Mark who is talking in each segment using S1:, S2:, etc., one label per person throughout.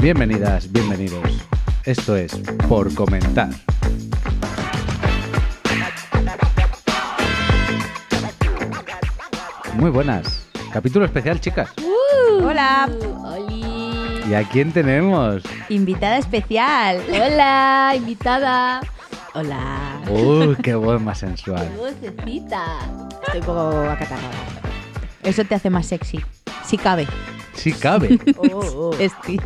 S1: Bienvenidas, bienvenidos. Esto es Por Comentar. Muy buenas. Capítulo especial, chicas.
S2: Uh.
S3: Hola.
S1: ¿Y a quién tenemos?
S3: Invitada especial.
S2: Hola, invitada.
S3: Hola.
S1: ¡Uy, qué voz más sensual!
S2: Vocecita.
S3: Estoy un poco acatarrada. Eso te hace más sexy. Si cabe.
S1: Sí cabe.
S3: Esti.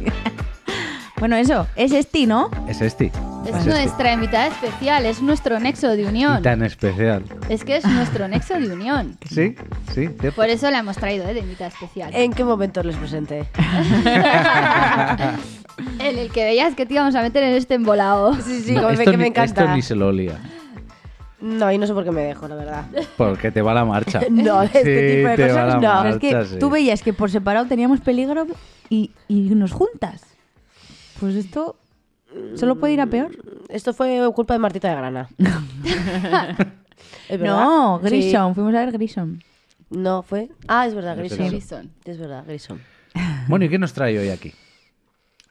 S3: Bueno, eso. Es Esti, ¿no?
S1: Es este.
S2: Es
S1: este.
S2: nuestra invitada especial, es nuestro nexo de
S1: Y
S2: unión.
S1: tan especial.
S2: Es que es nuestro nexo de unión.
S1: Sí, sí, cierto.
S2: Por eso la hemos traído ¿eh? de invitada especial.
S4: ¿En qué momento les presenté?
S2: El, el que veías que te íbamos a meter en este embolado.
S4: Sí, sí,
S1: No,
S4: como ve
S1: esto
S4: que me
S1: ni- Esto
S4: encanta.
S1: ni se lo olía.
S4: No, y no sé por qué me dejo, la verdad.
S1: Porque te va la marcha.
S4: No, este tipo de
S1: te va
S4: cosas
S1: la
S4: no.
S3: Pero es
S1: marcha,
S3: que
S1: sí.
S3: tú veías que por separado teníamos peligro y, y nos juntas. Pues esto solo puede ir a peor.
S4: Esto fue culpa de Martita de Grana. ¿Es verdad?
S3: No,
S4: Sí.
S3: Grisham. Fuimos a ver Grisham.
S4: No, fue. Ah, es verdad,
S1: No,
S4: Grison.
S1: pero-
S2: Son.
S4: Es verdad, Grison.
S1: Bueno, ¿y qué nos trae hoy aquí?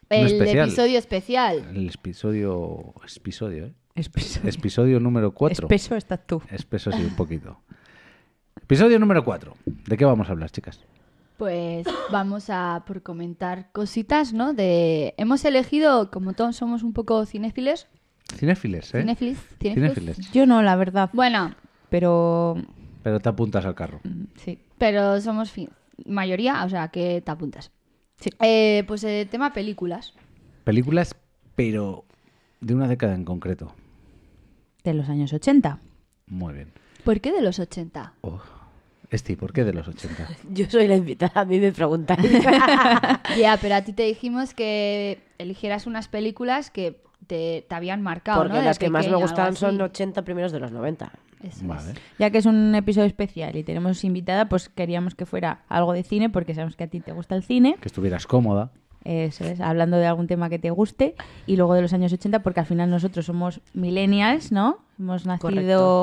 S1: Un
S2: El
S1: especial.
S2: episodio especial.
S1: El episodio. Episodio, ¿eh?
S3: Espeso.
S1: Episodio número 4.
S3: Espeso estás tú.
S1: Espeso, sí, un poquito. Episodio número 4. ¿De qué vamos a hablar, chicas?
S2: Pues vamos a por comentar cositas, ¿no? De hemos elegido, como todos somos un poco cinéfiles,
S1: Cinéfiles, ¿eh?
S2: cinéfilis, cinéfilos.
S1: Cinéfiles.
S3: Yo no, la verdad.
S2: Bueno,
S3: Pero.
S1: Pero te apuntas al carro.
S3: mm, Sí.
S2: pero somos fi- mayoría, o sea, que te apuntas.
S3: Sí.
S2: Eh, pues eh, tema películas.
S1: Películas, pero de una década en concreto.
S3: De los años 80.
S1: Muy bien.
S2: ¿Por qué de los 80?
S1: Oh. Este, ¿por qué de los 80?
S4: Yo soy la invitada, a mí me preguntan.
S2: Ya, pero a ti te dijimos que eligieras unas películas que te, te habían marcado,
S4: Porque
S2: ¿no? De
S4: las que más me
S2: pequeña, algo
S4: gustan son
S2: así.
S4: 80 primeros de los 90.
S2: Eso es.
S1: Vale.
S3: Ya que es un episodio especial y tenemos invitada, pues queríamos que fuera algo de cine porque sabemos que a ti te gusta el cine.
S1: Que estuvieras cómoda.
S3: Eso es, hablando de algún tema que te guste y luego de los años 80 porque al final nosotros somos millennials, ¿no? Hemos nacido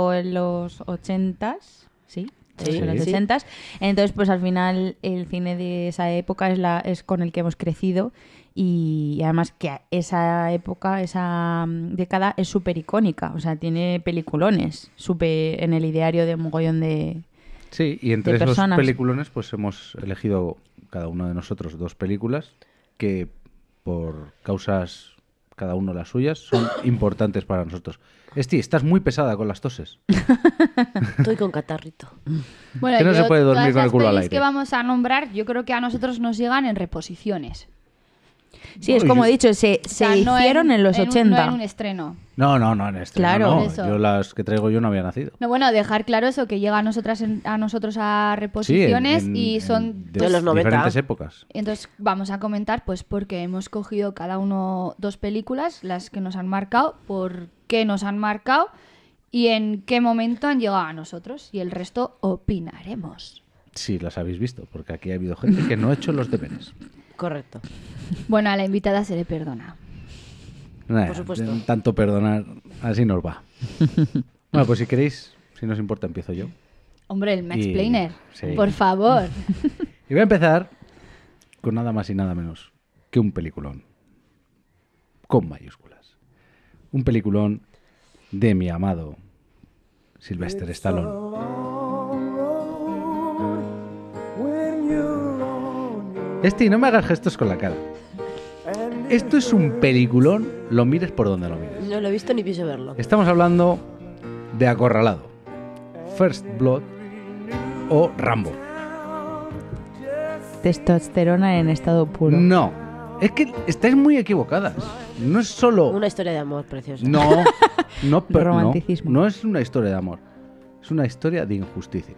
S4: Correcto.
S3: en los 80s, ¿sí?
S4: Sí,
S3: Eso, en los
S1: sí.
S3: 80s. Entonces, pues al final el cine de esa época es la es con el que hemos crecido y además que a- esa época, esa mm, década es súper icónica, o sea, tiene peliculones súper en el ideario de mogollón de
S1: Sí, y entre
S3: de
S1: esos
S3: personas.
S1: peliculones, pues hemos elegido cada uno de nosotros dos películas que, por causas cada uno las suyas, son importantes para nosotros. Esti, estás muy pesada con las toses.
S4: Estoy con catarrito.
S2: Bueno,
S1: Que no
S2: yo-
S1: se puede dormir
S2: todas
S1: con el
S2: las
S1: culo al
S2: pelis
S1: aire.
S2: que vamos a nombrar, yo creo que a nosotros nos llegan en reposiciones.
S3: Sí, es
S1: Uy.
S3: como he dicho, se,
S2: O
S3: se
S2: sea, no
S3: hicieron en, los
S2: un-
S3: 80.
S2: no en un estreno.
S1: No, no, no, en este.
S3: Claro.
S1: no, no.
S2: Eso.
S1: Yo las que traigo yo no había nacido.
S2: No, bueno, dejar claro eso, que llega a nosotras en- a nosotros a reposiciones
S1: en-
S2: y
S1: en-
S2: son...
S4: de los 90.
S1: Diferentes épocas.
S2: Entonces vamos a comentar, pues, porque hemos cogido cada uno dos películas, las que nos han marcado, por qué nos han marcado y en qué momento han llegado a nosotros. Y el resto opinaremos.
S1: Sí, las habéis visto, porque aquí ha habido gente que no ha hecho los deberes.
S4: Correcto.
S2: Bueno, a la invitada se le perdona.
S1: Nah,
S4: Por supuesto.
S1: de- Tanto perdonar, así nos va. bueno, pues si queréis, si no os importa, empiezo yo.
S2: Hombre, el Max
S1: Y-
S2: Planer,
S1: sí.
S2: por favor.
S1: Y voy a empezar con nada más y nada menos que un peliculón. Con mayúsculas. Un peliculón de mi amado Sylvester Stallone. Este, no me hagas gestos con la cara. Esto es un peliculón, lo mires por donde lo mires.
S4: No lo he visto ni pienso verlo.
S1: Estamos hablando de Acorralado, First Blood o Rambo.
S3: Testosterona en estado puro.
S1: No, es que estáis muy equivocadas. No es solo...
S4: Una historia de amor preciosa.
S1: No, no, pero no.
S3: Romanticismo.
S1: No, es una historia de amor. Es una historia de injusticia.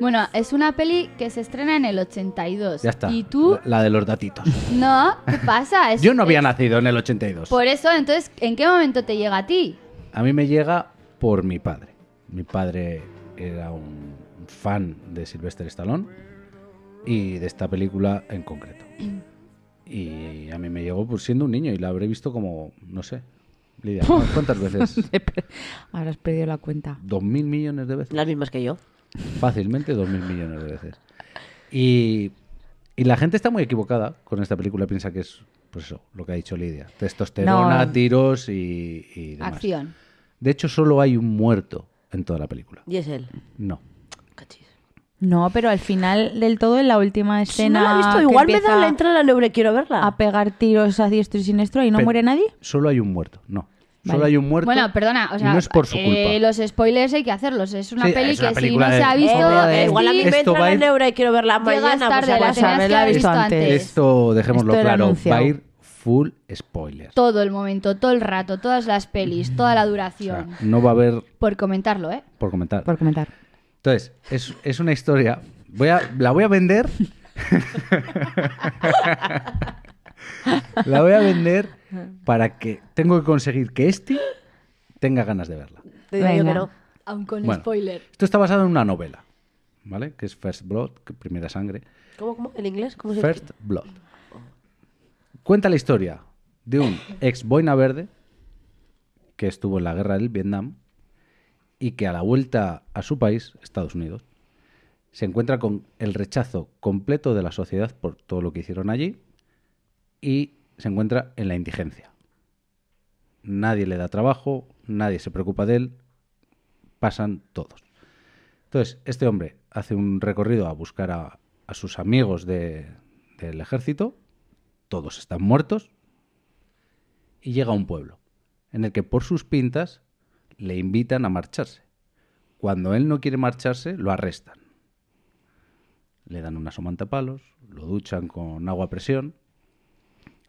S2: Bueno, es una peli que se estrena en el 82.
S1: Ya está.
S2: ¿Y tú?
S1: La, la de los datitos.
S2: No, ¿qué pasa? Es-
S1: Yo no había
S2: es-
S1: nacido en el 82.
S2: Por eso, entonces, ¿en qué momento te llega a ti?
S1: A mí me llega por mi padre. Mi padre era un fan de Sylvester Stallone y de esta película en concreto. Y a mí me llegó por siendo un niño y la habré visto como, no sé, Lidia, ¿cuántas veces?
S3: Ahora has perdido la cuenta.
S1: ¿Dos mil millones de veces?
S4: Las mismas que yo.
S1: fácilmente dos mil millones de veces. Y, y la gente está muy equivocada con esta película, piensa que es Pues eso, lo que ha dicho Lidia. Testosterona,
S3: No.
S1: tiros y, y demás.
S2: Acción.
S1: De hecho, solo hay un muerto en toda la película.
S4: Y es él.
S1: No.
S4: Cachis.
S3: No, pero al final del todo, en la última
S4: Si
S3: escena.
S4: no la he visto,
S3: que
S4: igual me da
S3: empieza
S4: la entrada al Louvre, quiero verla.
S3: A pegar tiros a diestro y siniestro y no
S1: Pe-
S3: muere nadie.
S1: Solo hay un muerto, no.
S3: Vale.
S1: Solo hay un muerto.
S2: Bueno, perdona, o
S1: y
S2: sea,
S1: no es por su culpa.
S2: eh, los spoilers hay que hacerlos. Es una
S1: Sí,
S2: peli
S1: es una
S2: que si
S1: película
S2: no
S1: de-
S2: se ha
S4: Eh,
S2: visto,
S4: pero
S2: es
S4: igual a mí
S2: Disney,
S4: me
S1: Esto
S4: entra
S1: va a
S4: al
S1: ir-
S4: Louvre y quiero verla
S2: Llegas
S4: mañana. pues,
S2: tarde,
S4: a
S2: la tenías
S4: las seis.
S2: que
S3: haberla
S2: haber
S3: visto
S2: visto
S3: antes.
S2: antes.
S1: Esto dejémoslo
S3: Esto era
S1: claro. Va a
S3: anunciado.
S1: ir full spoiler.
S2: Todo el momento, todo el rato, todas las pelis, toda la
S1: Mm, O sea,
S2: duración.
S1: no va a haber
S2: Por comentarlo, ¿eh?
S1: por comentar.
S3: Por comentar.
S1: Entonces, es, es una historia. Voy a, la voy a vender. la voy a vender para que tengo que conseguir que este tenga ganas de verla.
S4: Te digo yo
S3: Venga.
S4: que no.
S2: Aun con
S1: Bueno.
S2: spoiler.
S1: Esto está basado en una novela, ¿vale? Que es First Blood, que primera sangre.
S4: ¿Cómo, cómo? ¿En inglés? ¿Cómo se
S1: First Blood. Cuenta la historia de un ex boina verde que estuvo en la guerra del Vietnam y que a la vuelta a su país, Estados Unidos, se encuentra con el rechazo completo de la sociedad por todo lo que hicieron allí y se encuentra en la indigencia. Nadie le da trabajo, nadie se preocupa de él, pasan todos. Entonces, este hombre hace un recorrido a buscar a, a sus amigos de- del ejército, todos están muertos, y llega a un pueblo, en el que por sus pintas le invitan a marcharse. Cuando él no quiere marcharse, lo arrestan. Le dan una somanta palos, lo duchan con agua a presión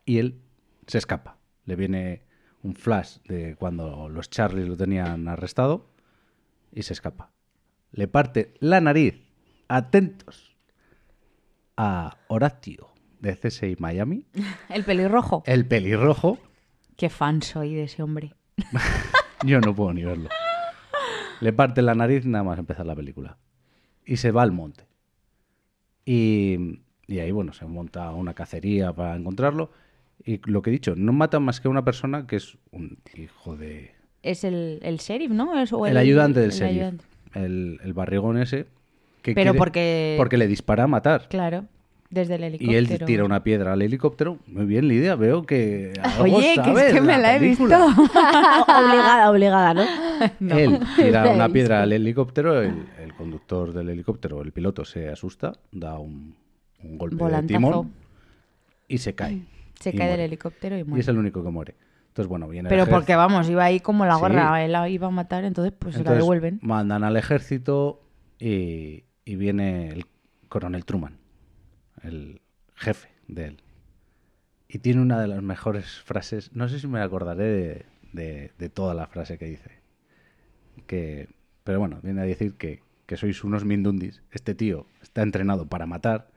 S1: y él se escapa. Le viene un flash de cuando los Charlies lo tenían arrestado y se escapa. Le parte la nariz, atentos, a Horatio de CSI Miami,
S3: El pelirrojo.
S1: el pelirrojo.
S3: Qué fan soy de ese hombre.
S1: Yo no puedo ni verlo. Le parte la nariz nada más empezar la película. Y se va al monte. Y, y ahí, bueno, se monta una cacería para encontrarlo. Y lo que he dicho, no matan más que a una persona que es un hijo de...
S3: Es el, el sheriff, ¿no? Es- o
S1: El, ayudante del
S3: el
S1: sheriff.
S3: ayudante.
S1: El, el barrigón ese. que
S3: Pero
S1: quiere-
S3: porque-
S1: Porque le dispara a matar.
S3: Claro, desde el
S1: Y
S3: helicóptero.
S1: él tira una piedra al helicóptero. Muy bien, Lidia, veo que. algo
S3: Oye, que
S1: sabes
S3: es
S1: de
S3: que me la he
S1: película.
S3: visto.
S4: Obligada, obligada, ¿no?
S1: Él tira
S2: La he
S1: una
S2: visto.
S1: piedra al helicóptero, el, el conductor del helicóptero, el piloto, se asusta, da un, un golpe de
S3: Volantazo.
S1: timón y se cae.
S3: Se
S1: Y
S3: cae del
S1: muere.
S3: helicóptero y
S1: Y es
S3: muere.
S1: el único que muere. Entonces, bueno, viene el
S3: Pero
S1: ejército.
S3: porque, vamos, iba ahí como la
S1: Sí.
S3: gorra. Él la iba a matar, entonces pues se la
S1: Entonces,
S3: devuelven.
S1: Mandan al ejército y, y viene el coronel Truman, el jefe de él. Y tiene una de las mejores frases, no sé si me acordaré de, de- de toda la frase que dice. Que, pero bueno, viene a decir que, que sois unos mindundis. Este tío está entrenado para matar.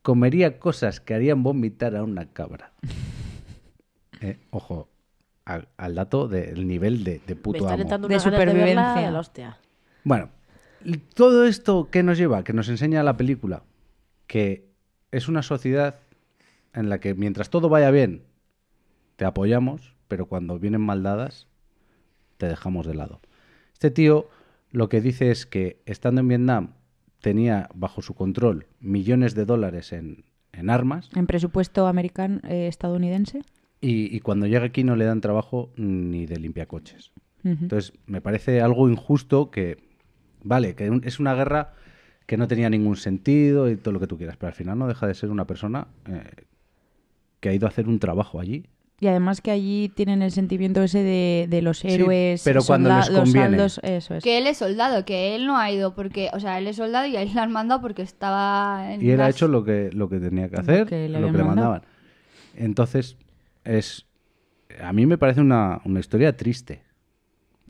S1: Comería cosas que harían vomitar a una cabra. Eh, ojo al, al dato del nivel de, de
S4: me
S1: puto
S4: están
S1: amo.
S4: entrando
S3: De
S4: unas ganas verla
S3: supervivencia.
S4: de la hostia.
S1: Bueno, y todo esto que nos lleva, que nos enseña la película, que es una sociedad en la que mientras todo vaya bien, te apoyamos, pero cuando vienen maldadas, te dejamos de lado. Este tío lo que dice es que estando en Vietnam tenía bajo su control millones de dólares en, en armas
S3: En presupuesto americano, eh, estadounidense.
S1: y, y cuando llega aquí no le dan trabajo ni de limpiacoches.
S3: Ujú.
S1: Entonces, me parece algo injusto que, vale, que un- es una guerra que no tenía ningún sentido y todo lo que tú quieras, pero al final no deja de ser una persona eh, que ha ido a hacer un trabajo allí.
S3: Y además que allí tienen el sentimiento ese de, de los héroes,
S1: pero cuando les
S3: soldados,
S1: conviene.
S3: saldos, eso
S1: pues
S3: es.
S2: Que él es soldado, que él no ha ido porque, o sea, él es soldado y ahí lo han mandado porque estaba en
S1: Y él ha
S2: las-
S1: hecho lo que, lo que tenía que
S3: Lo
S1: hacer, lo
S3: que le
S1: que le,
S3: habían mandado.
S1: mandaban. Entonces, es a mí me parece una, una historia triste.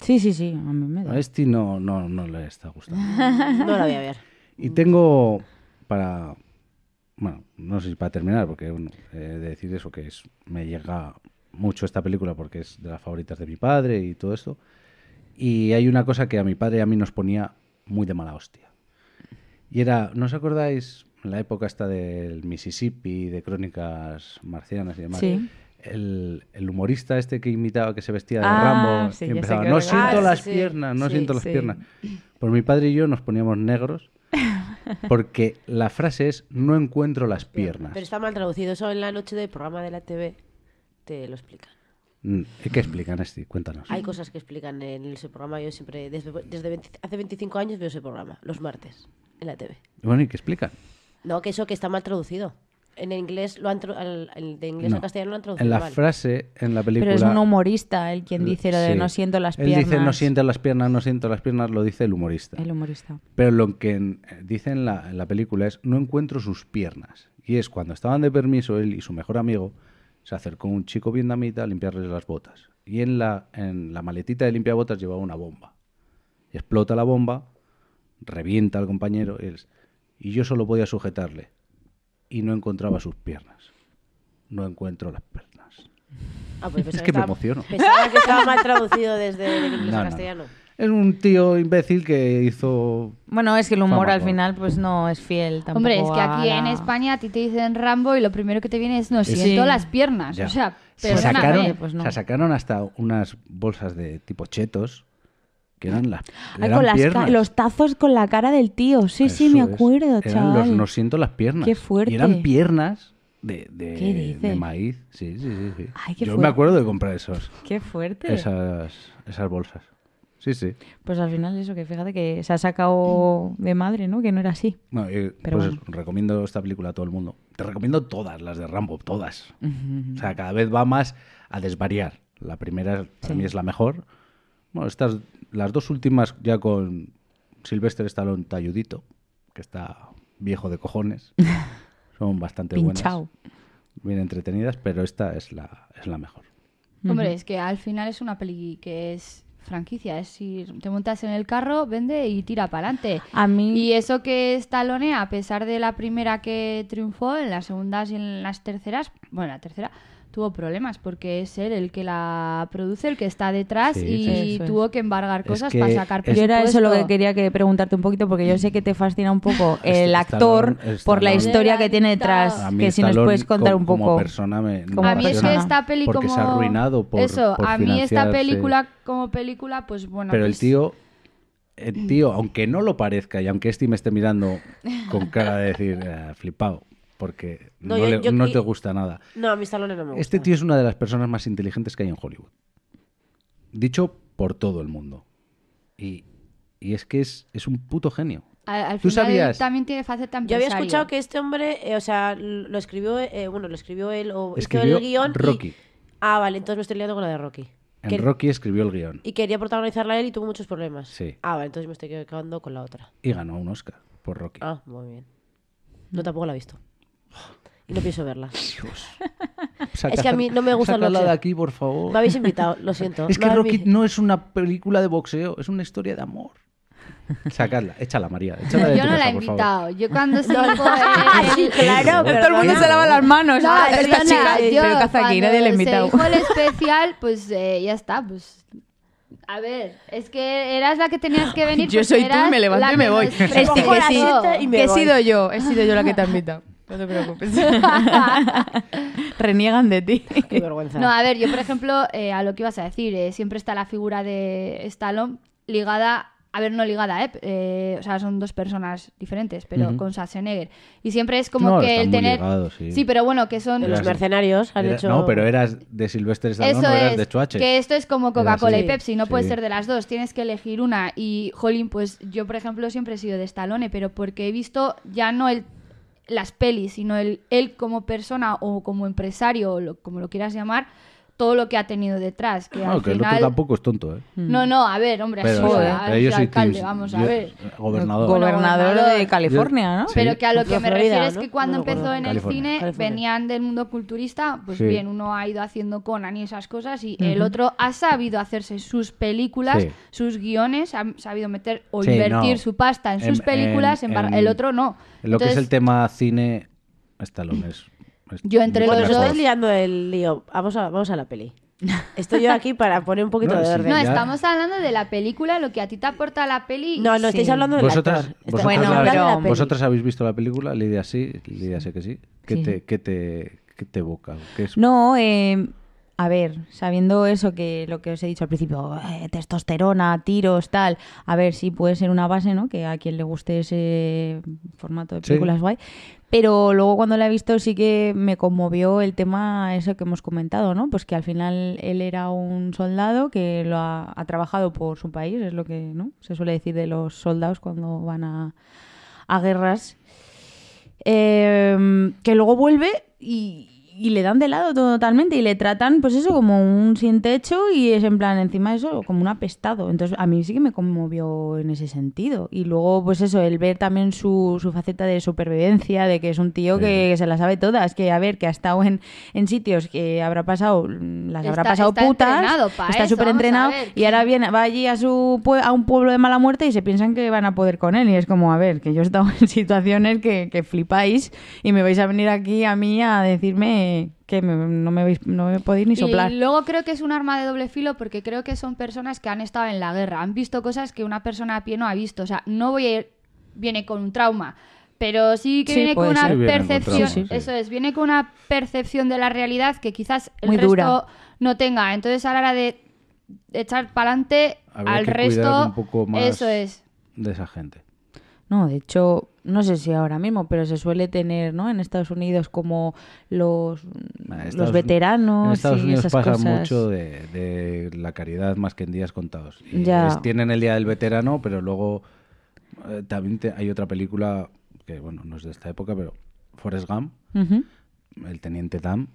S3: Sí, sí, sí, a mí me da.
S1: A este no, no, no le está gustando.
S4: No la voy a ver.
S3: Mm.
S1: Y tengo para. Bueno, no sé si para terminar, porque bueno, he de decir eso, que es, me llega mucho esta película porque es de las favoritas de mi padre y todo esto. Y hay una cosa que a mi padre y a mí nos ponía muy de mala hostia. Y era, ¿no os acordáis la época esta del Mississippi, de crónicas marcianas y demás?
S3: Sí.
S1: El, el humorista este que imitaba, que se vestía de
S3: Ah,
S1: Rambo,
S3: sí,
S1: y
S3: ya sé
S1: empezaba,
S3: que
S1: no
S3: lo-
S1: siento
S4: Ah,
S1: las
S4: sí, sí.
S1: piernas, no
S4: Sí,
S1: siento las
S3: sí.
S1: piernas. Pues mi padre y yo nos poníamos negros Porque la frase es no encuentro las piernas.
S4: Pero está mal traducido. Eso en la noche del programa de la TV te lo explican.
S1: Mm, ¿Qué explican, Esti? Cuéntanos.
S4: Hay cosas que explican en ese programa. Yo siempre, desde, desde 20 hace 25 años veo ese programa, los martes, en la TV.
S1: Bueno, ¿y qué explican?
S4: No, que eso que está mal traducido. En inglés lo han tra- al- al- de inglés
S1: No.
S4: a castellano lo han traducido
S1: En la
S4: mal.
S1: frase, en la película...
S3: Pero es un humorista el quien dice lo de
S1: Sí.
S3: no siento las
S1: Él
S3: piernas.
S1: dice no siento las piernas, no siento las piernas, lo dice el humorista.
S3: El humorista.
S1: Pero lo que en- dice en la, en la película es no encuentro sus piernas. Y es cuando estaban de permiso él y su mejor amigo se acercó un chico vietnamita a limpiarles las botas. Y en la, en la maletita de limpiabotas llevaba una bomba. Explota la bomba, revienta al compañero él, y yo solo podía sujetarle. Y no encontraba sus piernas. No encuentro las piernas.
S4: Ah, pues pensaba
S1: Es que me
S4: estaba-
S1: emociono.
S4: Pensaba que estaba mal traducido desde el inglés
S1: No,
S4: a
S1: no.
S4: castellano.
S1: Es un tío imbécil que hizo...
S3: Bueno, es que el humor
S1: Fama,
S3: al
S1: ¿no?
S3: final pues no es fiel tampoco.
S2: Hombre, es que
S3: a
S2: aquí
S3: la-
S2: en España a ti te dicen Rambo y lo primero que te viene es no
S1: Sí.
S2: siento las piernas.
S1: Ya.
S2: O sea,
S1: se
S2: perdóname.
S1: sacaron,
S3: pues no.
S1: se sacaron hasta unas bolsas de tipo chetos que eran las
S3: Ay,
S1: eran
S3: con las ca-
S1: piernas.
S3: los tazos con la cara del tío. Sí, sí, me
S1: Eso es.
S3: acuerdo,
S1: Eran los
S3: chaval.
S1: no siento las piernas.
S3: Qué fuerte.
S1: Y eran piernas de, de-
S3: ¿Qué dices?
S1: de maíz. Sí, sí, sí. sí.
S3: Ay, qué
S1: Yo
S3: fuerte.
S1: me acuerdo de comprar esos,
S3: Qué fuerte.
S1: esas, esas bolsas. Sí, sí.
S3: Pues al final eso, que fíjate que se ha sacado de madre, ¿no? Que no era así.
S1: Bueno, eh,
S3: Pero
S1: pues
S3: bueno.
S1: recomiendo esta película a todo el mundo. Te recomiendo todas las de Rambo, todas. O sea, cada vez va más a desvariar. La primera para
S3: Sí.
S1: mí es la mejor. Bueno, estas, las dos últimas ya con Sylvester Stallone talludito, que está viejo de cojones, son bastante
S3: Pinchao.
S1: buenas, bien entretenidas, pero esta es la, es la mejor.
S2: Hombre, es que al final es una peli que es franquicia, es ir, te montas en el carro, vende y tira para adelante.
S3: A mí-
S2: Y eso que es Stallone, a pesar de la primera que triunfó, en las segundas y en las terceras, bueno, la tercera tuvo problemas porque es él el que la produce, el que está detrás
S1: Sí,
S2: y
S1: sí,
S3: sí. Eso es.
S2: tuvo que embargar
S1: Es
S2: cosas
S1: que
S2: para sacar
S1: es-
S3: Yo era eso lo que
S2: presupuesto.
S3: quería que preguntarte un poquito, porque yo sé que te fascina un poco
S1: Este
S3: el actor
S1: Stallone-
S3: por la
S1: Stallone-
S3: historia que tiene detrás,
S1: A mí
S3: Ah, que si nos
S1: Stallone
S3: puedes contar
S1: como-
S3: un poco.
S1: Como persona me,
S3: Como
S2: a mí es que
S3: persona.
S2: esta peli
S1: Porque
S2: como
S1: se ha arruinado por
S2: eso
S1: por
S2: a mí esta
S1: financiarse.
S2: película como película pues bueno
S1: Pero el
S2: pues,
S1: tío, el tío, aunque no lo parezca y aunque este me esté mirando con cara de decir "Ah, flipado, porque
S4: No,
S1: no,
S4: yo-
S1: le-
S4: yo-
S1: no
S4: y-
S1: te gusta nada.
S4: No, a mí Stallone no me gusta.
S1: Este tío es una de las personas más inteligentes que hay en Hollywood. Dicho por todo el mundo. Y, y es que es, es un puto genio.
S2: al, al
S1: ¿Tú
S2: final él
S1: sabías?
S2: también tiene faceta
S4: Yo había
S2: empresario.
S4: escuchado que este hombre, eh, o sea, lo escribió, eh, bueno, lo escribió él o hizo
S1: Escribió
S4: el guión. y-
S1: Rocky.
S4: Ah, vale, entonces me estoy liando con la de Rocky.
S1: En
S4: Que-
S1: Rocky escribió el guión
S4: Y quería protagonizarla él y tuvo muchos problemas.
S1: Sí.
S4: Ah, vale, entonces me estoy quedando con la otra.
S1: y ganó un Oscar por Rocky.
S4: Ah, muy bien. No, tampoco la he visto. Y no pienso verla.
S1: Saca-
S4: Es que a mí no me gusta el
S1: sácala de
S4: boxeo.
S1: aquí, por favor.
S4: Me habéis invitado, lo siento.
S1: Es que
S4: No, a mí-
S1: Rocky no es una película de boxeo, es una historia de amor. Sacadla, échala, María. Échala de
S2: yo
S1: tu
S2: no la
S1: casa,
S2: he
S1: por favor.
S2: invitado yo cuando se dijo
S4: Así,
S2: el-
S4: claro, pero
S3: Todo el mundo
S4: no.
S3: se lava las manos.
S2: No,
S3: Ah,
S2: yo
S3: esta
S2: no,
S3: chica,
S2: yo
S3: pero ¿qué hace aquí?
S2: cuando
S3: Nadie le ha
S2: se
S3: invitado.
S2: dijo el especial, pues eh, ya está, pues... A ver, es que eras la que tenías que venir.
S3: Yo
S2: pues
S3: soy tú
S2: eras
S3: y me levanto
S2: la
S3: y me
S2: que
S3: voy.
S2: nos
S3: Este
S4: Cojo
S2: preparó.
S3: que
S4: la
S3: sí,
S4: seta y me
S3: que he
S4: voy.
S3: sido yo, he sido yo la que te ha invitado. No te preocupes. Reniegan de ti.
S4: Qué vergüenza.
S2: No, a ver, yo por ejemplo, eh, a lo que ibas a decir, eh, siempre está la figura de Stallone ligada, a ver, no ligada, eh, eh, o sea, son dos personas diferentes, pero
S1: Ujú.
S2: con Schwarzenegger. Y siempre es como
S1: No,
S2: que
S1: están
S2: el
S1: muy
S2: tener...
S1: ligados, sí.
S2: pero bueno, que son...
S4: De
S1: Era
S4: los
S1: así.
S4: mercenarios han
S1: Era-
S4: hecho.
S1: No, pero eras de Silvestre Stallone,
S2: Eso
S1: no eras
S2: es,
S1: de Chuache.
S2: que esto es como
S1: Era
S2: Coca-Cola y
S1: así.
S2: Pepsi, no
S1: Sí.
S2: puede ser de las dos, tienes que elegir una. Y, jolín, pues yo, por ejemplo, siempre he sido de Stallone, pero porque he visto ya no el, las pelis, sino el, él como persona o como empresario, o lo- como lo quieras llamar, todo lo que ha tenido detrás. Que
S1: No,
S2: al
S1: que el
S2: final...
S1: otro tampoco es tonto, ¿eh?
S2: No, no, a ver, hombre, así
S1: Pero,
S3: joder,
S1: eh,
S2: a-
S1: pero
S2: así
S1: yo soy
S2: alcalde,
S1: team-
S2: vamos
S1: yo-
S2: a ver.
S1: Gobernador.
S3: Gobernador de
S2: Gobernador.
S3: California, ¿no?
S1: Yo-
S2: Pero
S1: Sí.
S2: que a lo que me
S4: Florida,
S2: refiero es
S4: ¿no?
S2: que cuando
S4: No me acuerdo.
S2: empezó en el
S1: California.
S2: cine
S4: California.
S2: venían del mundo culturista, pues
S1: Sí.
S2: bien, uno ha ido haciendo Conan y esas cosas y el otro ha sabido hacerse sus películas,
S1: Sí.
S2: sus guiones, ha sabido meter o
S1: Sí,
S2: invertir
S1: no.
S2: su pasta en
S1: En-
S2: sus películas,
S1: en-
S2: embar-
S1: en-
S2: el otro no.
S1: Lo que es el
S2: Entonces,
S1: tema cine, Stallone es. es
S2: Yo entre
S1: mucho
S4: Bueno,
S1: mejor.
S2: los
S4: nos
S2: dos-
S4: estás liando el lío. Vamos a, vamos a la peli. Estoy yo aquí para poner un poquito
S1: No,
S4: de
S1: sí.
S4: orden.
S2: No,
S1: ya-
S2: estamos hablando de la película, lo que a ti te aporta la peli.
S4: No, no,
S3: Sí.
S4: estáis hablando del
S1: Vosotras,
S4: actor. Estáis
S1: vosotras,
S3: Bueno,
S1: la-
S4: hablando de la
S3: pero-
S4: peli.
S1: vosotras habéis visto la película, Lidia sí, Lidia sé que sí. ¿Qué,
S3: Sí.
S1: Te, qué, te, ¿Qué te evoca? ¿Qué es
S3: No, eh, a ver, sabiendo eso que lo que os he dicho al principio, eh, testosterona, tiros, tal, a ver si puede ser una base, ¿no? Que a quien le guste ese formato de
S1: Sí.
S3: películas guay. Pero luego cuando la he visto sí que me conmovió el tema eso que hemos comentado, ¿no? Pues que al final él era un soldado que lo ha, ha trabajado por su país, es lo que, ¿no? Se suele decir de los soldados cuando van a, a guerras. Eh, que luego vuelve y, y le dan de lado todo totalmente y le tratan, pues eso, como un sin techo y es en plan, encima de eso, como un apestado. Entonces, a mí sí que me conmovió en ese sentido. Y luego, pues eso, el ver también su, su faceta de supervivencia, de que es un tío que, se la sabe todas, que a ver, que ha estado en, en sitios que habrá pasado, las
S2: Está-
S3: habrá pasado
S2: está entrenado
S3: putas,
S2: pa
S3: está
S2: eso,
S3: súper entrenado
S2: vamos a ver,
S3: y ahora viene, va allí a, su, pue- a un pueblo de mala muerte y se piensan que van a poder con él. Y es como, a ver, que yo he estado en situaciones que, que flipáis y me vais a venir aquí a mí a decirme que me- no, me vais- no me podéis ni soplar.
S2: Y luego creo que es un arma de doble filo porque creo que son personas que han estado en la guerra, han visto cosas que una persona a pie no ha visto. O sea, no voy a ir- viene con un trauma, pero sí que
S3: Sí,
S2: viene con
S3: puede
S2: una
S3: ser.
S1: Sí, viene con
S2: percepción.
S1: trauma, sí.
S2: Eso es, viene con una percepción de la realidad que quizás el
S3: Muy
S2: resto
S3: dura.
S2: no tenga. Entonces a la hora de echar para adelante
S1: Habría
S2: al
S1: que cuidar
S2: resto,
S1: un poco más
S2: eso es.
S1: de esa gente.
S3: No, de hecho, no sé si ahora mismo, pero se suele tener, ¿no? En Estados Unidos como los,
S1: Ah,
S3: los
S1: Estados-
S3: veteranos
S1: En Estados
S3: y
S1: Unidos
S3: esas
S1: pasa
S3: cosas.
S1: mucho de, de la caridad más que en días contados. Y
S3: Ya.
S1: es- tienen el día del veterano, pero luego eh, también te- hay otra película que, bueno, no es de esta época, pero Forrest Gump,
S3: Ujú.
S1: el teniente Dam,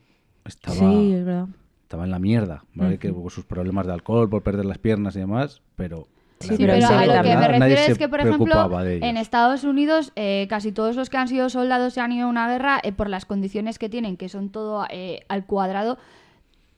S1: estaba,
S3: Sí, es verdad.
S1: estaba en la mierda, ¿vale? Que hubo sus problemas de alcohol por perder las piernas y demás, pero.
S3: Sí,
S1: la
S3: pero
S1: vida
S2: Pero
S3: se
S1: era
S2: a
S3: ve
S2: lo que
S1: verdad,
S2: me
S3: también.
S1: nadie
S2: refiero es
S1: se
S2: que, por
S1: preocupaba
S2: ejemplo,
S1: de ellos.
S2: en Estados Unidos eh, casi todos los que han sido soldados se han ido a una guerra eh, por las condiciones que tienen, que son todo eh, al cuadrado.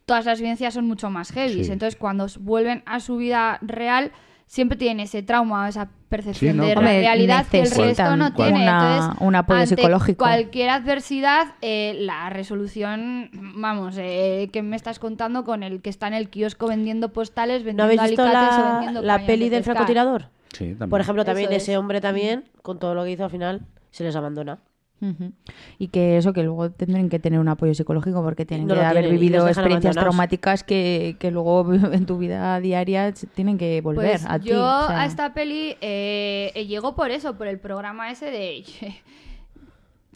S2: Todas las vivencias son mucho más heavy.
S1: Sí.
S2: Entonces, cuando s- vuelven a su vida real, siempre tienen ese trauma, esa percepción
S1: Sí, ¿no?
S2: de
S1: Hombre,
S2: re- realidad que el resto
S3: necesitan
S2: no tiene.
S3: una-
S2: Entonces,
S3: un apoyo
S2: ante
S3: psicológico.
S2: Cualquier adversidad, eh, la resolución, vamos, eh, que me estás contando con el que está en el kiosco vendiendo postales,
S4: ¿No
S2: vendiendo
S4: habéis visto
S2: alicates o
S4: la,
S2: vendiendo
S4: la
S2: cañas
S4: peli
S2: de
S4: del
S2: pescar?
S4: francotirador?
S1: Sí, también.
S4: Por ejemplo, también
S2: Eso es.
S4: ese hombre también, con todo lo que hizo al final, se les abandona.
S3: Ujú. Y que eso, que luego tendrán que tener un apoyo psicológico porque tienen
S4: No
S3: que
S4: lo
S3: haber
S4: tienen y los
S3: vivido
S4: dejan
S3: experiencias
S4: abandonados.
S3: traumáticas que, que luego en tu vida diaria se tienen que volver
S2: Pues
S3: a ti.
S2: Yo
S3: o sea.
S2: a esta peli eh, eh, llego por eso, por el programa ese de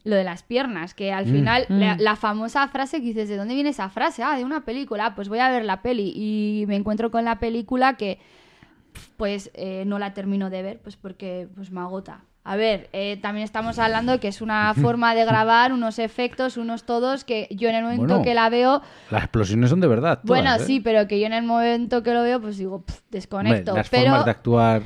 S2: lo de las piernas, que al final la,
S3: Mm.
S2: la famosa frase que dices, ¿de dónde viene esa frase? Ah, de una película, Ah, pues voy a ver la peli y me encuentro con la película que pf, pues eh, no la termino de ver, pues porque pues me agota. A ver, eh, también estamos hablando que es una forma de grabar, unos efectos, unos todos, que yo en el momento
S1: Bueno.
S2: que la veo
S1: Las explosiones son de verdad. todas,
S2: bueno,
S1: ¿eh?
S2: sí, pero que yo en el momento que lo veo, pues digo, "Pf,
S1: Hombre,
S2: desconecto.
S1: Las
S2: pero
S1: formas de actuar.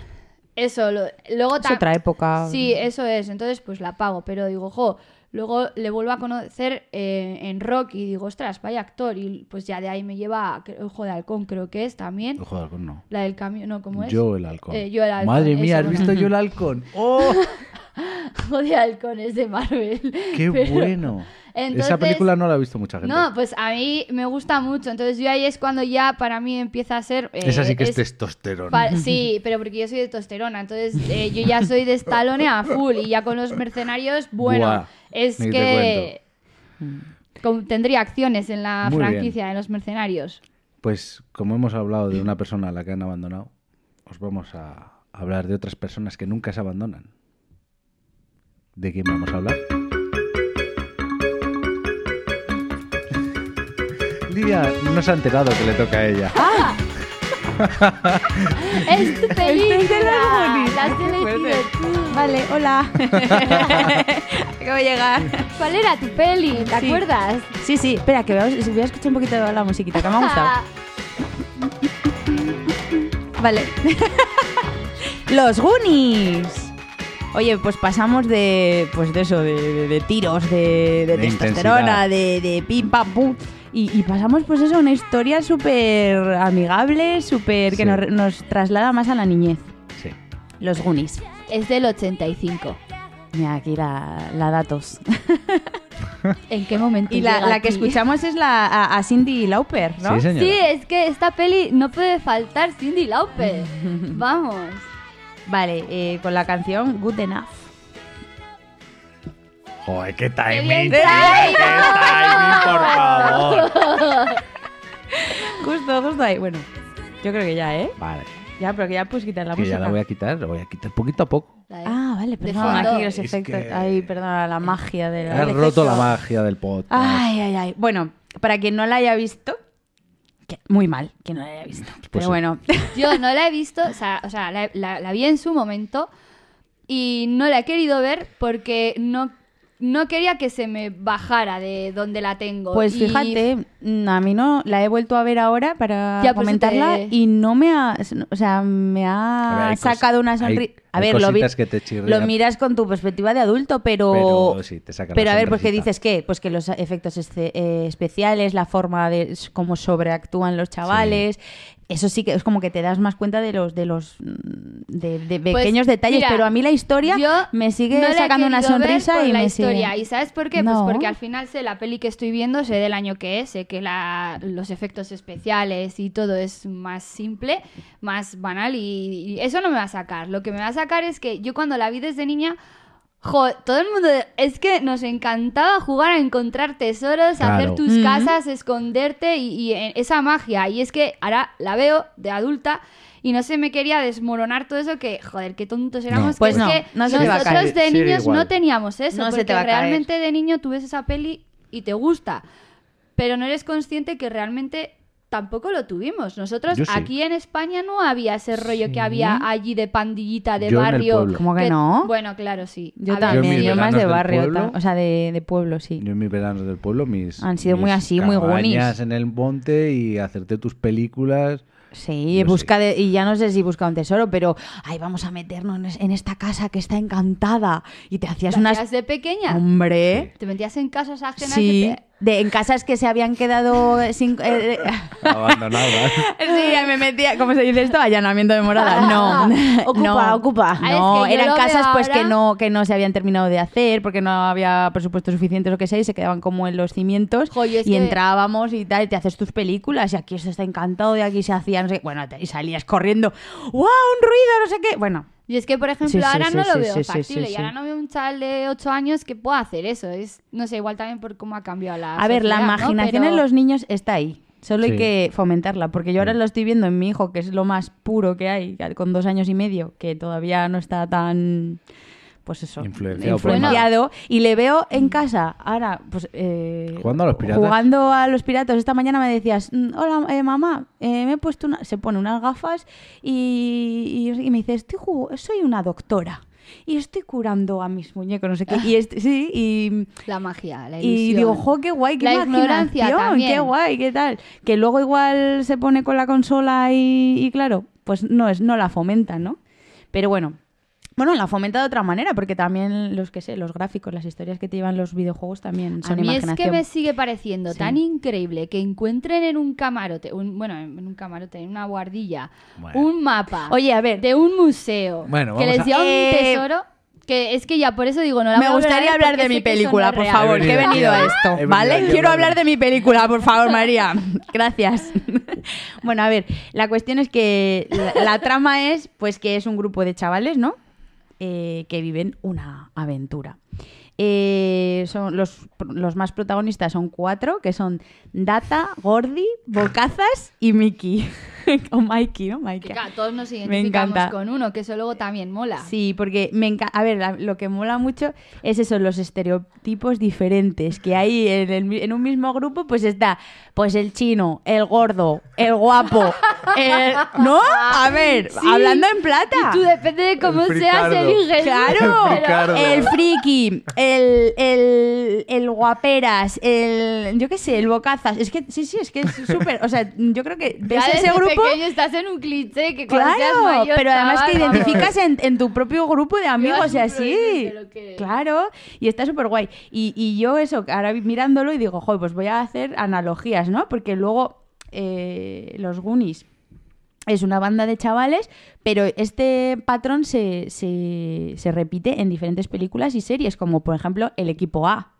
S2: eso, lo- luego
S3: Es
S2: tam-
S3: otra época.
S2: Sí, eso es. Entonces, pues la pago. Pero digo, jo, luego le vuelvo a conocer eh, en rock y digo, ostras, vaya actor. Y pues ya de ahí me lleva a cre- Ojo de Halcón, creo que es también.
S1: Ojo de halcón, no.
S2: La del camión, no, ¿cómo es?
S1: Yo el halcón.
S2: Eh, yo el halcón.
S1: Madre mía,
S2: eso,
S1: ¿has
S2: bueno.
S1: visto yo el halcón? ¡Oh!
S2: Ojo de Halcón es de Marvel.
S1: ¡Qué
S2: Pero-
S1: bueno! Esa
S2: Entonces-
S1: película no la ha visto mucha gente.
S2: No, pues a mí me gusta mucho. Entonces, yo ahí es cuando ya para mí empieza a ser. eh,
S1: Esa sí que es,
S2: es-
S1: testosterona.
S2: Pa- sí, pero porque yo soy de tosterona, entonces eh, yo ya soy de Stallone a full y ya con los mercenarios, bueno,
S1: Buah,
S2: es
S1: ni te
S2: que con- tendría acciones en la
S1: Muy bien.
S2: franquicia de los mercenarios.
S1: Pues como hemos hablado de una persona a la que han abandonado, os vamos a hablar de otras personas que nunca se abandonan. ¿De quién vamos a hablar? Lidia no se ha enterado que le toca a ella.
S2: Ah, ¡Es tu Este
S1: Este
S2: película! ¡La has elegido tú!
S3: Vale, hola. Acabo de llegar.
S2: ¿Cuál era tu peli? ¿Te
S3: Sí.
S2: acuerdas?
S3: Sí, sí, espera, que voy a, voy a escuchar un poquito de la musiquita, que me ha gustado.
S2: Ah,
S3: Vale. Los Goonies. Oye, pues pasamos de, pues de eso, de, de- de tiros, de,
S1: De
S3: de testosterona, de, de pim pam pum. Y, y pasamos, pues eso, a una historia súper amigable, súper que
S1: Sí.
S3: nos, nos traslada más a la niñez.
S1: Sí.
S3: Los Goonies.
S2: Es del 85.
S3: Mira, aquí la, la datos.
S2: ¿En qué momento?
S3: Y la,
S2: llega
S3: la que
S2: aquí?
S3: escuchamos es la, a, a Cindy Lauper, ¿no?
S1: Sí, señora.
S2: Sí, es que esta peli no puede faltar Cindy Lauper. Vamos.
S3: Vale, eh, con la canción Good Enough.
S1: Joder, qué
S2: ¡Qué bien
S1: timing. tío, ¡Qué timing, por favor!
S3: todo justo ahí. Bueno, yo creo que ya, ¿eh?
S1: Vale.
S3: Ya, pero que ya puedes quitar la
S1: que
S3: música.
S1: ya la voy a quitar, la voy a quitar poquito a poco.
S2: La de-
S3: Ah, vale, perdón,
S2: fondo.
S3: aquí los
S1: Es
S3: efectos.
S1: que-
S3: Ay, perdona, la magia de la...
S1: Has roto la magia del podcast.
S3: Ay, ay, ay. Bueno, para quien no la haya visto, que- muy mal que no la haya visto. pero
S1: Pues sí.
S3: bueno,
S2: Yo no la he visto, o sea, o sea, la, la- la vi en su momento y no la he querido ver porque no, no quería que se me bajara de donde la tengo.
S3: pues
S2: Y
S3: fíjate, mm, a mí no la he vuelto a ver ahora para
S2: Ya, pues,
S3: comentarla
S2: te-
S3: y no me ha, o sea, me
S1: A ver,
S3: ha
S1: hay cos-
S3: sacado una sonrisa.
S1: hay-
S3: A
S1: hay
S3: ver, lo, vi-
S1: cositas que te chirrían.
S3: lo miras con tu perspectiva de adulto, pero
S1: Pero sí, te saca la
S3: pero a ver, pues qué
S1: sonrisita.
S3: dices que pues que los efectos esce- eh, especiales, la forma de s- cómo sobreactúan los chavales, eso sí que es como que te das más cuenta de los de los mm, de, de
S2: Pues,
S3: pequeños detalles,
S2: mira,
S3: pero a mí la historia
S2: yo
S3: me sigue
S2: no la he
S3: sacando una
S2: querido ver
S3: sonrisa
S2: por
S3: y
S2: la
S3: me
S2: historia.
S3: sigue.
S2: ¿Y sabes por qué?
S3: No.
S2: Pues porque al final sé la peli que estoy viendo, sé del año que es, sé que la, los efectos especiales y todo es más simple, más banal y, y eso no me va a sacar. Lo que me va a sacar es que yo cuando la vi desde niña... Jo, todo el mundo, es que nos encantaba jugar a encontrar tesoros, a hacer
S1: Claro.
S2: tus
S3: Ujú.
S2: casas, esconderte y, y en- esa magia. Y es que ahora la veo de adulta y no se me quería desmoronar todo eso que, joder, qué tontos éramos. que
S3: Pues
S2: es
S3: no,
S2: que
S3: no se te va a
S2: nosotros
S3: caer.
S1: Sí,
S2: de
S1: sí,
S2: niños
S1: igual.
S2: no teníamos eso,
S3: No se
S2: porque
S3: te va a caer.
S2: realmente de niño tú ves esa peli y te gusta, pero no eres consciente que realmente tampoco lo tuvimos. Nosotros
S1: Yo sí.
S2: aquí en España no había ese rollo
S1: Sí.
S2: que había allí de pandillita, de
S1: Yo en el
S2: barrio.
S1: pueblo.
S3: ¿Cómo que no?
S2: Bueno, claro, sí.
S3: Yo
S2: A ver,
S1: Yo en
S3: también,
S1: mis
S3: yo,
S1: veranos
S3: más de
S1: del
S3: barrio,
S1: pueblo-
S3: tal, o sea, de, de pueblo, sí.
S1: Yo en mis veranos del pueblo, mis.
S3: Han sido muy
S1: mis
S3: así, muy goonies.
S1: cabañas en el monte y hacerte tus películas.
S3: Sí,
S1: Yo
S3: busca de- y ya no sé si busca un tesoro, pero ay, vamos a meternos en es- en esta casa que está encantada y te hacías
S2: ¿te
S3: unas
S2: hacías de pequeña?
S3: hombre.
S2: Te metías en casas ajenas y
S3: Sí,
S2: te-
S3: de, en casas que se habían quedado sin... eh,
S1: Abandonadas.
S3: Sí, ahí me metía, ¿cómo se dice esto? Allanamiento de morada. No,
S4: Ah, Ocupa,
S3: no.
S4: ocupa.
S2: Ah, es
S3: No,
S2: que yo
S3: eran
S2: lo
S3: casas
S2: veo
S3: pues que
S2: ahora.
S3: no, que no se habían terminado de hacer porque no había presupuesto suficiente o lo que sea y se quedaban como en los cimientos
S2: Jo, yo es
S3: y
S2: que-
S3: entrábamos y tal, y te haces tus películas y aquí eso está encantado y aquí se hacía, no sé, bueno, te- y salías corriendo, ¡wow! Un ruido, no sé qué. Bueno,
S2: Y es que, por ejemplo,
S3: Sí, sí,
S2: ahora
S3: sí,
S2: no
S3: sí,
S2: lo veo
S3: sí, sí,
S2: factible.
S3: sí,
S2: Y
S3: sí.
S2: ahora no veo un chaval de 8 años que pueda hacer eso. Es, no sé, igual también por cómo ha cambiado la.
S3: A ver, la
S2: sociedad, ¿no?
S3: imaginación
S2: Pero-
S3: en los niños está ahí. Solo
S1: Sí. Mm.
S3: hay que fomentarla, porque yo ahora lo estoy viendo en mi hijo, que es lo más puro que hay, con dos años y medio, que todavía no está tan, pues eso,
S1: Influenciado
S2: por el mal.
S3: influenciado. Y le veo en casa, ahora, pues... eh,
S1: Jugando a los piratas.
S3: Jugando a los piratas. Esta mañana me decías, "Mm, hola, eh, mamá, eh, me he puesto una... Se pone unas gafas y, y- y me dice, estoy jugo- soy una doctora. Y estoy curando a mis muñecos, no sé qué. Y este- sí, y
S2: La magia, la
S3: y
S2: ilusión.
S3: digo, jo, qué guay, qué
S2: La ignorancia
S3: imaginación,
S2: también.
S3: qué guay, qué tal. Que luego igual se pone con la consola y, y claro, pues no es, no la fomenta, ¿no? Pero bueno, bueno, la fomenta de otra manera, porque también los que sé, los gráficos, las historias que te llevan los videojuegos también son
S2: a mí es que
S3: imaginación.
S2: me sigue pareciendo
S3: Sí.
S2: tan increíble que encuentren en un camarote, un- bueno, en en un camarote, en una guardilla,
S1: Bueno.
S2: un mapa
S3: Oye, a ver,
S2: de un museo
S1: Bueno,
S2: que
S1: vamos
S2: les
S1: a-
S2: dio
S3: Eh,
S2: un tesoro. Que es que ya por eso digo, no la
S3: me
S2: voy a volver a
S3: gustaría
S2: ver
S3: hablar
S2: porque sé
S3: de mi
S2: que eso no
S3: película,
S2: es
S3: por
S2: real.
S3: favor, que he venido a
S1: He
S3: esto,
S1: venido aquí
S3: ¿vale?
S1: a
S3: Quiero
S1: hablar.
S3: hablar de mi película, por favor, María. Gracias. Bueno, a ver, la cuestión es que la, la trama es pues que es un grupo de chavales, ¿no? Eh, que viven una aventura. Eh, son los, los más protagonistas son cuatro, que son Data, Gordy, Bocazas y Mickey. o Mikey, ¿no?
S2: Que
S3: Mikey.
S2: claro, todos nos identificamos
S3: encanta.
S2: con uno, que eso luego también mola.
S3: Sí, porque me encanta. A ver, la- lo que mola mucho es eso, los estereotipos diferentes que hay en, el mi- en un mismo grupo, pues está, pues el chino, el gordo, el guapo, el- ¿no? A ver,
S2: Sí.
S3: hablando en plata.
S2: Y tú depende de cómo
S1: El
S2: seas,
S1: fricardo.
S2: eliges.
S3: Claro,
S1: El fricardo.
S3: el friki, el, el, el guaperas, el yo qué sé, el bocazas. Es que sí, sí, es que es súper. O sea, yo creo que ves
S2: Ya
S3: ese
S2: desde
S3: grupo.
S2: pequeño estás en un cliché que cuando seas
S3: Claro,
S2: mayor,
S3: pero además que
S2: chaval, vamos.
S3: identificas en, en tu propio grupo de amigos y
S2: siempre
S3: así.
S2: dices de lo que-
S3: Claro, y está súper guay. Y, y yo eso, ahora vi- mirándolo y digo, joder, pues voy a hacer analogías, ¿no? Porque luego eh, los Goonies es una banda de chavales, pero este patrón se, se, se repite en diferentes películas y series, como por ejemplo El Equipo A.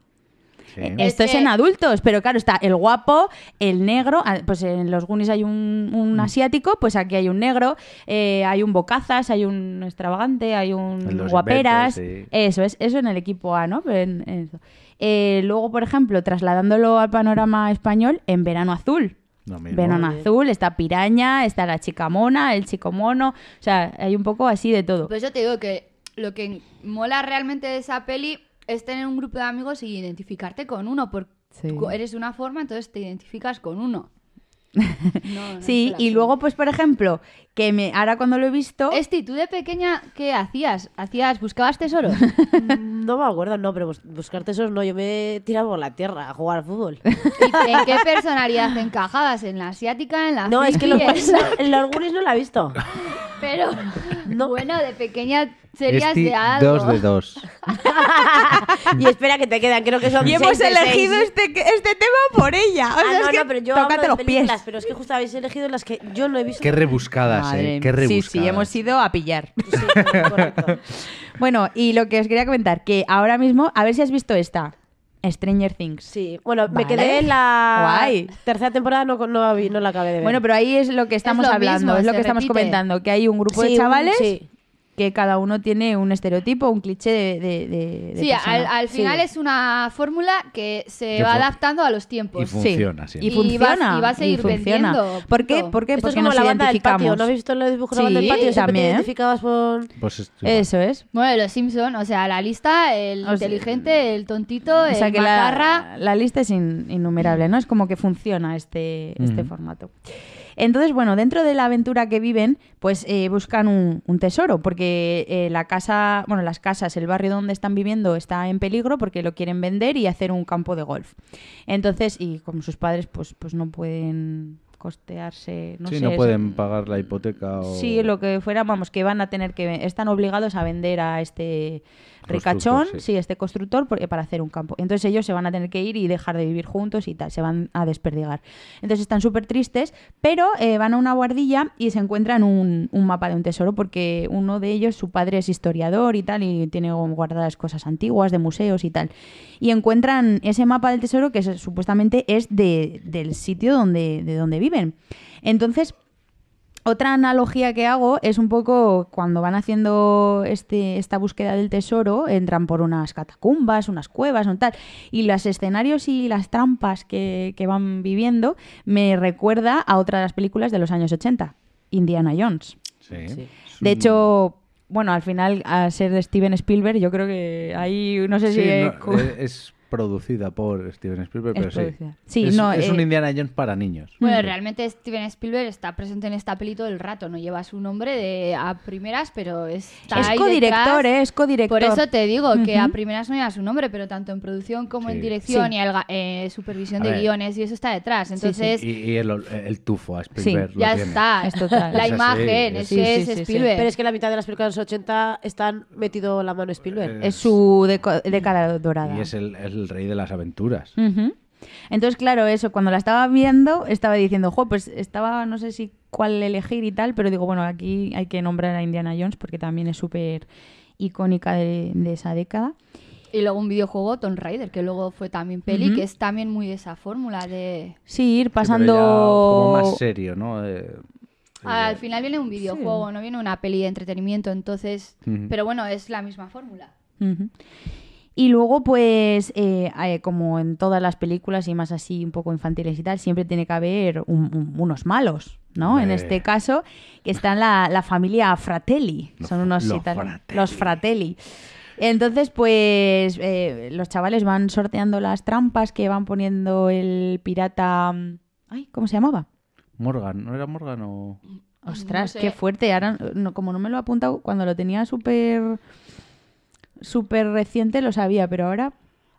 S1: Sí.
S3: Eh,
S2: Es
S3: Esto es
S2: que-
S3: en adultos, pero claro, está el guapo, el negro, ah, pues en los Goonies hay un,
S1: Mm.
S3: un asiático, pues aquí hay un negro, eh, hay un bocazas, hay un extravagante, hay un
S1: Los
S3: guaperas.
S1: inventos, sí.
S3: Eso es, eso en el equipo A, ¿no? Pero en- en eso. Eh, luego, por ejemplo, trasladándolo al panorama español, en verano azul.
S1: Lo mismo.
S3: Verón
S4: Joder.
S3: Azul, está Piraña, está la chica mona, el chico mono. O sea, hay un poco así de todo.
S2: Pues yo te digo que lo que mola realmente de esa peli es tener un grupo de amigos y identificarte con uno, porque
S3: Sí.
S2: co- eres de una forma, entonces te identificas con uno. No, no
S3: Sí,
S2: es
S3: y
S2: la-
S3: luego, pues, por ejemplo, que me ahora cuando lo he visto...
S2: Esti, ¿tú de pequeña qué hacías? ¿Hacías, buscabas tesoros?
S4: No me acuerdo, no, pero bus- buscar tesoros no. Yo me tiraba por la tierra a jugar al fútbol.
S2: ¿Y en qué personalidad te encajabas? ¿En la asiática? ¿En la
S4: No, es que los
S2: friki?
S4: Goonies no- los Goonies no la he visto.
S2: Pero,
S4: No.
S2: bueno, de pequeña serías
S1: Esti,
S2: de algo.
S1: dos de dos.
S4: Y espera que te quedan, creo que son
S3: Y hemos
S4: seis de
S3: elegido
S4: seis.
S3: este, este tema por ella. O
S4: Ah,
S3: sea, es
S4: no,
S3: que
S4: no, pero yo hablo
S3: tócate
S4: de
S3: los pies.
S4: películas, pero es que justo habéis elegido las que yo no he visto.
S1: Qué rebuscadas,
S3: Madre
S1: eh. Qué
S3: mía. sí,
S1: rebuscadas.
S3: sí, hemos ido a pillar.
S4: Sí, correcto.
S3: Bueno, y lo que os quería comentar, que ahora mismo, a ver si has visto esta, Stranger Things.
S4: Sí, bueno, me
S3: Vale.
S4: quedé en la
S3: Guay.
S4: tercera temporada, no, no, vi- no la acabé de ver.
S3: Bueno, pero ahí es lo que estamos
S2: lo
S3: hablando,
S2: mismo,
S3: es lo
S2: se
S3: que estamos
S2: repite.
S3: comentando, que hay un grupo de
S4: Sí, un-
S3: pues, chavales
S4: sí.
S3: que cada uno tiene un estereotipo, un cliché de... de- de- de
S2: Sí, al,
S3: persona.
S2: al
S4: Sí.
S2: final es una fórmula que se
S1: Que
S2: va
S1: fu-
S2: adaptando a los
S1: Y
S2: tiempos.
S1: fu- Funciona,
S3: sí.
S1: sí.
S3: Y
S2: Y va-
S3: funciona.
S2: y va a seguir
S3: funciona.
S2: vendiendo,
S3: ¿Por qué?
S2: punto.
S3: ¿Por qué?
S4: Esto es
S3: Porque
S4: como
S3: nos
S4: la banda del
S3: identificamos.
S4: patio. ¿No has visto los dibujos de la banda
S3: Sí,
S4: del patio? Siempre
S3: también.
S4: te identificabas con...
S1: Pues es igual.
S3: Eso es.
S2: Bueno, los Simpson, o sea, la lista, el
S3: O sea,
S2: inteligente, el tontito,
S3: Ah, O sea
S2: el
S3: que
S2: macarra.
S3: la, la lista es in- innumerable, ¿no? Es como que funciona este, este
S1: Mm.
S3: formato. Entonces, bueno, dentro de la aventura que viven, pues eh, buscan un, un tesoro, porque eh, la casa, bueno, las casas, el barrio donde están viviendo está en peligro porque lo quieren vender y hacer un campo de golf. Entonces, y como sus padres, pues, pues no pueden costearse, no
S1: sí,
S3: sé,
S1: no
S3: es-
S1: pueden pagar la hipoteca o...
S3: Sí, lo que fuera, vamos, que van a tener que. Están obligados a vender a este ricachón,
S1: Constructor,
S3: sí.
S1: sí.
S3: este constructor, porque, para hacer un campo. Entonces ellos se van a tener que ir y dejar de vivir juntos y tal, se van a desperdigar. Entonces están súper tristes, pero eh, van a una guardilla y se encuentran un, un mapa de un tesoro, porque uno de ellos, su padre es historiador y tal, y tiene guardadas cosas antiguas de museos y tal. Y encuentran ese mapa del tesoro que es- supuestamente es de- del sitio donde, de donde viven. Entonces, otra analogía que hago es un poco cuando van haciendo este, esta búsqueda del tesoro, entran por unas catacumbas, unas cuevas, un tal, y los escenarios y las trampas que, que van viviendo me recuerda a otra de las películas de los años 80, Indiana Jones.
S1: Sí.
S4: Sí.
S3: De hecho, bueno, al final, a ser de Steven Spielberg, yo creo que ahí, no sé
S1: Sí,
S3: si... he
S1: no,
S3: cu-
S1: eh, es producida por Steven Spielberg,
S3: Es
S1: pero
S3: producida.
S1: sí.
S3: Sí,
S1: es
S3: no,
S1: es
S3: eh,
S1: un Indiana Jones para niños.
S3: Mm.
S2: Bueno, realmente Steven Spielberg está presente en esta peli todo el rato, no lleva su nombre de a primeras, pero está
S3: Es
S2: ahí
S3: codirector,
S2: detrás.
S3: ¿eh? es codirector.
S2: Por eso te digo que a
S3: Ujú.
S2: primeras no lleva su nombre, pero tanto en producción como en
S1: Sí.
S2: dirección y
S3: Sí.
S2: alga- eh, supervisión
S1: A
S2: de
S1: ver.
S2: guiones y eso está detrás.
S3: sí.
S2: Entonces,
S1: Y, y el, ol- el tufo a Spielberg lo
S2: ya
S1: tiene.
S2: está.
S3: Es total.
S2: La
S1: Es así,
S2: imagen, es
S1: es-
S3: Sí,
S2: que
S3: sí,
S2: es
S3: sí, sí.
S2: Spielberg.
S4: Pero es que la mitad de las películas de los 80 están metido la mano Spielberg.
S3: Es su deco- década dorada.
S1: Y es el, es el rey de las aventuras.
S3: Ujú. Entonces, claro, eso, cuando la estaba viendo, estaba diciendo, jo, pues estaba, no sé si cuál elegir y tal, pero digo, bueno, aquí hay que nombrar a Indiana Jones porque también es súper icónica de, de esa década.
S2: Y luego un videojuego, Tomb Raider, que luego fue también peli,
S3: Ujú.
S2: que es también muy de esa fórmula de...
S3: Sí, ir
S1: Sí, pero ya
S3: pasando...
S1: como más serio, ¿no? Eh,
S2: Al final viene un videojuego, no viene una peli de entretenimiento, entonces...
S1: Ujú.
S2: Pero bueno, es la misma fórmula.
S3: Ujú. Y luego, pues, eh, eh, como en todas las películas y más así un poco infantiles y tal, siempre tiene que haber un- un- unos malos, ¿no? En
S1: Eh.
S3: este caso, que están la, la familia Fratelli.
S1: Los
S3: Son
S1: fra-
S3: unos
S1: los
S3: itali-
S1: Fratelli.
S3: Los Fratelli. Entonces, pues, eh, los chavales van sorteando las trampas que van poniendo el pirata... Ay, ¿cómo se llamaba?
S1: Morgan, ¿no era Morgan o...?
S3: Ostras,
S2: No sé.
S3: qué fuerte. Ahora, no, como no me lo he apuntado, cuando lo tenía súper súper reciente lo sabía, pero ahora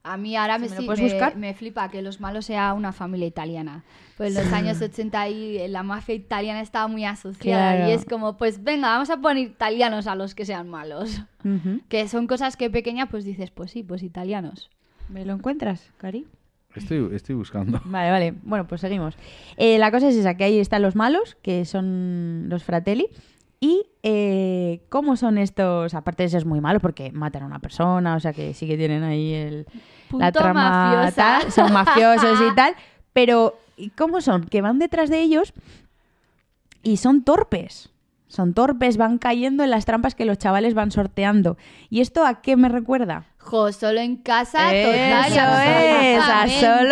S2: A mí ahora
S3: Si
S2: me,
S3: me lo
S2: sí,
S3: puedes
S2: me-
S3: buscar.
S2: me flipa que los malos sea una familia italiana. Pues en los años 80 y la mafia italiana estaba muy asociada
S3: Claro.
S2: y es como, pues venga, vamos a poner italianos a los que sean malos.
S3: Ujú.
S2: Que son cosas que pequeña pues dices, pues sí, pues italianos.
S3: ¿Me lo encuentras, Cari?
S1: Estoy, estoy buscando.
S3: Vale, vale. Bueno, pues seguimos. Eh, la cosa es esa, que ahí están los malos, que son los fratelli. Y eh, cómo son estos, aparte de ser muy malos, porque matan a una persona, o sea que sí que tienen ahí el, la
S2: Punto
S3: trama
S2: mafiosa.
S3: tal, son mafiosos y tal. Pero ¿y ¿cómo son? Que van detrás de ellos y son torpes. Son torpes, van cayendo en las trampas que los chavales van sorteando. ¿Y esto a qué me recuerda?
S2: Jo, solo en casa,
S3: Eso
S2: total y
S3: es, solo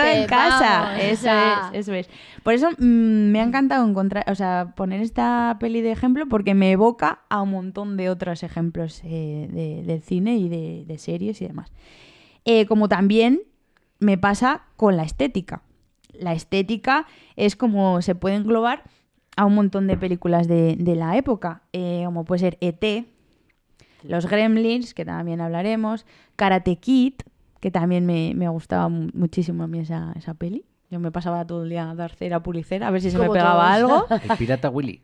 S3: en
S2: gente,
S3: casa.
S2: vamos, o
S3: eso
S2: sea.
S3: es, eso es. Por eso mm, me ha encantado encontrar, o sea, poner esta peli de ejemplo porque me evoca a un montón de otros ejemplos eh, de- del cine y de, de series y demás. Eh, como también me pasa con la estética. La estética es como se puede englobar a un montón de películas de, de la época, eh, como puede ser ET, los Gremlins, que también hablaremos. Karate Kid, que también me, me gustaba mu- muchísimo a mí esa, esa peli. Yo me pasaba todo el día dar cera pulicera a ver si se me
S4: Como
S3: pegaba
S4: todos.
S3: algo.
S1: El pirata Willy.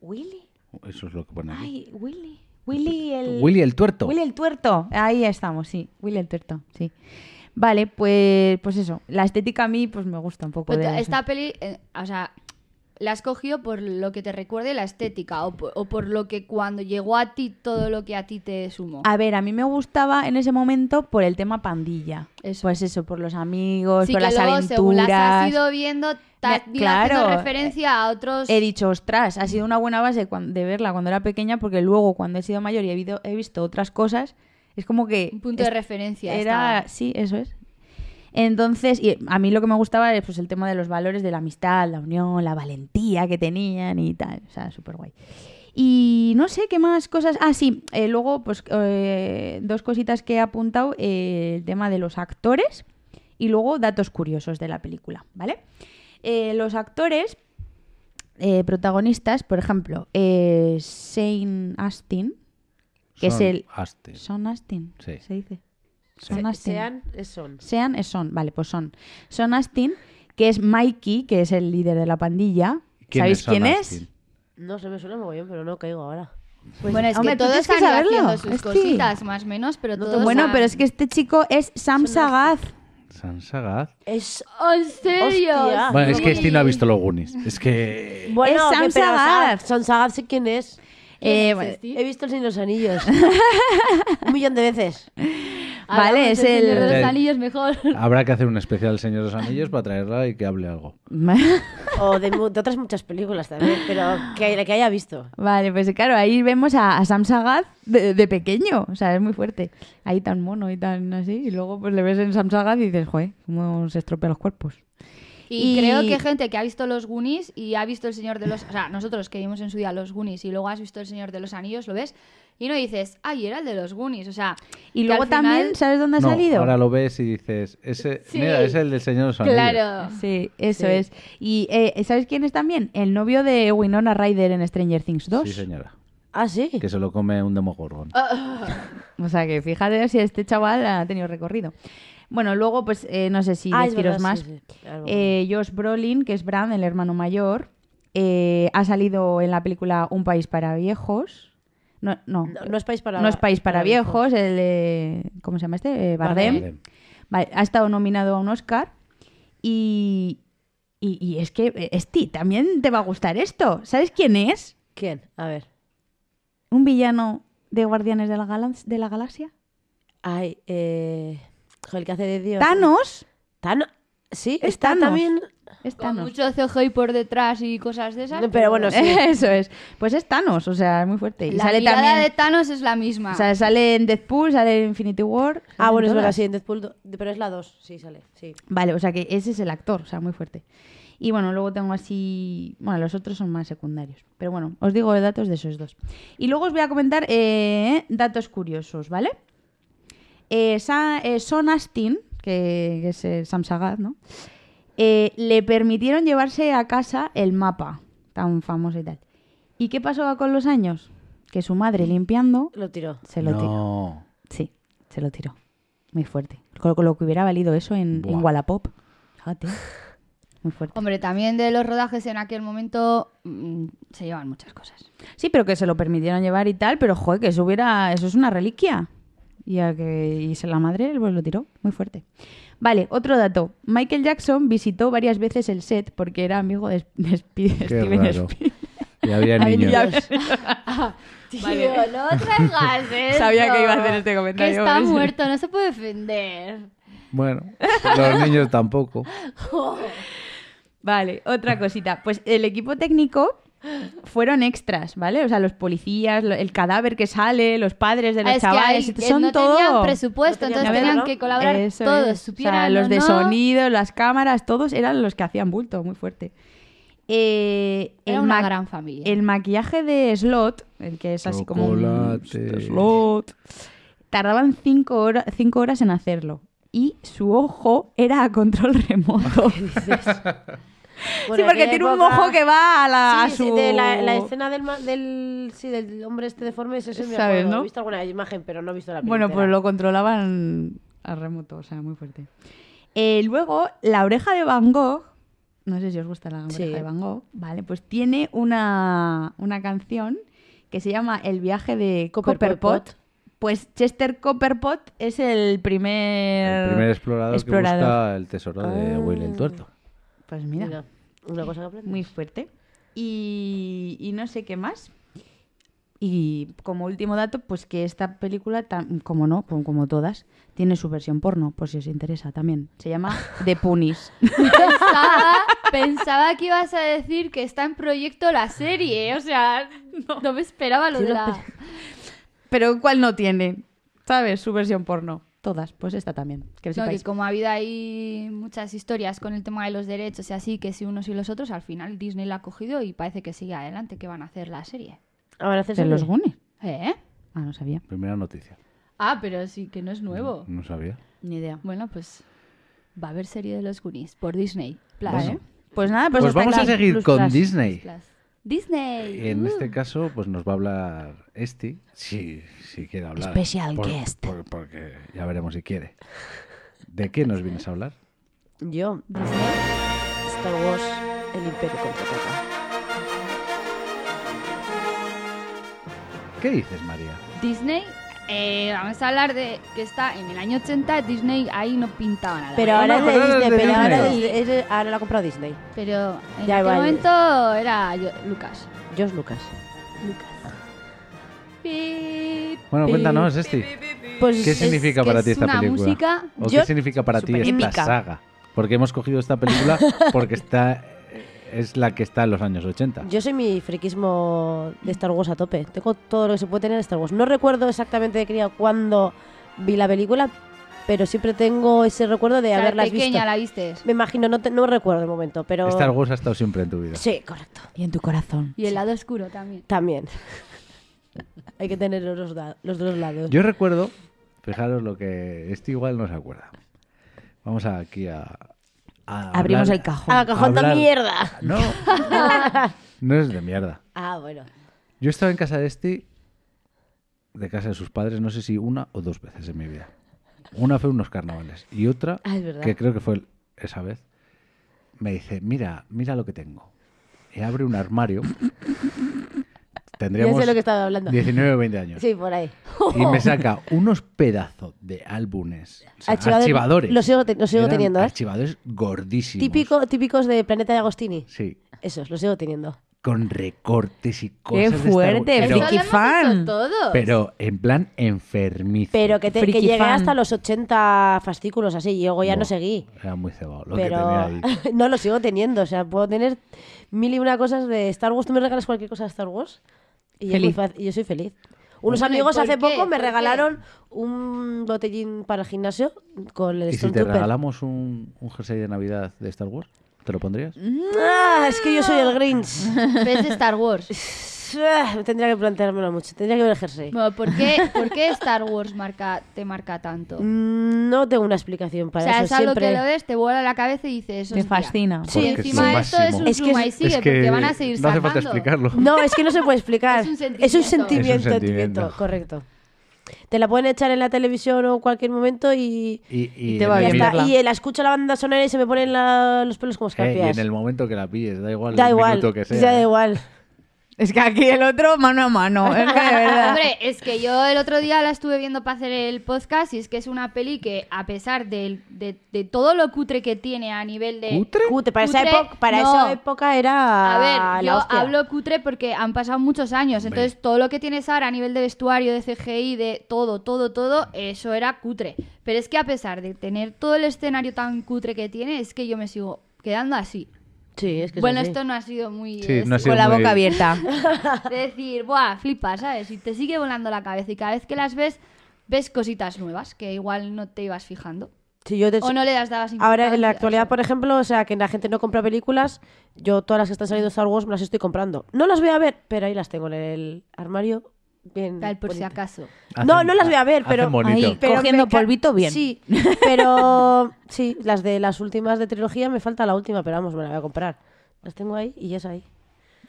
S3: Willy.
S1: Eso es lo que pone aquí.
S3: Ay, Willy. Willy el...
S1: Willy el tuerto.
S3: Willy el tuerto. Ahí estamos, sí. Willy el tuerto, sí. Vale, pues, pues eso. La estética a mí pues me gusta un poco.
S2: Pero
S3: de-
S2: te- esta peli, eh, o sea, la has cogido por lo que te recuerde la estética o por, o por lo que cuando llegó a ti todo lo que a ti te sumó.
S3: A ver, a mí me gustaba en ese momento por el tema pandilla.
S2: Eso.
S3: Pues eso, por los amigos,
S2: sí
S3: por
S2: que
S3: las
S2: luego,
S3: aventuras.
S2: según las has ido viendo, te has
S3: Me-
S2: ido haciendo
S3: claro,
S2: referencia a otros...
S3: he dicho, ostras, ha sido una buena base cuan- de verla cuando era pequeña, porque luego cuando he sido mayor y he, vido- he visto otras cosas, es como que...
S2: Un punto de
S3: es-
S2: referencia.
S3: Era,
S2: estaba.
S3: sí, eso es. Entonces, y a mí lo que me gustaba era pues, el tema de los valores de la amistad, la unión, la valentía que tenían y tal. O sea, súper guay. Y no sé qué más cosas. Ah, sí, eh, luego, pues eh, dos cositas que he apuntado: eh, el tema de los actores y luego datos curiosos de la película, ¿vale? Eh, los actores eh, protagonistas, por ejemplo, eh, Shane Astin, que es
S1: Son
S3: el-
S1: Aster.
S3: son Astin,
S1: Sí.
S3: se dice.
S1: Sí.
S3: Son Astin.
S4: Sean, es son.
S3: Sean es son, vale, pues son. Son Astin, que es Mikey, que es el líder de la pandilla.
S1: ¿Quién
S3: ¿Sabéis
S1: es Sean
S3: quién
S1: Astin?
S3: es?
S4: No se me suena mogollón, pero no caigo ahora.
S2: bueno, es
S3: hombre,
S2: que
S3: tú
S2: todos
S3: tienes que
S2: han ido
S3: saberlo,
S2: haciendo sus
S3: es que-
S2: cositas, más o menos, pero
S4: No te-
S2: todos
S3: Bueno,
S2: han-
S3: pero es que este chico es Sam
S4: Son
S3: Sagaz.
S1: San Sagaz.
S4: Es.
S2: ¿En serio?
S4: Hostia.
S3: Ah,
S1: Bueno, es
S2: Sí.
S1: que este no ha visto los Goonies. Es que.
S4: Bueno,
S3: Sam
S4: que- pero
S3: Sagat.
S4: Sam Sagat sé quién es.
S2: ¿Quién
S3: Eh,
S2: es
S3: bueno,
S2: este?
S4: He visto el Señor de los Anillos. Un millón de veces.
S3: vale, es
S2: Hablamos del Señor de
S3: el...
S1: Eh,
S2: los anillos mejor.
S1: Habrá que hacer un especial Señor de los Anillos para traerla y que hable algo.
S4: O de, mu- de otras muchas películas también, pero que la que haya visto.
S3: vale, pues claro, ahí vemos a, a Sam Sagaz de, de pequeño. O sea, es muy fuerte. Ahí tan mono y tan así. Y luego pues le ves en Sam Sagaz y dices, joder, cómo se estropean los cuerpos.
S2: Y,
S3: Y-
S2: creo que gente que ha visto los Goonies y ha visto el Señor de los... O sea, nosotros que vimos en su día los Goonies y luego has visto el Señor de los Anillos, lo ves y no dices, ay, era el de los Goonies, o sea...
S3: Y
S2: que
S3: luego
S2: al final-
S3: también, ¿sabes dónde ha
S1: No,
S3: salido?
S1: ahora lo ves y dices, ese,
S2: Sí.
S1: mira, es el del Señor de los Anillos.
S2: Claro.
S3: Sí, eso
S4: Ah, Sí.
S3: es. Y eh, ¿sabes quién es también? El novio de Winona Ryder en Stranger Things 2.
S1: Sí, señora.
S4: Ah, sí.
S1: Que se lo come un demogorgon.
S2: Oh.
S3: o sea que fíjate si este chaval ha tenido recorrido. Bueno, luego, pues eh, no sé si
S4: Ah, es
S3: deciros
S4: verdad,
S3: más.
S4: sí, sí. Algo.
S3: Eh, Josh Brolin, que es Bran, el hermano mayor, eh, ha salido en la película Un país para viejos. No, no.
S4: no, no es país para
S3: No es país para viejos, el eh, ¿cómo se llama este? Eh, Bardem.
S1: Bardem.
S3: Vale, ha estado nominado a un Oscar y, y, y es que eh, Esti, también te va a gustar esto. ¿Sabes quién es?
S4: ¿Quién? A ver.
S3: Un villano de Guardianes de la, Galan- de la Galaxia.
S4: Ay, eh. Joder, que hace de Dios.
S3: Thanos.
S4: Tano. Sí,
S3: Es
S4: está
S3: Thanos.
S4: también.
S3: Es
S2: Con
S3: Thanos.
S2: mucho CGI por detrás y cosas de esas.
S4: Pero bueno, sí.
S3: Eso es. Pues es Thanos, o sea, es muy fuerte. Y
S2: la
S3: sale
S2: mirada
S3: también.
S2: de Thanos es la misma.
S3: O sea, sale en Deadpool, sale en Infinity War. sale
S4: Ah,
S3: en
S4: bueno, es verdad,
S3: todas.
S4: sí, en Deadpool. do- Pero es la 2, sí, sale. Sí.
S3: Vale, o sea que ese es el actor, o sea, muy fuerte. Y bueno, luego tengo así. Bueno, los otros son más secundarios. Pero bueno, os digo datos de esos dos. Y luego os voy a comentar eh, datos curiosos, ¿vale? Eh, Sa- eh, Son Astin, que, que es eh, Sam Sagat, ¿no? Eh, le permitieron llevarse a casa el mapa, tan famoso y tal. ¿Y qué pasó con los años? Que su madre limpiando
S4: Lo tiró.
S3: se lo tiró.
S1: No.
S3: Sí, se lo tiró. Muy fuerte. Con con lo que hubiera valido eso en, en
S1: Buah.
S3: Wallapop. Fíjate. Muy fuerte.
S2: Hombre, también de los rodajes en aquel momento mm, se llevan muchas cosas.
S3: Sí, pero que se lo permitieron llevar y tal, pero joder, que eso hubiera. Eso es una reliquia. Y, a que, y se la madre pues lo tiró. Muy fuerte. Vale, otro dato. Michael Jackson visitó varias veces el set porque era amigo de, de Spi-
S1: Qué
S3: Steven
S1: raro.
S3: Spielberg.
S1: Y había
S3: Ay,
S1: niños.
S3: ya ves.
S2: Tío, no traigas eso.
S3: Sabía que iba a hacer este comentario.
S2: Que está
S3: por eso.
S2: muerto, no se puede defender.
S1: Bueno, los niños tampoco.
S3: Vale, otra cosita. Pues el equipo técnico fueron extras, ¿vale? O sea, los policías, lo- el cadáver que sale, los padres de los
S2: Ah, es que
S3: chavales,
S2: ahí, eh,
S3: son
S2: no
S3: todo.
S2: tenían presupuesto,
S4: No tenían
S2: entonces
S4: dinero,
S2: tenían
S4: ¿no?
S2: que colaborar
S3: Eso
S2: todos,
S3: es. O
S2: supieran
S3: sea,
S2: o
S3: los de
S2: no.
S3: sonido, las cámaras, todos eran los que hacían bulto, muy fuerte. Eh,
S2: Era
S3: el
S2: una
S3: ma-
S2: gran familia.
S3: El maquillaje de Slot, el que es así como un este
S1: Chocolate.
S3: Slot, tardaban cinco, hora- cinco horas en hacerlo. Y su ojo era a control remoto. sí, porque tiene un ojo que va a, la,
S4: Sí,
S3: a
S4: sí,
S3: su...
S4: de la, la escena del, ma- del, sí, del hombre este deforme, ese sí me
S3: ¿Sabes,
S4: acuerdo.
S3: no?
S4: He visto alguna imagen, pero no he visto la película.
S3: Bueno, pues lo controlaban a remoto, o sea, muy fuerte. Eh, luego, la oreja de Van Gogh, no sé si os gusta la oreja
S4: Sí.
S3: de Van Gogh, vale, pues tiene una, una canción que se llama El viaje de
S4: Copperpot.
S3: Copperpot. Pues Chester Copperpot es el primer...
S1: El primer explorador, que
S3: explorador.
S1: busca el tesoro de
S4: Ah.
S1: William Tuerto.
S3: Pues mira,
S4: Mira, una cosa que aprendí.
S3: muy fuerte. Y, y no sé qué más. Y como último dato, pues que esta película, tam- como no, como, como todas, tiene su versión porno, por si os interesa también. Se llama The Punis.
S2: pensaba, pensaba que ibas a decir que está en proyecto la serie, o sea, no, me esperaba lo
S4: Sí,
S2: de
S4: no,
S2: la...
S3: Pero ¿cuál no tiene? ¿Sabes? Su versión porno. Todas, pues esta también. Que lo
S2: No, que
S3: sepáis.
S2: como ha habido ahí muchas historias con el tema de los derechos y así, que si unos y los otros, al final Disney la ha cogido y parece que sigue adelante, que van a hacer la serie.
S4: Ahora haces
S3: De los
S4: el-
S3: Goonies.
S2: ¿Eh?
S3: Ah, no sabía.
S1: Primera noticia.
S2: Ah, pero sí, que no es nuevo.
S3: Mm.
S1: No sabía.
S3: Ni idea.
S2: Bueno, pues va a haber serie de los Goonies por Disney. Plus,
S1: Bueno,
S2: ¿eh?
S3: Pues nada, pues,
S1: Pues,
S3: hasta
S1: vamos a
S3: aquí
S1: seguir
S3: Plus
S1: con
S3: Plus.
S1: Disney.
S2: Plus. Disney.
S1: En
S2: uh.
S1: este caso, pues nos va a hablar Esti, si, si quiere hablar.
S3: Special guest.
S1: porque ya veremos si quiere. ¿De qué nos vienes a hablar?
S4: Yo.
S2: Uh,
S4: Star Wars, el Imperio
S3: Ah,
S4: contraataca.
S1: ¿Qué dices, María?
S2: Disney, eh, vamos a hablar de que está en el año 80, Disney ahí no pintaba nada.
S4: Pero
S1: No
S4: ahora
S1: me
S4: es de
S1: acuerdo
S4: Disney,
S1: de
S4: pero ahora,
S1: Disney.
S4: es- es- ahora la ha comprado Disney.
S2: Pero en
S4: Ya,
S2: aquel
S4: vale.
S2: momento era yo- Lucas.
S4: George Lucas.
S2: Lucas. Pi,
S1: Bueno,
S2: pi.
S1: cuéntanos, Esti.
S4: Pues
S1: ¿Qué significa
S2: que
S1: para ti
S2: es
S1: esta
S2: una
S1: película?
S2: música
S1: ¿O
S4: Yo-
S1: qué significa para ti
S4: Súper
S1: esta
S4: épica.
S1: saga? Porque hemos cogido esta película porque está eh, es la que está en los años 80.
S4: Yo soy mi friquismo de Star Wars a tope. Tengo todo lo que se puede tener de Star Wars. No recuerdo exactamente de cría cuándo vi la película, pero siempre tengo ese recuerdo de
S2: O sea,
S4: haberlas
S2: pequeña
S4: visto.
S2: la viste.
S4: Me imagino, no, te- no recuerdo el momento, pero...
S1: Star Wars ha estado siempre en tu vida.
S4: Sí, correcto.
S3: Y en tu corazón.
S2: Y el lado oscuro también.
S4: También. Hay que tener los, dos da- los dos lados.
S1: Yo recuerdo, fijaros lo que este igual no se acuerda. Vamos aquí a, a
S3: Abrimos
S1: hablar-
S3: el cajón.
S4: ¡Ah, cajón de
S1: hablar-
S4: mierda!
S1: No, no es de mierda.
S4: Ah, bueno.
S1: Yo he estado en casa de Esti, de casa de sus padres, no sé si una o dos veces en mi vida. Una fue unos carnavales y otra,
S4: Ah, es verdad.
S1: que creo que fue el- esa vez, me dice, mira, mira lo que tengo. Y abre un armario.
S4: Ya
S1: Tendríamos
S4: sé lo que estaba hablando.
S1: 19 o 20 años.
S4: Sí, por ahí.
S1: Y me saca unos pedazos de álbumes. o sea,
S4: Archivadores.
S1: archivadores.
S4: Lo sigo te- lo sigo
S1: Eran
S4: teniendo, ¿eh?
S1: Archivadores gordísimos.
S4: Típico, típicos de Planeta de Agostini.
S1: Sí.
S4: Esos, los sigo teniendo.
S1: Con recortes y
S3: ¡Qué
S1: cosas. de Star Wars.
S3: fuerte!
S1: Pero-
S2: Eso lo
S3: ¡Friki
S2: hemos hecho
S3: fan!
S2: todos.
S1: Pero en plan enfermizo.
S4: Pero que, te- que
S3: Friki
S4: llegué
S3: fan.
S4: hasta los 80 fascículos así. Y luego ya
S1: Buah,
S4: no seguí.
S1: Era muy cebado lo que tenía
S4: Pero
S1: ahí.
S4: no lo sigo teniendo. O sea, puedo tener mil y una cosas de Star Wars. Tú me regalas cualquier cosa de Star Wars. Y yo,
S3: Feliz.
S4: muy fa- y yo soy feliz. Unos
S2: Bueno, ¿y
S4: amigos
S2: por
S4: hace
S2: qué?
S4: poco me
S2: ¿Por
S4: regalaron un botellín para el gimnasio con el
S1: ¿Y si te
S4: Stormtrooper.
S1: regalamos un, un jersey de Navidad de Star Wars? ¿Te lo pondrías?
S4: Ah, es que yo soy el Grinch.
S2: ¿Ves Star Wars?
S4: Ah, Tendría que planteármelo mucho. Tendría que ver el jersey.
S2: Bueno, ¿por, qué, por qué Star Wars marca, te marca tanto?
S4: Mm, No tengo una explicación
S2: o
S4: para
S2: sea, es
S4: eso.
S2: algo
S4: Siempre...
S2: que lo ves, te vuela la cabeza y dices...
S3: Te
S2: hostia.
S3: fascina.
S4: Sí,
S2: Y
S1: Porque
S2: encima
S1: es lo
S2: esto es
S1: máximo.
S2: un
S4: Es que
S2: suma y
S4: es-
S2: sigue, porque van a seguir
S1: no hace falta
S2: salvando.
S1: explicarlo.
S4: No, es que no se puede explicar.
S2: Es un
S4: Es un
S1: Es un
S2: sentimiento.
S4: sentimiento,
S1: sentimiento.
S4: correcto. Te la pueden echar en la televisión o en cualquier momento y,
S1: Y, y
S3: Y te va
S1: en
S4: y
S1: el mi-
S3: bien.
S4: ya está.
S3: Verla.
S4: Y eh, la escucho la banda sonora y se me ponen la- los pelos como
S1: eh, y
S4: escarpias.
S1: en el momento que la pilles, da igual
S4: Da
S1: el
S4: igual,
S1: minuto que sea.
S4: ya da
S1: ¿eh?
S4: igual.
S3: Es que aquí el otro mano a mano. Es que de verdad.
S2: Hombre, es que yo el otro día la estuve viendo para hacer el podcast y es que es una peli que, a pesar del- de, de todo lo cutre que tiene a nivel de...
S1: ¿Cutre?
S4: Cute, para,
S2: Cutre,
S4: esa, epo-
S2: no.
S4: para esa época era
S2: A ver,
S4: Ah, la
S2: yo
S4: hostia.
S2: hablo cutre porque han pasado muchos años,
S1: Hombre.
S2: entonces todo lo que tienes ahora a nivel de vestuario, de CGI, de todo, todo, todo, eso era cutre. Pero es que a pesar de tener todo el escenario tan cutre que tiene, es que yo me sigo quedando así.
S4: Sí, es que
S2: bueno,
S4: es así.
S2: esto no ha sido muy...
S1: Sí,
S2: es
S1: no ha sido
S3: Con la
S1: muy-
S3: boca abierta.
S2: de decir, buah, flipa, ¿sabes? Y te sigue volando la cabeza y cada vez que las ves, ves cositas nuevas que igual no te ibas fijando.
S4: Sí, yo de-
S2: O no le das dabas
S4: Ahora, en
S2: importancia,
S4: la actualidad,
S2: ¿sabes?
S4: por ejemplo, o sea, que la gente no compra películas, yo todas las que están saliendo de Star Wars me las estoy comprando. No las voy a ver, pero ahí las tengo en el armario. Bien
S2: Tal por si
S4: bonita.
S2: acaso.
S4: No, no las voy a ver, pero-
S1: Hacen bonito.
S3: Ahí.
S4: Pero
S3: Cogiendo
S4: me ca-
S3: polvito bien.
S4: Sí, pero sí, las de las últimas de trilogía me falta la última, pero vamos, me la voy a comprar. Las tengo ahí y ya es ahí.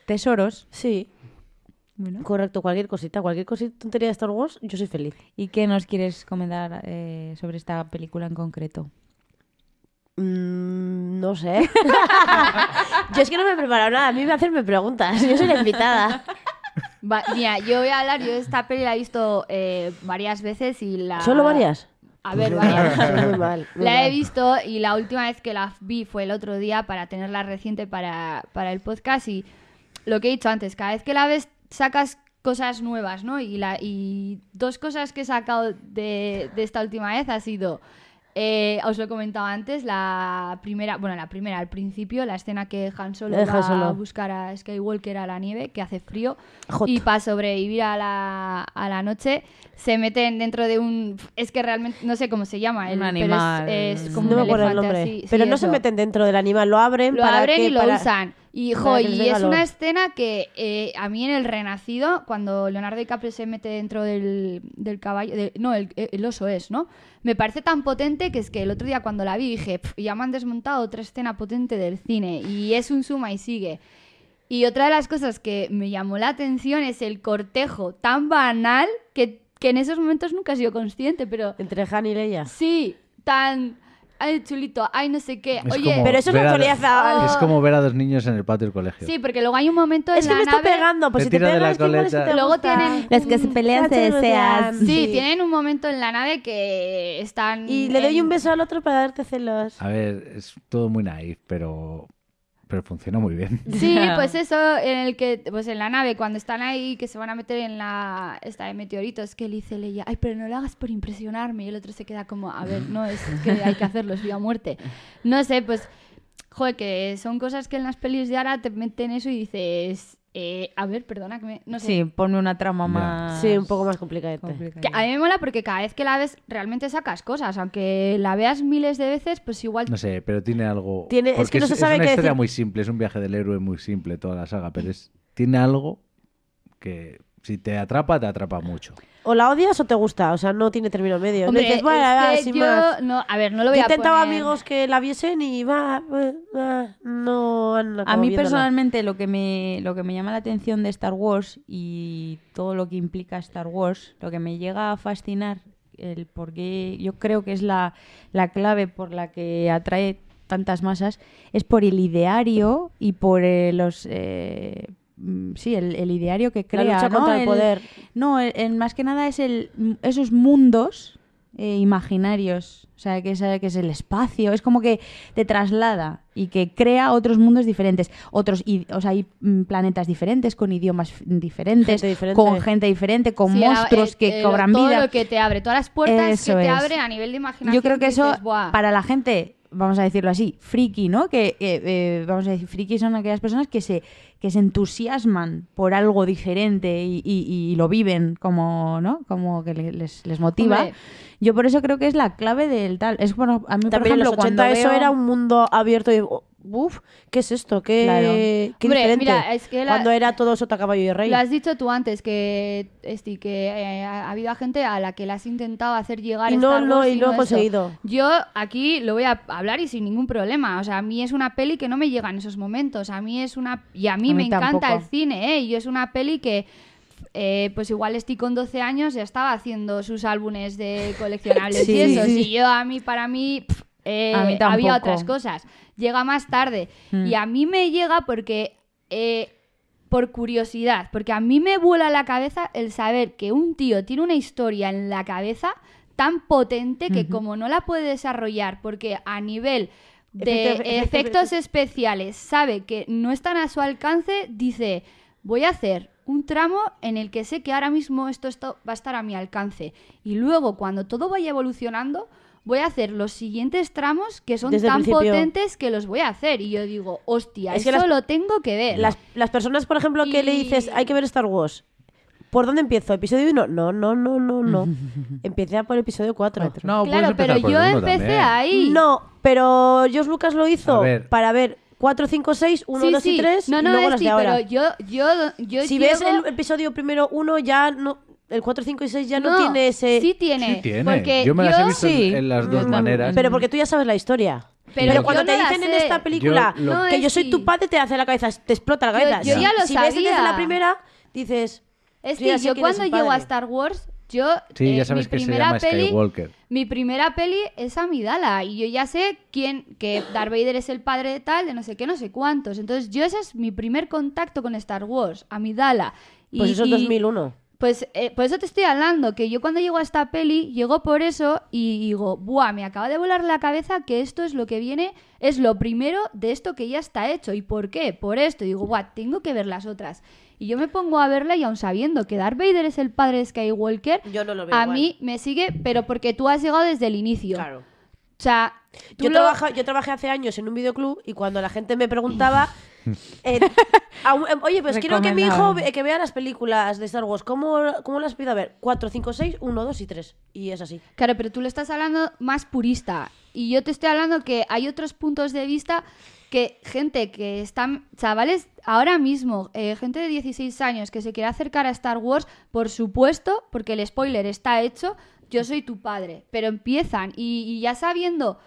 S3: Tesoros.
S4: Sí,
S3: Bueno.
S4: correcto, cualquier cosita, cualquier cosita, tontería de Star Wars, yo soy feliz.
S3: ¿Y qué nos quieres comentar eh, sobre esta película en concreto?
S4: Mm, no sé. yo es que no me he preparado nada, a mí me hacerme preguntas, yo soy la invitada.
S2: Va- mira, yo voy a hablar, yo esta peli la he visto eh, varias veces y la...
S4: ¿Solo varias?
S2: A ver,
S4: Soy
S2: varias.
S4: muy mal. muy
S2: La he
S4: mal.
S2: visto y la última vez que la vi fue el otro día para tenerla reciente para, para el podcast y lo que he dicho antes, cada vez que la ves sacas cosas nuevas, ¿no? Y, la, y dos cosas que he sacado de, de esta última vez ha sido, eh, os lo he comentado antes, la primera, bueno, la primera, al principio, la escena que Han Solo
S4: Eh, Han
S2: va
S4: Solo.
S2: a buscar a Skywalker a la nieve, que hace frío,
S4: Hot.
S2: y para sobrevivir a la, a la noche se meten dentro de un... Es que realmente, no sé cómo se llama, el,
S3: Un
S2: pero es-
S3: animal.
S2: es, como
S4: no
S2: un
S4: me acuerdo el
S2: elefante
S4: nombre.
S2: así, sí,
S4: pero no se
S2: eso.
S4: meten dentro del animal, lo abren
S2: Lo
S4: para
S2: abren
S4: que-
S2: y lo
S4: para-
S2: usan. Y,
S4: para
S2: jo,
S4: que les dé
S2: y es
S4: calor.
S2: una escena que eh, a mí en El Renacido, cuando Leonardo DiCaprio se mete dentro del, del caballo... de- no, el, eh, el oso es, ¿no? Me parece tan potente que es que el otro día cuando la vi dije, "Pf, ya me han desmontado otra escena potente del cine. Y es un suma y sigue. Y otra de las cosas que me llamó la atención es el cortejo tan banal que, que en esos momentos nunca he sido consciente, pero
S4: Entre Han y Leia.
S1: Oh,
S2: sí, tan... Ay, chulito, ay, no sé qué.
S1: Es
S2: Oye,
S1: como
S4: Pero eso es
S1: ver a-
S4: actualizado.
S1: Es como ver a dos niños en el patio del colegio.
S2: Sí, porque luego hay un momento en
S4: Es que
S2: la
S4: me está
S2: nave-
S4: pegando, pues
S1: Te
S4: si te
S1: tira de la
S4: pegas, es que igual es que
S1: coleta.
S4: te
S2: Luego
S4: gusta.
S2: tienen-
S3: Las que se pelean se
S4: Cacho,
S3: desean.
S4: Lucian.
S2: Sí, tienen un momento en la nave que están...
S4: Y le doy
S2: en-
S4: un beso al otro para darte celos.
S1: A ver, es todo muy naif, pero, pero funciona muy bien.
S2: Sí, pues eso, en el que, pues en la nave, cuando están ahí, que se van a meter en la esta de meteoritos, que le dice Leia, ay, pero no lo hagas por impresionarme, y el otro se queda como, a ver, no, es que hay que hacerlo, es vida o muerte. No sé, pues, joder, que son cosas que en las pelis de ahora te meten eso y dices, eh, a ver, perdona, que me... no sé.
S3: Sí, ponme una
S1: Ya.
S3: trama
S2: Ah,
S3: más.
S4: Sí, un poco más complicadete.
S3: complicada.
S2: Que a mí me mola porque cada vez que la ves realmente sacas cosas, aunque la veas miles de veces, pues igual
S1: No sé, pero tiene algo.
S4: Tiene- es
S1: porque
S4: que no se sabe
S1: Es una
S4: qué
S1: historia
S4: decir.
S1: muy simple, es un viaje del héroe muy simple toda la saga, pero es, tiene algo que si te atrapa, te atrapa mucho.
S4: O la odias o te gusta, o sea, no tiene término medio.
S2: Hombre,
S4: no dices, bueno,
S2: es
S4: va,
S2: que
S4: sin
S2: yo
S4: más.
S2: no, a ver, no lo
S4: Yo
S2: voy a
S4: intentaba
S2: poner-
S4: amigos que la viesen y va, eh, va, no han
S3: A
S4: acabado
S3: mí
S4: viéndola.
S3: personalmente lo que me lo que me llama la atención de Star Wars y todo lo que implica Star Wars, lo que me llega a fascinar, el por qué yo creo que es la, la clave por la que atrae tantas masas, es por el ideario y por eh, los eh, mm, sí, el, el ideario que
S4: La
S3: crea,
S4: lucha
S3: ¿no?
S4: contra el, poder.
S3: No, el- el- más que nada es el, m- esos mundos eh, imaginarios. O sea, que es, eh, que es el espacio. Es como que te traslada y que crea otros mundos diferentes. Otros, i- o sea, hay mm, planetas diferentes, con idiomas f- diferentes,
S4: Gente diferente.
S3: con gente diferente, con
S2: Sí, a-
S3: monstruos
S2: eh,
S3: que
S2: eh,
S3: cobran
S2: todo
S3: vida.
S2: lo que te abre, todas las puertas
S3: Eso
S2: que te
S3: es.
S2: abre a nivel de imaginación.
S3: Yo creo que eso,
S2: dices, "Buah".
S3: para la gente, vamos a decirlo así, friki, ¿no? Que, que, eh, vamos a decir, friki son aquellas personas que se, que se entusiasman por algo diferente y, y- y lo viven como, ¿no? Como que le- les, les motiva.
S2: Hombre.
S3: Yo por eso creo que es la clave del tal. Es bueno, a mí, por
S4: También en
S3: ejemplo,
S4: los 80
S3: cuando
S4: eso
S3: veo-
S4: era un mundo abierto y... oh, Uf, ¿qué es esto? ¿Qué,
S3: Claro.
S4: qué
S2: Hombre,
S4: diferente?
S2: mira, es que la-
S4: Cuando era todo sota, caballo y rey.
S2: Lo has dicho tú antes, que, Esti, que eh, ha ha habido gente a la que le has intentado hacer llegar
S4: Y no,
S2: Star
S4: no,
S2: Wars
S4: y no he
S2: eso.
S4: conseguido.
S2: Yo aquí lo voy a hablar y sin ningún problema. O sea, a mí es una peli que no me llega en esos momentos. A mí es una... Y a mí,
S3: A mí
S2: me encanta
S3: tampoco.
S2: el cine, ¿eh? Y es una peli que... eh, pues igual estoy con 12 años, ya estaba haciendo sus álbumes de coleccionables
S3: Sí,
S2: y eso.
S3: sí.
S2: Y yo a mí, para mí, pf, eh,
S3: A mí
S2: había
S3: tampoco.
S2: otras cosas. Llega más tarde.
S3: Mm.
S2: Y a mí me llega porque... eh, por curiosidad, porque a mí me vuela la cabeza el saber que un tío tiene una historia en la cabeza tan potente que como no la puede desarrollar porque a nivel de
S4: Efecto- efectos-
S2: efectos especiales sabe que no están a su alcance, dice, voy a hacer un tramo en el que sé que ahora mismo esto, esto va a estar a mi alcance. Y luego, cuando todo vaya evolucionando, voy a hacer los siguientes tramos que son
S4: Desde el
S2: tan
S4: principio.
S2: potentes que que los voy a hacer. Y yo digo, hostia,
S4: Es que
S2: eso
S4: las-
S2: lo tengo que ver.
S4: Eh, Las, las personas, por ejemplo, que le dices,
S2: Y-
S4: hay que ver Star Wars. ¿Por dónde empiezo? ¿Episodio 1? No, no, no, no, no. Empecé a por episodio 4.
S1: Ah, No, puedes
S2: claro,
S1: empezar
S2: pero
S1: por el
S2: yo
S1: uno
S2: empecé
S1: también.
S2: ahí.
S4: No, pero George Lucas lo hizo
S1: A ver.
S4: para ver 4, 5, 6, 1,
S2: Sí,
S4: 2
S2: sí.
S4: y 3
S2: No,
S4: y
S2: no,
S4: luego
S2: es
S4: las
S2: sí,
S4: de ahora.
S2: pero yo, yo, yo
S4: si ves
S2: llego-
S4: el episodio primero 1, ya no, el 4, 5 y 6 ya no,
S2: No,
S4: tiene ese...
S2: Sí tiene.
S1: Sí tiene.
S2: Porque
S1: yo me las he visto en-
S4: sí.
S1: en, las dos
S4: Mm,
S1: maneras.
S4: Pero porque tú ya sabes la historia.
S2: Pero
S4: Pero,
S1: yo
S4: cuando
S2: no
S4: te
S2: la
S4: dicen en
S2: sé.
S4: esta película
S1: Yo lo-
S4: que yo soy
S2: No, es
S4: tu
S2: sí.
S4: padre, te hace la cabeza, te explota la
S2: Yo-
S4: cabeza.
S2: yo
S4: Si-
S2: ya lo
S4: si ves desde la
S2: sabía.
S4: primera, dices...
S2: Es
S4: yo ya
S2: que
S4: sé
S2: yo
S4: quién es
S2: cuando
S4: el
S2: llego a
S4: padre.
S2: Star Wars, yo
S1: Sí,
S2: eh,
S1: ya sabes
S2: mi
S1: que se
S2: primera
S1: llama
S2: peli,
S1: Skywalker.
S2: Mi primera peli es Amidala y yo ya sé quién que Darth Vader es el padre de tal, de no sé qué, no sé cuántos. Entonces, yo ese es mi primer contacto con Star Wars, Amidala. Y,
S4: Pues eso es
S2: y-
S4: 2001.
S2: Pues eh, por eso te estoy hablando, que yo cuando llego a esta peli, llego por eso y digo, ¡buah! Me acaba de volar la cabeza que esto es lo que viene, es lo primero de esto que ya está hecho. ¿Y por qué? Por esto. Y digo, ¡buah! Tengo que ver las otras. Y yo me pongo a verla y aun sabiendo que Darth Vader es el padre de Skywalker,
S4: Yo no lo veo
S2: a
S4: igual.
S2: mí me sigue, pero porque tú has llegado desde el inicio.
S4: Claro.
S2: O sea, tú
S4: Yo,
S2: lo-
S4: trabaja- yo trabajé hace años en un videoclub y cuando la gente me preguntaba, eh, a un- em, oye, pues quiero que mi hijo
S3: Recomendado.
S4: ve- que vea las películas de Star Wars, ¿cómo, cómo las pido a ver? 4, 5, 6, 1, 2 y 3. Y es así.
S2: Claro, pero tú lo estás hablando más purista. Y yo te estoy hablando que hay otros puntos de vista que gente que están, chavales, ahora mismo, eh, gente de 16 años que se quiere acercar a Star Wars, por supuesto, porque el spoiler está hecho, yo soy tu padre. Pero empiezan y, y ya sabiendo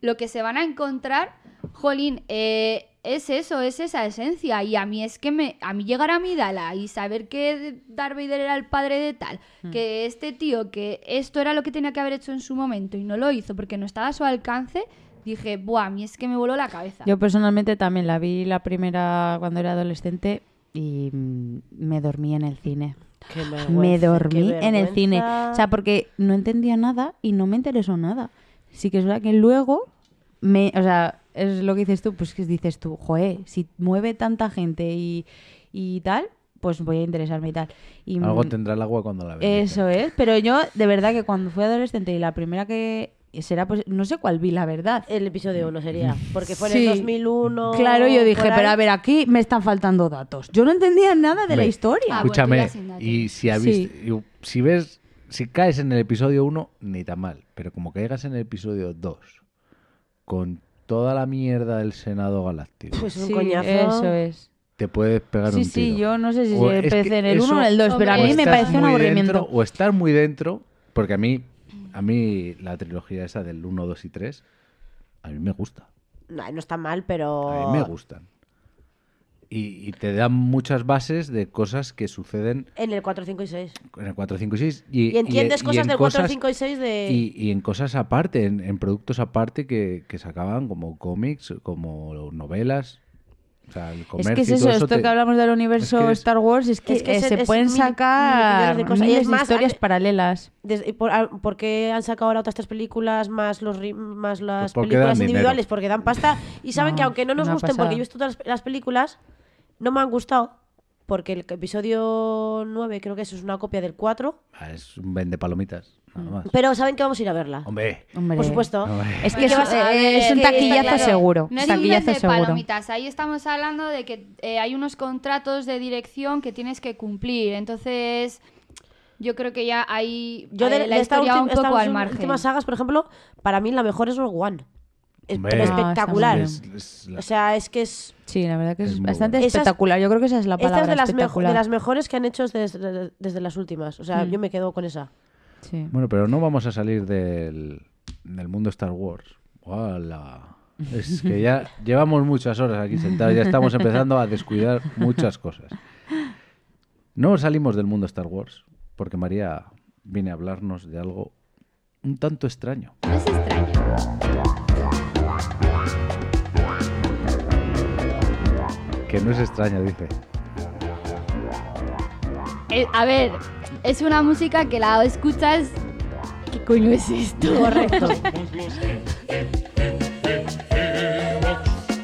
S2: lo que se van a encontrar, jolín, eh, es eso, es esa esencia. Y a mí es que me, a mí llegar a Midala y saber que Darth Vader era el padre de tal, que este tío, que esto era lo que tenía que haber hecho en su momento y no lo hizo porque no estaba a su alcance, dije, buah, a mí es que me voló la cabeza.
S3: Yo personalmente también la vi la primera cuando era adolescente y mm, me dormí en el cine.
S4: Ah, pues, Qué
S3: Me
S4: vergüenza,
S3: dormí
S4: qué
S3: en el
S4: vergüenza.
S3: cine. O sea, porque no entendía nada y no me interesó nada. Sí que es verdad que luego, me, o sea, es lo que dices tú, pues que dices tú, joe, si mueve tanta gente y, y tal, pues voy a interesarme y tal. Y, mm,
S1: Algo tendrá el agua cuando la veas.
S3: eso es, pero yo de verdad que cuando fui adolescente y la primera que será, pues no sé cuál vi, la verdad.
S4: El episodio 1 sería, porque fue en
S3: Sí.
S4: el 2001.
S3: Claro, yo dije,
S4: por ahí.
S3: pero a ver, aquí me están faltando datos. Yo no entendía nada de la
S1: Hombre,
S3: historia.
S2: Ah, bueno, tú
S1: Escúchame,
S2: ya sin datos.
S1: y si, ha
S3: Sí.
S1: visto- y si ves, si caes en el episodio 1, ni tan mal. Pero como caigas en el episodio 2, con toda la mierda del Senado Galáctico,
S4: Pues un
S3: Sí,
S4: coñazo.
S3: Eso es.
S1: te puedes pegar
S3: Sí,
S1: un
S3: sí,
S1: tiro.
S3: yo no sé si
S1: O es
S3: empecé
S1: que
S3: en el
S1: eso-
S3: 1 o en el 2, pero a
S1: O
S3: mí me
S1: estás
S3: pareció un
S1: muy dentro,
S3: aburrimiento.
S1: o estar muy dentro, porque a mí, a mí la trilogía esa del 1, 2 y 3, a mí me gusta.
S4: No, no está mal, pero.
S1: A mí
S3: Oh.
S1: me gustan. Y, y te dan muchas bases de cosas que suceden
S4: En el 4, 5 y 6.
S1: en el 4, 5 y 6. Y,
S4: Y entiendes
S1: y- y
S4: cosas
S1: en
S4: del 4, 5 y 6 de.
S1: y, y en cosas aparte, en, en productos aparte que, que sacaban como cómics, como novelas. O sea, el
S3: Es
S1: comercio
S3: que es
S1: y
S3: eso,
S1: todo
S3: esto
S1: te-
S3: que hablamos del universo
S1: es que es-
S3: Star Wars, es que,
S4: es que
S3: eh,
S4: es-
S3: se
S4: es
S3: pueden
S4: mil-
S3: sacar
S4: millones
S3: miles de,
S4: de cosas. Y es más,
S3: historias
S4: antes-
S3: paralelas.
S4: Des- y por, a- ¿por qué han sacado ahora otras tres películas más los ri- más las
S1: Pues porque dan
S4: películas
S1: dinero.
S4: individuales? Porque dan pasta y saben
S3: No,
S4: que aunque no nos
S3: una
S4: gusten,
S3: pasada.
S4: porque yo he visto todas las, las películas, no me han gustado. Porque el episodio 9 creo que eso es una copia del 4,
S1: Ah, es un vende palomitas, nada más.
S4: pero saben que vamos a ir a verla.
S1: Hombre.
S3: Hombre.
S4: Por supuesto.
S1: hombre.
S3: Es que eso,
S4: Vamos a
S3: eh,
S4: ver,
S3: es un
S4: que está
S3: taquillazo
S4: claro.
S3: seguro.
S2: No es un
S3: taquillazo
S2: vende
S3: seguro.
S2: palomitas, ahí estamos hablando de que eh, hay unos contratos de dirección que tienes que cumplir. Entonces, yo creo que ya hay
S4: Yo de,
S2: la
S4: de esta
S2: historia
S4: ulti-
S2: un
S4: estas
S2: poco al
S4: ulti-
S2: margen.
S4: últimas sagas, por ejemplo, para mí la mejor es Rogue One. Es,
S1: Hombre.
S4: pero
S1: Ah,
S4: espectacular.
S3: está muy
S1: Es- es la-
S4: o sea, es que es
S3: Sí, la verdad que es,
S1: Es muy
S3: bastante
S4: bueno. Esas-
S3: espectacular. Yo creo que esa es la
S4: esta
S3: palabra
S4: es de las, mejo-
S3: espectacular.
S4: de las mejores que han hecho desde, desde las últimas. O sea,
S3: Mm.
S4: yo me quedo con esa.
S3: Sí.
S1: Bueno, pero no vamos a salir del, del mundo Star Wars. ¡Hala! Es que ya llevamos muchas horas aquí sentados, ya estamos empezando a descuidar muchas cosas. No salimos del mundo Star Wars, porque María viene a hablarnos de algo un tanto extraño.
S2: No es extraño.
S1: Que no es extraño, dice.
S2: Eh, a ver, es una música que la escuchas. ¿Qué coño es esto?
S4: Correcto.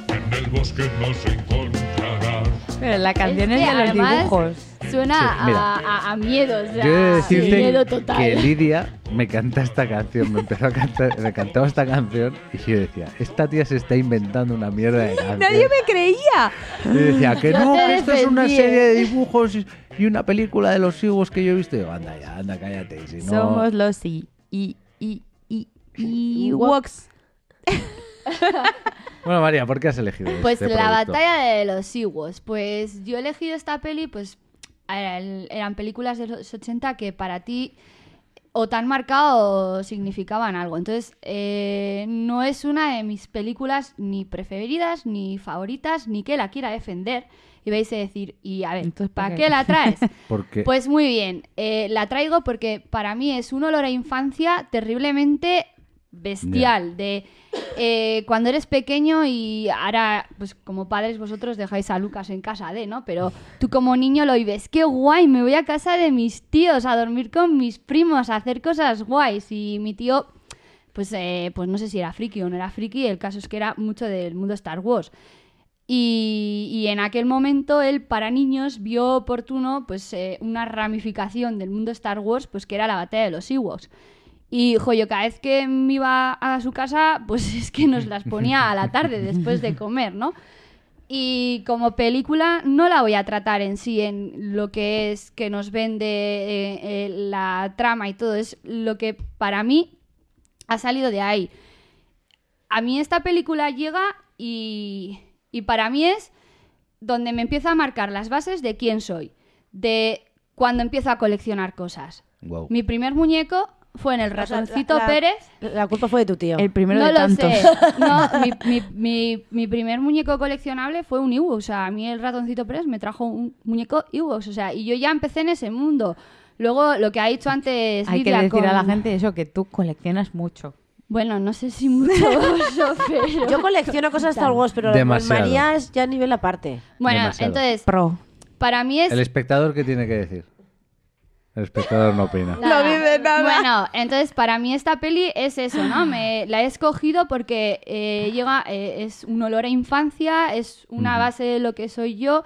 S5: En el bosque nos encontrarás.
S3: Pero la canción es,
S2: que
S3: de los
S2: además
S3: dibujos.
S2: suena
S1: Sí, mira.
S2: a, a- a miedo, o sea,
S1: Yo he de decirte
S2: miedo total.
S1: que Lidia me canta esta canción, me empezó a cantar, me cantaba esta canción y yo decía, esta tía se está inventando una mierda de canción.
S3: Nadie me creía.
S1: Y decía que
S2: Yo
S1: no,
S2: te
S1: que esto es una
S2: defendí, ¿eh?
S1: serie de dibujos y- y una película de los Ewoks que yo he visto. Y yo, anda ya, anda, cállate. Si no,
S3: Somos los i i i i i Ewoks.
S1: Bueno, María, ¿por qué has elegido
S2: Pues
S1: este
S2: la
S1: producto?
S2: batalla de los Ewoks. Pues yo he elegido esta peli, pues eran eran películas de los 80 que para ti o tan marcado o significaban algo. Entonces, eh, no es una de mis películas ni preferidas, ni favoritas, ni que la quiera defender. Y vais a decir, y a ver,
S3: Entonces, ¿para
S2: ¿para
S3: qué?
S2: qué la traes?
S1: Porque
S2: Pues muy bien, eh, la traigo porque para mí es un olor a infancia terriblemente bestial. De eh, cuando eres pequeño y ahora, pues como padres vosotros dejáis a Lucas en casa de, ¿no? Pero tú como niño lo vives, qué guay, me voy a casa de mis tíos a dormir con mis primos, a hacer cosas guays. Y mi tío pues, eh, pues no sé si era friki o no era friki, el caso es que era mucho del mundo Star Wars. Y, y en aquel momento él para niños vio oportuno pues eh, una ramificación del mundo Star Wars pues que era la batalla de los Ewoks. Y jo, yo cada vez que me iba a su casa pues es que nos las ponía a la tarde después de comer, ¿no? Y como película no la voy a tratar en sí, en lo que es que nos vende eh, eh, la trama y todo, es lo que para mí ha salido de ahí. A mí esta película llega y, y para mí es donde me empieza a marcar las bases de quién soy, de cuando empiezo a coleccionar cosas.
S1: Guau.
S2: Mi primer muñeco fue en el ratoncito
S4: la- la-
S2: Pérez.
S4: La culpa fue de tu tío.
S3: El primero
S2: no
S3: de
S2: lo
S3: tantos.
S2: sé. No, mi, mi, mi, mi primer muñeco coleccionable fue un Ewoks. O sea, a mí el ratoncito Pérez me trajo un muñeco Ewoks. O sea, y yo ya empecé en ese mundo. Luego, lo que ha dicho antes
S3: Hay que
S2: Lidia
S3: decir a la
S2: con-
S3: gente eso, que tú coleccionas mucho.
S2: Bueno, no sé si mucho, pero...
S4: Yo colecciono cosas de Star Wars, pero
S1: Demasiado.
S4: con María es ya a nivel aparte.
S2: Bueno,
S1: Demasiado.
S2: entonces,
S3: Pro.
S2: para mí es...
S1: el espectador, ¿qué tiene que decir? El espectador no opina.
S2: Nada.
S3: No dice nada.
S2: Bueno, entonces para mí esta peli es eso, ¿no? Me, la he escogido porque eh, llega, eh, es un olor a infancia, es una base de lo que soy yo.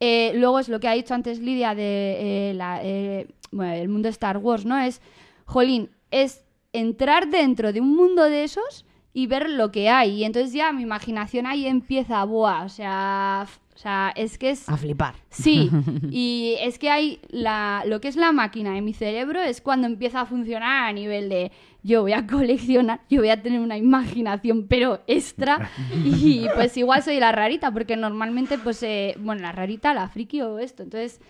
S2: Eh, luego es lo que ha dicho antes Lidia de eh, la, eh, bueno, el mundo Star Wars, ¿no? Es, jolín, es entrar dentro de un mundo de esos y ver lo que hay. Y entonces ya mi imaginación ahí empieza, buah, o sea, f- o sea, es que es...
S4: A flipar.
S2: Sí, y es que hay la, lo que es la máquina de mi cerebro es cuando empieza a funcionar a nivel de yo voy a coleccionar, yo voy a tener una imaginación pero extra y pues igual soy la rarita porque normalmente pues, eh, bueno, la rarita, la friki o esto, entonces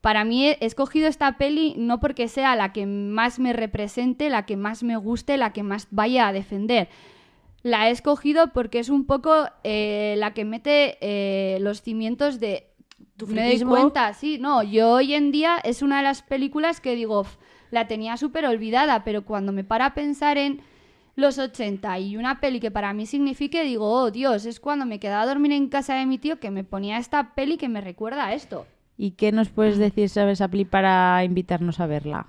S2: para mí he he escogido esta peli no porque sea la que más me represente, la que más me guste, la que más vaya a defender, la he escogido porque es un poco eh, la que mete eh, los cimientos de...
S4: ¿Tu
S2: me doy
S4: friquismo?
S2: cuenta, sí, no, yo hoy en día es una de las películas que digo, "F, la tenía súper olvidada, pero cuando me para a pensar en los 80 y una peli que para mí signifique, digo, oh Dios, es cuando me quedaba a dormir en casa de mi tío que me ponía esta peli que me recuerda a esto.
S3: ¿Y qué nos puedes decir sobre esa peli para invitarnos a verla?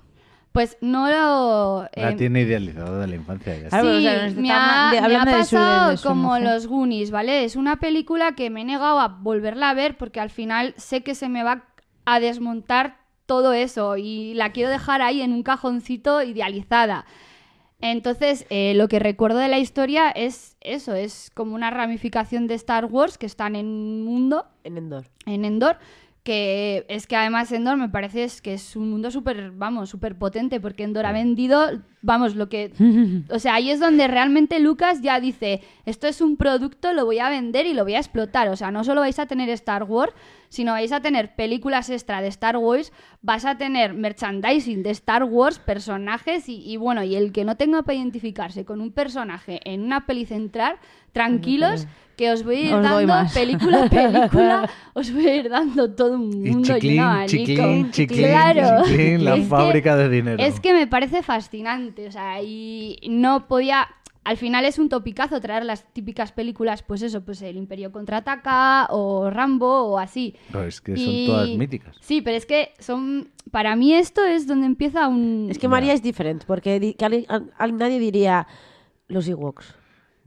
S2: Pues no lo...
S1: La
S2: em,
S1: tiene idealizada de la infancia. ya está.
S3: Claro, Ah, o
S2: Sí,
S3: sea, nos
S2: me
S3: está
S2: ha,
S3: habla- de-
S2: me
S3: hablando
S2: ha
S3: de su- de- de
S2: pasado
S3: su
S2: como
S3: mujer.
S2: los Goonies, ¿vale? Es una película que me he negado a volverla a ver porque al final sé que se me va a desmontar todo eso y la quiero dejar ahí en un cajoncito idealizada. Entonces, eh, lo que recuerdo de la historia es eso, es como una ramificación de Star Wars que están en un mundo
S4: En Endor.
S2: en Endor, que es que además Endor me parece es que es un mundo súper, vamos, súper potente, porque Endor ha vendido, vamos, lo que... O sea, ahí es donde realmente Lucas ya dice, esto es un producto, lo voy a vender y lo voy a explotar. O sea, no solo vais a tener Star Wars, sino vais a tener películas extra de Star Wars, vas a tener merchandising de Star Wars, personajes y, y bueno, y el que no tenga para identificarse con un personaje en una peli central, tranquilos, que os voy a ir
S3: Os doy
S2: dando
S3: más.
S2: película a película, os voy a ir dando todo un
S1: Y
S2: mundo lleno de
S1: chiquín,
S2: abanico.
S1: chiquín, chiquín,
S2: Claro.
S1: chiquín, la
S2: Es que-
S1: fábrica de dinero.
S2: Es que me parece fascinante, o sea, y no podía... Al final es un topicazo traer las típicas películas, pues eso, pues El Imperio Contraataca o Rambo o así.
S1: No, es que son
S2: Y-
S1: todas míticas.
S2: Sí, pero es que son... Para mí esto es donde empieza un...
S4: Es que María es diferente, porque di- que alguien- al- al- nadie diría los Ewoks.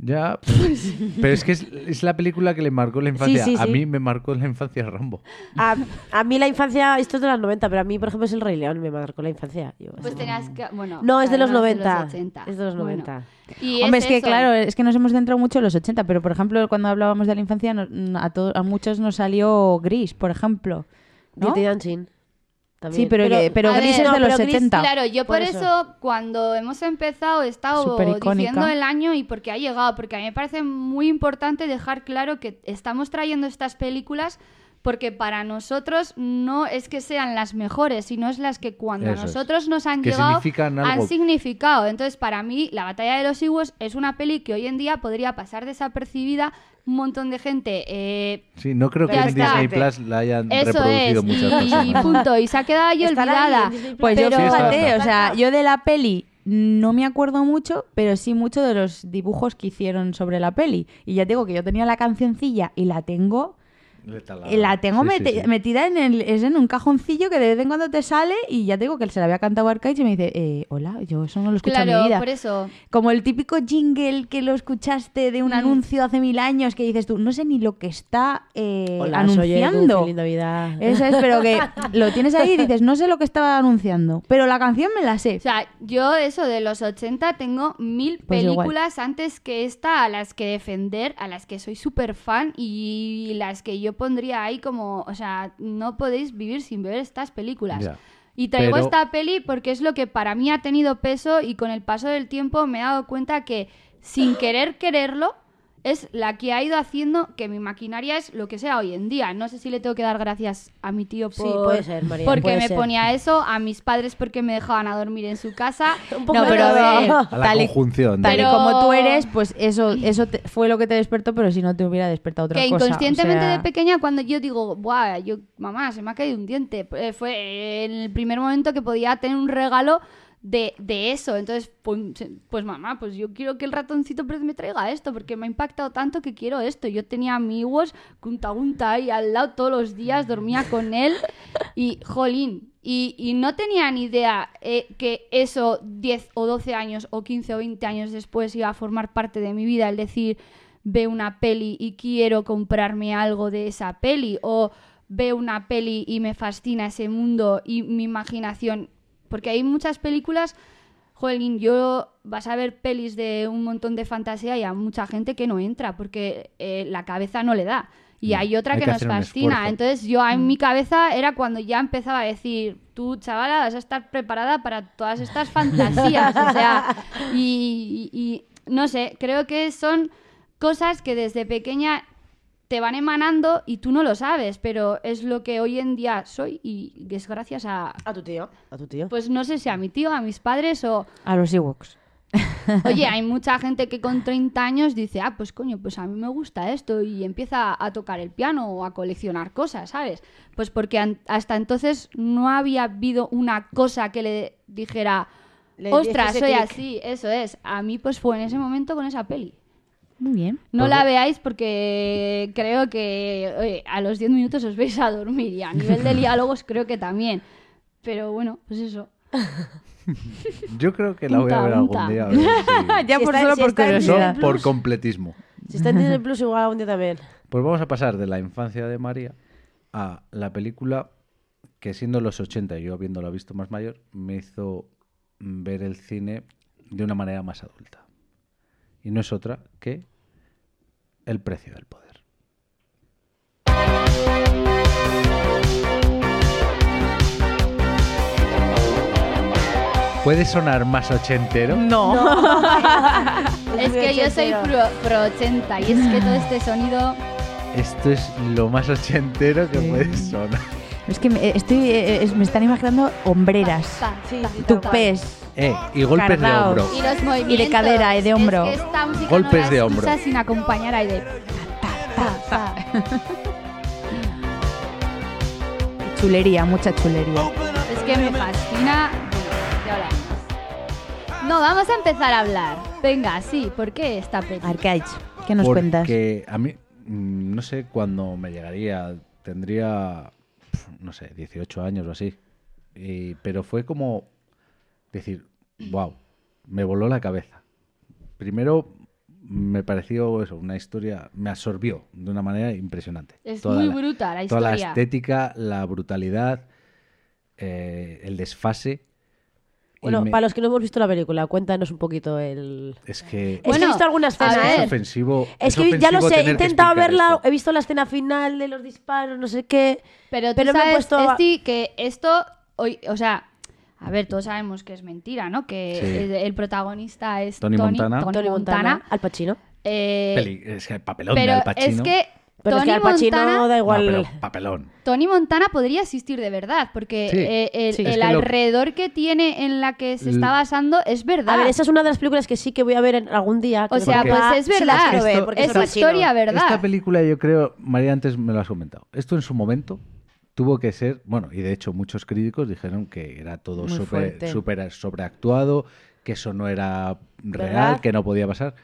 S1: Ya,
S2: pues
S1: pero, pero es que es, es la película que le marcó la infancia.
S4: sí,
S1: A
S4: sí.
S1: mí me marcó la infancia Rambo.
S4: A, a mí la infancia, esto es de los 90, pero a mí, por ejemplo, es el Rey León, me marcó la infancia. Yo,
S2: Pues
S4: sí.
S2: tenías que. Bueno.
S4: No, es de los
S2: además
S4: 90.
S2: 80.
S4: Es de los
S2: Bueno,
S4: 90.
S2: y
S3: Hombre, es, que
S2: eso.
S3: claro, es que nos hemos centrado mucho en los 80, pero por ejemplo, cuando hablábamos de la infancia, no- a, to- a muchos nos salió Gris, por ejemplo. ¿no?
S4: Dirty Dancing. También.
S3: Sí, pero, que- pero
S2: A
S3: Gris
S2: ver,
S3: es de
S4: no,
S3: los
S4: pero Gris,
S3: 70.
S4: cuenta.
S2: Claro, yo por,
S4: Por
S2: eso.
S4: eso.
S2: cuando hemos empezado he estado
S3: Supericónica.
S2: diciendo el año y por qué ha llegado, porque a mí me parece muy importante dejar claro que estamos trayendo estas películas porque para nosotros no es que sean las mejores, sino es las que cuando
S1: Eso
S2: a
S1: es.
S2: nosotros nos han
S1: Que
S2: llegado
S1: significan algo.
S2: han significado. Entonces, para mí, La batalla de los Iguos es una peli que hoy en día podría pasar desapercibida un montón de gente eh,
S1: Sí, no creo que
S2: Ya
S1: en
S2: está.
S1: Disney Plus la hayan
S2: eso
S1: reproducido
S2: es
S1: muchas
S2: y,
S1: personas.
S2: punto y se ha quedado ahí
S4: Estará ahí en
S2: olvidada
S4: Disney Plus.
S3: Pues yo
S2: pero
S1: Sí, está,
S3: fíjate,
S1: está.
S3: o sea, yo de la peli no me acuerdo mucho, pero sí mucho de los dibujos que hicieron sobre la peli. Y ya te digo que yo tenía la cancioncilla y la tengo, y la tengo
S1: Sí, sí,
S3: meti-
S1: sí.
S3: metida en el, es en un cajoncillo que de vez en cuando te sale y ya te digo que se la había cantado Arcade y me dice, eh, hola, yo eso no lo escucho en mi vida.
S2: claro por e-, eso
S3: Como el típico jingle que lo escuchaste de un
S2: Mm.
S3: anuncio hace mil años que dices tú, no sé ni lo que está eh,
S4: Hola, soy Edu,
S3: anunciando.
S4: feliz Navidad.
S3: Eso es, pero que lo tienes ahí y dices, no sé lo que estaba anunciando, pero la canción me la sé.
S2: O sea, yo eso de los 80 tengo mil
S3: Pues igual.
S2: películas antes que esta a las que defender, a las que soy súper fan y las que yo pondría ahí como, o sea, no podéis vivir sin ver estas películas.
S1: Ya.
S2: Y traigo
S1: Pero-
S2: esta peli porque es lo que para mí ha tenido peso y con el paso del tiempo me he dado cuenta que sin querer quererlo es la que ha ido haciendo que mi maquinaria es lo que sea hoy en día. No sé si le tengo que dar gracias a mi tío por...
S4: Sí, puede ser, María,
S2: Porque
S4: puede
S2: me
S4: ser.
S2: ponía eso, a mis padres porque me dejaban a dormir en su casa.
S4: Un poco
S3: no, pero a ver,
S4: A
S1: la
S3: tal, y,
S1: conjunción de-
S3: tal y
S2: Pero-
S3: como tú eres, pues eso, eso te- fue lo que te despertó, pero si no te hubiera despertado otra
S2: que
S3: cosa. o
S2: inconscientemente
S3: sea,
S2: de pequeña cuando yo digo, "Buah, yo mamá, se me ha caído un diente." eh, fue eh, el primer momento que podía tener un regalo de, de eso. Entonces, pues, se- pues, mamá, pues yo quiero que el ratoncito Pérez me traiga esto porque me ha impactado tanto que quiero esto. Yo tenía amigos Kunta Gunta ahí al lado todos los días, dormía con él y jolín. Y, y no tenía ni idea eh, que eso 10 o 12 años o 15 o 20 años después iba a formar parte de mi vida, el decir, ve una peli y quiero comprarme algo de esa peli o ve una peli y me fascina ese mundo y mi imaginación porque hay muchas películas Jolín, yo vas a ver pelis de un montón de fantasía y a mucha gente que no entra porque eh, la cabeza no le da. Y
S1: No,
S2: hay otra
S1: hay
S2: que,
S1: que
S2: nos
S1: hacer un
S2: fascina.
S1: esfuerzo.
S2: Entonces yo en mi cabeza era cuando ya empezaba a decir, tú chavala vas a estar preparada para todas estas fantasías. o sea, y- y- y no sé, creo que son cosas que desde pequeña te van emanando y tú no lo sabes, pero es lo que hoy en día soy y es gracias a,
S4: tu tío. A tu tío.
S2: pues no sé si a mi tío, a mis padres o...
S3: A los Ewoks.
S2: Oye, hay mucha gente que con 30 años dice, ah, pues coño, pues a mí me gusta esto y empieza a tocar el piano o a coleccionar cosas, ¿sabes? Pues porque an- hasta entonces no había habido una cosa que le dijera,
S4: Le
S2: ostras, soy
S4: dijese clic".
S2: así, eso es. A mí pues fue en ese momento con esa peli.
S3: Muy bien.
S2: No
S1: Pues
S2: la
S1: bu-
S2: veáis porque creo que oye, a los 10 minutos os vais a dormir y a nivel de diálogos creo que también. Pero bueno, pues eso.
S1: Yo creo que la voy a ver
S2: Punta,
S1: algún día. a
S4: Pues
S1: ver si-
S3: Ya
S4: Si
S3: por
S4: está-
S3: solo
S4: si
S3: por
S4: está en
S3: curiosidad.
S1: No por completismo.
S4: Si está en Disney Plus, igual un día también.
S1: Pues vamos a pasar de la infancia de María a la película que siendo los 80, yo habiéndola visto más mayor, me hizo ver el cine de una manera más adulta. Y no es otra que El precio del poder. ¿Puede sonar más ochentero?
S3: No.
S4: Pues
S2: Es que yo soy pro, pro 80 y es que todo este sonido...
S1: Esto es lo más ochentero que
S3: Sí.
S1: puede sonar.
S3: Es que me, estoy, eh, es- me están imaginando hombreras,
S2: pa,
S4: Sí,
S2: pa,
S4: sí,
S2: pa, pa.
S3: tupés.
S1: Eh, y golpes
S3: Cardaos.
S1: de hombro.
S2: Y los movimientos.
S3: cadera, y de hombro.
S2: Es que esta música
S1: Golpes
S2: no la
S1: de hombro.
S2: escuchas sin acompañar ahí de... pa, pa, pa, pa.
S3: Chulería, mucha chulería.
S2: Es que me fascina. Bueno, ya hablaremos. No, vamos a empezar a hablar. Venga, sí, ¿por qué esta película?
S3: Arcaich, ¿qué nos cuentas?
S1: Porque a mí, mm, no sé cuándo me llegaría, tendría, pf, no sé, 18 años o así. Y- pero fue como decir, wow, me voló la cabeza. Primero me pareció eso, una historia, me absorbió de una manera impresionante.
S2: Es
S1: Toda
S2: muy
S1: la-
S2: bruta la
S1: toda la
S2: historia.
S1: estética, la brutalidad, eh, el desfase. Y
S4: Bueno,
S1: me-
S4: para los que no hemos visto la película, cuéntanos un poco el...
S1: es que
S4: es que he
S2: Bueno,
S4: visto alguna
S2: a
S4: escena,
S2: ver.
S4: ¿eh?
S1: es ofensivo.
S4: Es que ya lo sé, he intentado verla, he visto la escena final de los disparos, no sé qué.
S2: Pero tú
S4: Pero me he
S2: sabes,
S4: puesto a-
S2: Esti, que esto, hoy, o sea, a ver, todos sabemos que es mentira, ¿no? Que
S1: Sí.
S2: el, el protagonista es
S1: Tony
S2: Tony,
S1: Montana.
S2: Tony
S4: Tony Montana,
S2: Montana.
S4: Al Pacino.
S2: eh,
S1: es que papelón de
S2: pero
S1: Al Pacino.
S2: es que
S4: Pero es
S2: Tony
S4: que Al Pacino
S2: Montana,
S4: da
S1: No,
S4: igual.
S1: pero papelón.
S2: Tony Montana podría existir de verdad, porque
S1: Sí.
S2: eh, el,
S4: Sí.
S2: el
S1: Es que lo-
S2: alrededor que tiene en la que se está
S1: L-
S2: basando es verdad.
S4: A ver, esa es una de las películas que sí que voy a ver en algún día. que
S2: O
S4: no
S2: sea,
S4: me
S1: pues
S4: va-
S2: es
S4: sí las
S2: verdad.
S4: quiero ver,
S1: Esto-
S4: porque es
S1: esto-
S4: Al Pacino.
S2: historia, ¿verdad?
S1: Esta película, yo creo, María antes me lo has comentado. Esto en su momento tuvo que ser, bueno, y de hecho muchos críticos dijeron que era todo
S4: Muy
S1: súper
S4: fuerte.
S1: súper sobreactuado, que eso no era real,
S4: ¿Verdad?
S1: que no podía pasar.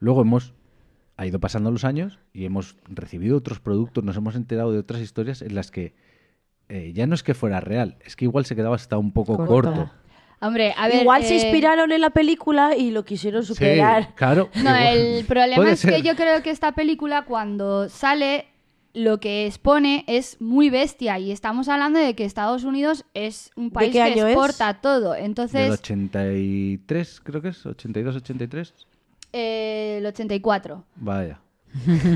S1: Luego hemos ha ido pasando los años y hemos recibido otros productos, nos hemos enterado de otras historias en las que eh, ya no es que fuera real, es que igual se quedaba hasta un poco corto.
S3: Corto.
S2: Hombre, a ver.
S4: Igual se
S2: eh,
S4: inspiraron en la película y lo quisieron
S1: Sí,
S4: superar.
S1: claro.
S2: No,
S1: igual-
S2: el problema
S1: puede
S2: es que
S1: ser.
S2: yo creo que esta película cuando sale lo que expone es muy bestia y estamos hablando de que Estados Unidos es un país
S4: qué
S2: que
S4: año es?
S2: exporta todo.
S1: Del
S2: Entonces,
S1: 83, creo que es, 82, 83.
S2: eh, el 84.
S1: Vaya.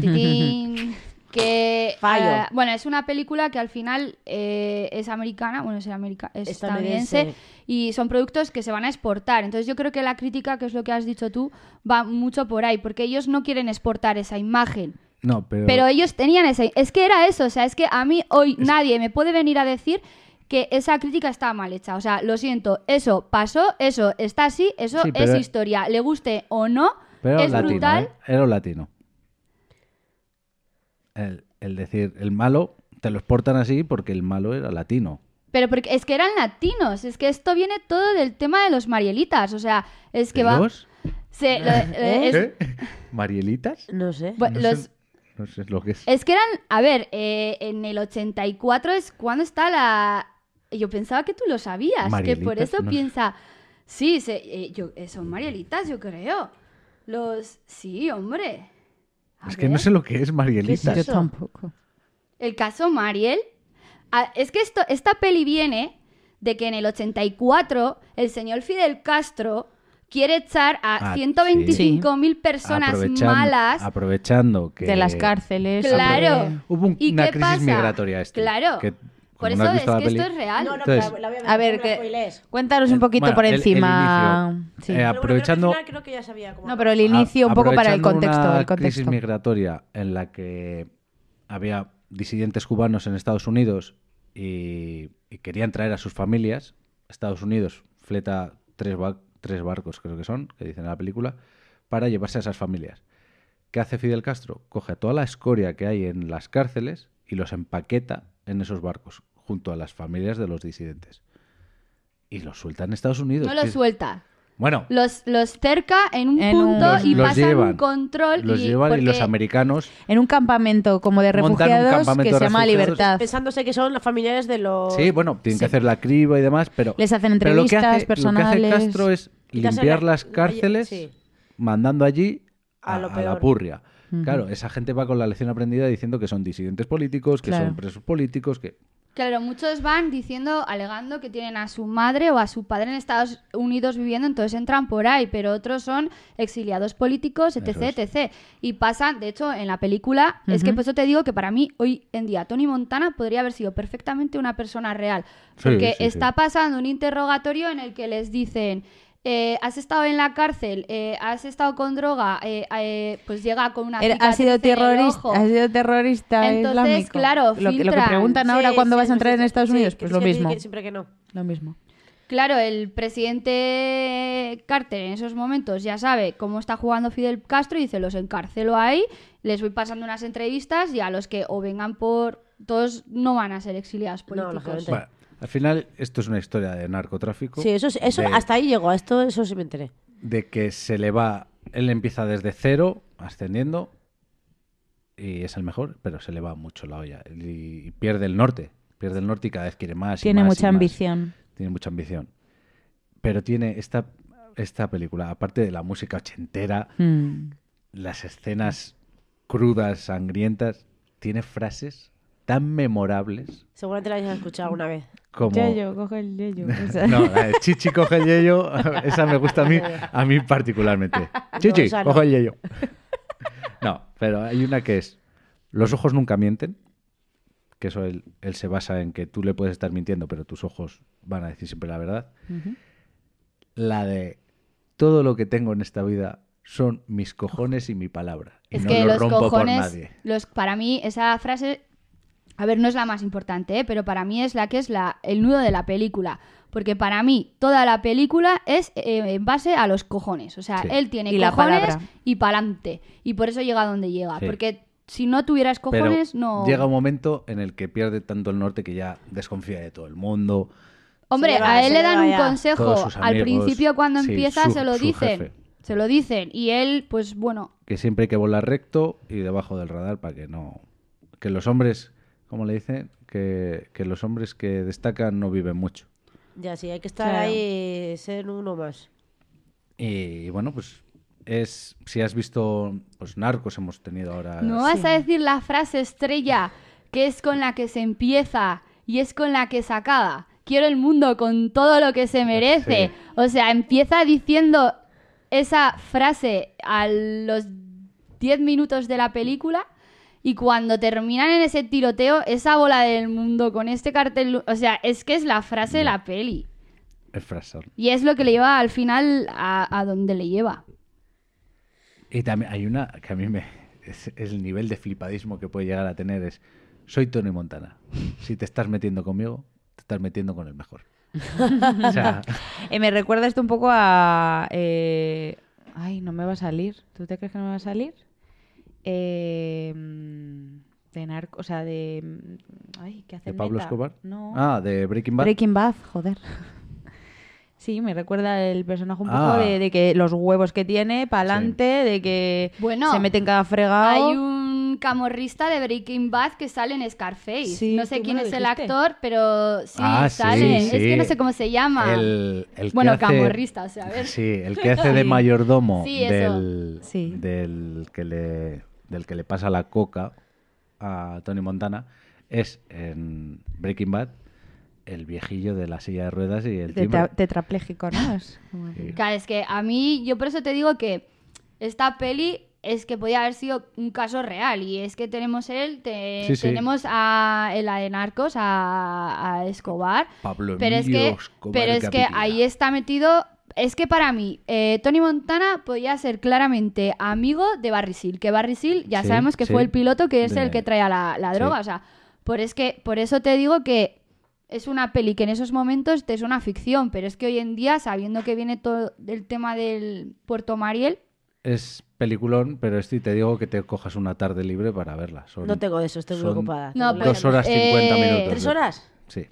S2: Titín. que
S4: Fallo.
S2: ah, bueno es una película que al final eh, es americana bueno es, america- es
S4: Estadounidense.
S2: estadounidense, y son productos que se van a exportar entonces yo creo que la crítica que es lo que has dicho tú va mucho por ahí porque ellos no quieren exportar esa imagen
S1: No, pero,
S2: pero ellos tenían esa es que era eso o sea es que a mí hoy nadie me puede venir a decir que esa crítica está mal hecha. O sea, lo siento, eso pasó, eso está así, eso
S1: Sí,
S2: es
S1: pero-
S2: historia. Le guste o no,
S1: pero era
S2: es
S1: un latino,
S2: brutal.
S1: ¿eh? Era un latino. El, el decir, el malo, te lo exportan así porque el malo era latino.
S2: Pero porque es que eran latinos, es que esto viene todo del tema de los Marielitas, o sea, es que va...
S1: ¿Los?
S2: se- lo- eh, es,
S1: ¿Eh? ¿Marielitas?
S4: No sé.
S2: bu-
S1: No
S2: los-
S1: sé, no sé lo que es.
S2: es que eran, a ver, eh, en el 84 es cuando está la... Yo pensaba que tú lo sabías, que por
S1: Marielitas,
S2: eso
S1: no sé.
S2: piensa... Sí, se- eh, yo, eh, son Marielitas, yo creo. Los... Sí, hombre. A
S1: Es que
S2: ver.
S1: no sé lo que es Marielitas.
S4: ¿Qué
S3: Yo
S4: es eso?
S3: tampoco.
S2: El caso Mariel. Ah, es que esto, esta peli viene de que en el 84 el señor Fidel Castro quiere echar a
S1: Ah,
S2: 125 mil personas
S1: Aprovechan-
S2: malas.
S1: Aprovechando que...
S3: De las cárceles.
S2: Claro.
S1: Hubo un-
S2: ¿Y
S1: una
S2: qué
S1: crisis
S2: pasa?
S1: migratoria este.
S2: Claro.
S1: que,
S2: Por
S1: como
S2: eso
S1: no has
S2: es
S1: visto la
S2: que
S1: peli-
S2: esto es real.
S4: No, no,
S1: Entonces- eh,
S4: pero la voy a ver,
S3: A
S4: no
S3: ver,
S4: me
S3: que-
S4: spoilees.
S3: Cuéntanos un poquito
S1: Bueno,
S3: por
S1: el- el
S3: encima.
S1: inicio.
S3: Sí.
S1: Eh,
S4: Pero bueno, creo que al
S1: aprovechando...
S4: final creo que ya sabía cómo
S3: No,
S4: acababa.
S3: pero el inicio un poco para el
S1: Aprovechando
S3: contexto.
S1: Una
S3: El contexto.
S1: crisis migratoria en la que había disidentes cubanos en Estados Unidos y, y querían traer a sus familias. Estados Unidos fleta tres, ba- tres barcos, creo que son, que dicen en la película, para llevarse a esas familias. ¿Qué hace Fidel Castro? Coge a toda la escoria que hay en las cárceles y los empaqueta en esos barcos, junto a las familias de los disidentes. Y los suelta en Estados Unidos.
S2: No
S1: que
S2: los
S1: es-
S2: suelta.
S1: Bueno,
S2: Los, los cerca en un
S3: En un-
S2: punto
S3: Los-
S2: y
S1: los
S2: pasan
S1: llevan.
S2: un control.
S1: los
S2: y,
S1: llevan y los
S2: porque-
S1: americanos
S3: En un campamento como de
S1: Montan un
S3: refugiados
S1: campamento
S3: que
S1: de
S3: se llama
S1: refugiados.
S3: Libertad.
S4: Pensándose que son los familiares de los...
S1: Sí, bueno, tienen que
S3: Sí.
S1: hacer la criba y demás, pero.
S3: Les hacen
S1: pero lo que hace-
S3: entrevistas
S1: Lo que
S3: personales.
S1: hace Castro es
S4: Quitarse
S1: limpiar
S4: la-
S1: las
S4: la-
S1: cárceles,
S4: sí.
S1: mandando allí a,
S4: A lo
S1: a la
S4: peor.
S1: purria.
S3: Ujú.
S1: Claro, esa gente va con la lección aprendida diciendo que son disidentes políticos, que
S3: Claro.
S1: son presos políticos, que.
S2: Claro, muchos van diciendo, alegando que tienen a su madre o a su padre en Estados Unidos viviendo, entonces entran por ahí, pero otros son exiliados políticos,
S1: Eso es.
S2: etc, etc. Y pasan, de hecho, en la película, es que
S3: Ujú.
S2: por eso te digo que para mí, hoy en día, Tony Montana podría haber sido perfectamente una persona real,
S1: Sí,
S2: porque
S1: sí, sí.
S2: está pasando un interrogatorio en el que les dicen... eh, has estado en la cárcel, eh, has estado con droga, eh, eh, pues llega con una.
S3: Era- ha
S2: cicatriz en
S3: sido
S2: el
S3: terrorista,
S2: ojo.
S3: ha sido terrorista
S2: Entonces,
S3: islámico.
S2: claro,
S3: lo que, lo que
S2: filtran.
S3: preguntan
S4: Sí,
S3: ahora cuando
S4: sí,
S3: vas a entrar en
S4: sí,
S3: Estados
S4: sí,
S3: Unidos, pues
S4: que sí,
S3: lo
S4: que dice
S3: mismo.
S4: que siempre que no.
S3: Lo mismo.
S2: Claro, el presidente Carter en esos momentos ya sabe cómo está jugando Fidel Castro y dice, los encarcelo ahí, les voy pasando unas entrevistas y a los que o vengan por... Todos no van a ser exiliados políticos.
S4: lógicamente. Sí.
S1: Bueno, al final, esto es una historia de narcotráfico.
S4: Sí, eso, es- eso
S1: de-
S4: hasta ahí llegó. a Esto, eso sí me enteré.
S1: de que se le va. Él empieza desde cero, ascendiendo, y es el mejor, pero se le va mucho la olla. Y, y pierde el norte. Pierde el norte y cada vez quiere más. y
S3: Tiene
S1: más y
S3: mucha
S1: más.
S3: ambición.
S1: Tiene mucha ambición. Pero tiene esta, esta película, aparte de la música ochentera,
S3: Mm.
S1: las escenas crudas, sangrientas, tiene frases tan memorables
S4: Seguramente la hayas escuchado alguna vez.
S1: como...
S3: Yayo, coge el yayo. o sea.
S1: No, la de Chichi coge el yello, esa me gusta a mí, a mí particularmente. Chichi,
S4: No, esa no.
S1: coge el yello. No, pero hay una que es, los ojos nunca mienten, que eso él, él se basa en que tú le puedes estar mintiendo, pero tus ojos van a decir siempre la verdad.
S3: Ujú.
S1: La de, todo lo que tengo en esta vida son mis cojones y mi palabra. Y
S2: Es
S1: no
S2: que
S1: lo
S2: los
S1: rompo
S2: cojones,
S1: por nadie.
S2: los para mí esa frase, a ver, no es la más importante, ¿eh? pero para mí es la que es la el nudo de la película, porque para mí toda la película es eh, en base a los cojones, o sea,
S1: Sí.
S2: él tiene
S3: Y la
S2: cojones
S3: palabra.
S2: y pa'lante, y por eso llega donde llega,
S1: Sí.
S2: porque si no tuvieras
S1: Pero
S2: cojones no.
S1: llega un momento en el que pierde tanto el norte que ya desconfía de todo el mundo.
S2: Hombre,
S4: Se le va,
S2: a él
S4: se
S2: le
S4: le
S2: dan
S4: va
S2: un
S4: ya.
S2: consejo
S1: Todos sus
S2: al
S1: amigos,
S2: principio cuando
S1: sí,
S2: empieza
S1: su-
S2: se lo
S1: su
S2: dicen,
S1: jefe.
S2: se lo dicen y él pues bueno,
S1: que siempre hay que volar recto y debajo del radar para que no. Que los hombres, ¿cómo le dicen? Que, que los hombres que destacan no viven mucho.
S4: Ya, sí, hay que estar
S3: Claro.
S4: ahí, ser uno más.
S1: Y bueno, pues es. Si has visto. Pues narcos hemos tenido ahora.
S2: No vas a decir la frase estrella que es con la que se empieza y es con la que se acaba. Quiero el mundo con todo lo que se merece.
S1: Sí.
S2: O sea, empieza diciendo esa frase a los 10 minutos de la película y cuando terminan en ese tiroteo, esa bola del mundo con este cartel, o sea, es que es la frase de la peli.
S1: el frasón.
S2: Y es lo que le lleva al final a, a donde le lleva.
S1: Y también hay una que a mí me. Es, es el nivel de flipadismo que puede llegar a tener es. Soy Tony Montana. Si te estás metiendo conmigo, te estás metiendo con el mejor. O sea,
S3: Eh, me recuerda esto un poco a. eh, Ay, no me va a salir. ¿Tú te crees que no me va a salir? Eh, mm, de narco, o sea, de. mm, Ay, ¿qué hace
S1: de Pablo
S3: Neta?
S1: Escobar.
S3: No.
S1: Ah, de Breaking Bad.
S3: Breaking Bad, joder. Sí, me recuerda el personaje un poco
S1: Ah.
S3: de, de que los huevos que tiene, pa'lante, de que
S2: Bueno,
S3: se mete en cada fregado.
S2: Hay un camorrista de Breaking Bad que sale en Scarface.
S3: Sí,
S2: no sé
S3: tú me
S2: quién
S3: lo
S2: es el
S3: dijiste.
S2: actor, pero sí
S1: Ah, sí,
S2: sale.
S1: sí.
S2: Es que no sé cómo se llama.
S1: El, el que
S2: Bueno,
S1: hace-
S2: camorrista, o sea, a ver.
S1: Sí, el que hace de mayordomo
S2: Sí, eso.
S1: del,
S3: Sí.
S1: del, que le, del que le pasa la coca a Tony Montana es en Breaking Bad el viejillo de la silla de ruedas y el
S3: tetra-
S1: timbre.
S3: tetrapléjico, ¿no? Es como-
S1: Sí.
S2: Claro, es que a mí, yo por eso te digo que esta peli es que podía haber sido un caso real. Y es que tenemos él, te-
S1: Sí, sí.
S2: tenemos a en la de Narcos, a, a Escobar.
S1: Pablo
S2: Pero es
S1: Emilio
S2: que,
S1: Escobar
S2: pero es que
S1: Gaviria.
S2: ahí está metido. Es que para mí, eh, Tony Montana podía ser claramente amigo de Barry Seal, que Barry Seal ya
S1: Sí,
S2: sabemos que
S1: sí.
S2: fue el piloto que es
S1: De-
S2: el que traía la, la
S1: sí.
S2: droga. O sea, por, es que, por eso te digo que es una peli que en esos momentos te es una ficción, pero es que hoy en día, sabiendo que viene todo el tema del Puerto Mariel,
S1: Es peliculón, pero este te digo que te cojas una tarde libre para verla. Son
S4: No tengo de eso, estoy muy
S1: son
S4: ocupada.
S2: No,
S4: tengo
S2: pues-
S1: dos horas cincuenta
S2: Eh,
S1: minutos.
S4: ¿Tres
S1: de-
S4: horas?
S1: Sí.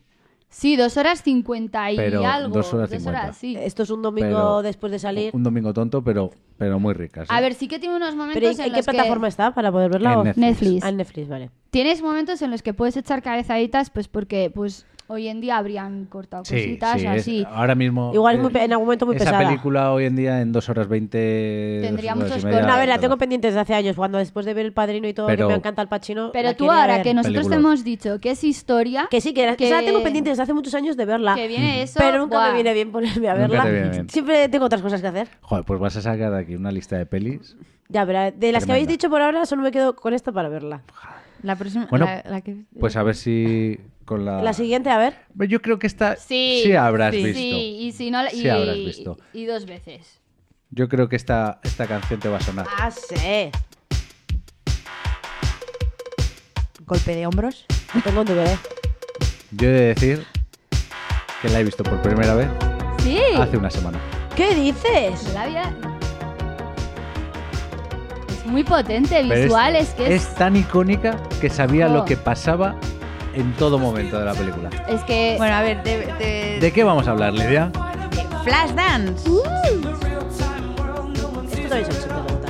S2: sí, dos horas cincuenta y
S1: Pero
S2: algo.
S1: dos horas cincuenta.
S2: sí.
S4: Esto es un domingo
S1: Pero-
S4: después de salir.
S1: Un domingo tonto, pero, pero muy rica. sí.
S2: A ver, sí que tiene unos momentos
S4: ¿Pero en,
S2: en,
S4: en qué
S2: los que-
S4: plataforma está para poder verla?
S1: En
S4: o-
S1: Netflix.
S2: Netflix.
S4: Ah, en Netflix, vale.
S2: Tienes momentos en los que puedes echar cabezaditas, pues porque pues hoy en día habrían cortado
S1: Sí,
S2: cositas
S1: sí, es-
S2: así.
S1: ahora mismo.
S4: Igual es muy
S1: eh,
S4: pe- en algún momento muy
S1: Esa
S4: pesada.
S1: película hoy en día en 2 horas 20.
S2: Tendría
S1: dos horas
S2: muchos
S1: y media,
S2: cortes.
S4: Pues No, a ver, la
S1: todo.
S4: tengo pendiente desde hace años, cuando después de ver El Padrino y todo,
S1: Pero-
S4: que me encanta el Pachino.
S2: Pero tú ahora que nosotros te
S1: Peliculón.
S2: hemos dicho que es historia,
S4: Que sí, que, la-
S2: que-
S4: esa la tengo pendiente desde hace muchos años de verla.
S2: que viene eso,
S4: pero nunca
S2: buah,
S4: me viene bien ponerme a
S1: Nunca
S4: verla.
S1: te viene bien.
S4: Siempre tengo otras cosas que hacer.
S1: Joder, pues vas a sacar aquí una lista de pelis.
S4: Ya, pero de las que
S1: Tremenda.
S4: habéis dicho por ahora, solo me quedo con esta para verla.
S3: La próxima.
S1: Bueno,
S3: la- la que-
S1: Pues a ver si con la.
S4: La siguiente, a ver.
S1: Yo creo que esta
S2: Sí,
S1: sí, habrás
S2: sí,
S1: visto.
S2: y si no, y,
S1: Sí habrás visto.
S2: y dos veces.
S1: Yo creo que esta, esta canción te va a sonar.
S4: Ah, sí.
S3: Golpe de hombros.
S4: Tengo un DVD.
S1: Yo he de decir que la he visto por primera vez
S2: Sí.
S1: hace una semana.
S4: ¿Qué dices?
S2: me la había- Es muy potente
S1: Pero
S2: visual, es, que es,
S1: es tan icónica que sabía
S2: Joder.
S1: lo que pasaba en todo momento de la película.
S2: es que
S3: Eh, Bueno, a ver, te- te-
S1: ¿De qué vamos a hablar, Lidia?
S3: Flashdance.
S4: Esto también se me pregunta.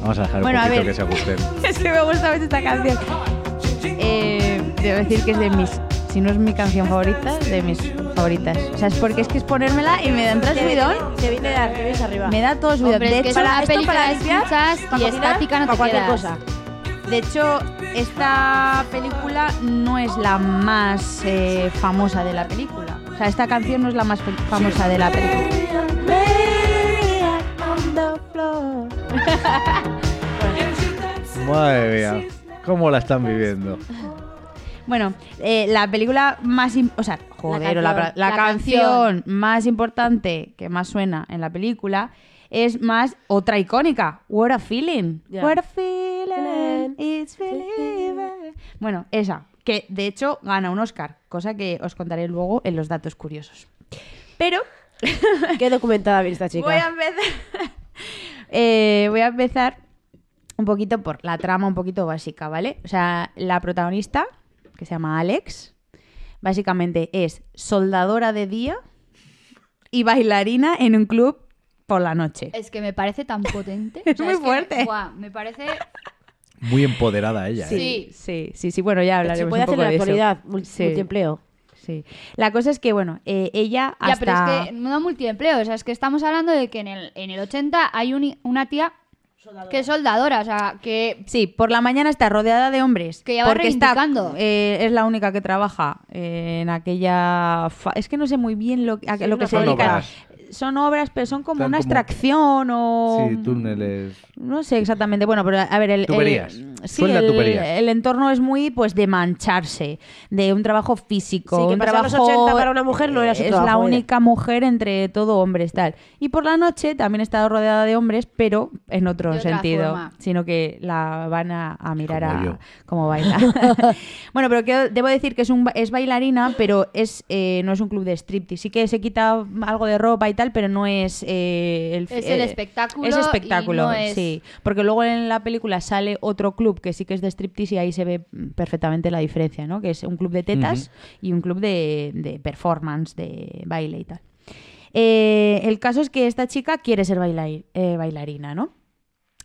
S1: Vamos a dejar
S3: Bueno, a
S1: un poquito
S3: ver.
S1: que se ajusten.
S3: es que me gusta mucho esta canción. Eh, debo decir que es de mis si no es mi canción favorita, de mis favoritas. O sea, es porque es que es ponérmela y me da un subidón.
S4: Te viene de arriba y arriba.
S3: Me da todo subidón.
S2: Hombre,
S3: de
S2: es que
S3: hecho,
S2: es una
S3: esto
S2: película
S3: para
S2: de
S3: limpiar,
S2: escuchas
S3: para
S2: y
S3: cocinar,
S2: estática no
S4: para
S2: te
S4: cualquier
S2: quedas.
S4: cosa.
S3: De hecho, esta película no es la más eh, famosa de la película. O sea, esta canción no es la más fe- famosa de la película.
S1: Madre mía, cómo la están viviendo.
S3: Bueno, eh, la película más... im- O sea, joder, la,
S4: canción.
S3: la
S2: La
S3: canción más importante que más suena en la película es más otra icónica. What a feeling.
S4: Ya.
S3: What a feeling. It's believer. Bueno, esa. Que de hecho gana un Oscar. Cosa que os contaré luego en los datos curiosos. Pero
S4: Qué documentada bien esta chica.
S3: Voy a empezar. Eh, voy a empezar un poquito por la trama un poquito básica, ¿vale? O sea, la protagonista, que se llama Alex, básicamente es soldadora de día y bailarina en un club por la noche.
S2: Es que me parece tan potente.
S3: Es muy
S2: que
S3: fuerte.
S2: Me, guau, me parece.
S1: Muy empoderada ella, ¿eh?
S2: Sí.
S3: Sí, sí, sí, bueno, ya hablaremos
S4: Se puede
S3: un
S4: hacer
S3: poco
S4: en la
S3: de eso.
S4: actualidad, mul-
S3: Sí.
S4: multiempleo.
S3: Sí. La cosa es que, bueno, eh, ella hasta...
S2: Ya, pero es que no da multiempleo. O sea, es que estamos hablando de que en el, en el 80 hay un- una tía que es soldadora. O sea, que.
S3: Sí, por la mañana está rodeada de hombres.
S2: Que ya va
S3: porque está,
S2: reivindicando.
S3: eh, es la única que trabaja eh, en aquella... fa- Es que no sé muy bien lo, a
S4: Sí,
S3: lo
S4: una
S3: que se
S4: Son
S3: dedica.
S1: obras.
S3: Son obras, pero son como
S1: Están
S3: una
S1: como-
S3: extracción o...
S1: Sí, túneles.
S3: No sé exactamente. Bueno, pero a ver, el, el-
S1: Tuberías.
S3: sí,
S1: Suelda
S3: el,
S1: tuberías.
S3: el entorno es muy pues de mancharse, de un trabajo físico.
S4: Sí, que
S3: un
S4: pasar los
S3: trabajo,
S4: 80 para una mujer no era su
S3: Es la
S4: trabajo, era.
S3: única mujer entre todo hombres, tal. Y por la noche también he estado rodeada de hombres, pero en otro
S2: De otra
S3: sentido.
S2: forma.
S3: Sino que la van a, a mirar
S1: Como
S3: a
S1: yo.
S3: cómo baila. bueno, pero que, debo decir que es, un, ba- es bailarina, pero es eh, no es un club de striptease. Sí que se quita algo de ropa y tal, pero no es eh, el
S2: Es el
S3: eh,
S2: espectáculo
S3: Es
S2: y
S3: espectáculo,
S2: no es-
S3: sí. Porque luego en la película sale otro club que sí que es de striptease y ahí se ve mm, perfectamente la diferencia, ¿no? Que es un club de tetas y un club de, de performance, de baile y tal. Eh, el caso es que esta chica quiere ser bailai- eh, bailarina, ¿no?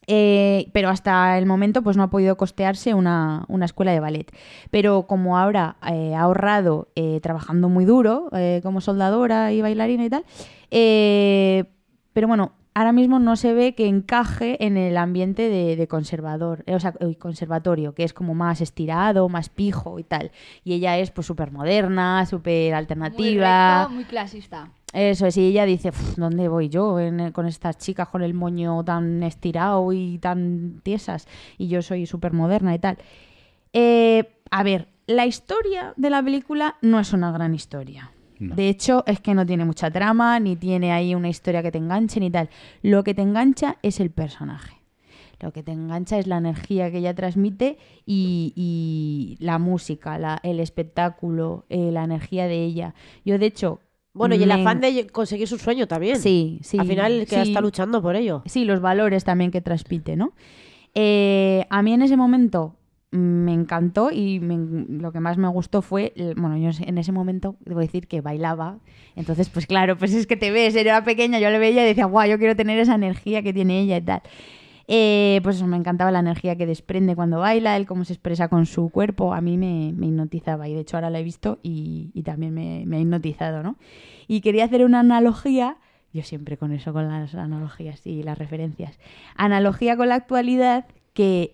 S3: Eh, pero hasta el momento pues no ha podido costearse una, una escuela de ballet. Pero como ahora eh, ha ahorrado eh, trabajando muy duro eh, como soldadora y bailarina y tal, eh, pero bueno, ahora mismo no se ve que encaje en el ambiente de, de conservador, eh, o sea, uy, conservatorio, que es como más estirado, más pijo y tal. Y ella es pues súper moderna, súper
S2: Muy
S3: alternativa.
S2: recto, muy clasista.
S3: Eso es, y ella dice, "Uf, ¿dónde voy yo en- con estas chicas con el moño tan estirado y tan tiesas? Y yo soy súper moderna y tal. Eh, a ver, la historia de la película no es una gran historia.
S1: No.
S3: De hecho, es que no tiene mucha trama, ni tiene ahí una historia que te enganche, ni tal. Lo que te engancha es el personaje. Lo que te engancha es la energía que ella transmite y, y la música, la- el espectáculo, eh, la energía de ella. Yo, de hecho...
S4: Bueno, y el
S3: me
S4: afán de conseguir su sueño también.
S3: Sí, sí.
S4: Al final el que
S3: sí.
S4: está luchando por ello.
S3: Sí, los valores también que transmite, ¿no? Eh, a mí en ese momento mm, me encantó y me- lo que más me gustó fue, el- bueno, yo en ese momento debo decir que bailaba, entonces pues claro, pues es que te ves, era pequeña, yo le veía y decía, guau, yo quiero tener esa energía que tiene ella y tal. Eh, pues eso, me encantaba la energía que desprende cuando baila, el cómo se expresa con su cuerpo, a mí me, me hipnotizaba y de hecho ahora la he visto y, y también me, me ha hipnotizado, ¿no? Y quería hacer una analogía, yo siempre con eso, con las analogías y las referencias, analogía con la actualidad que...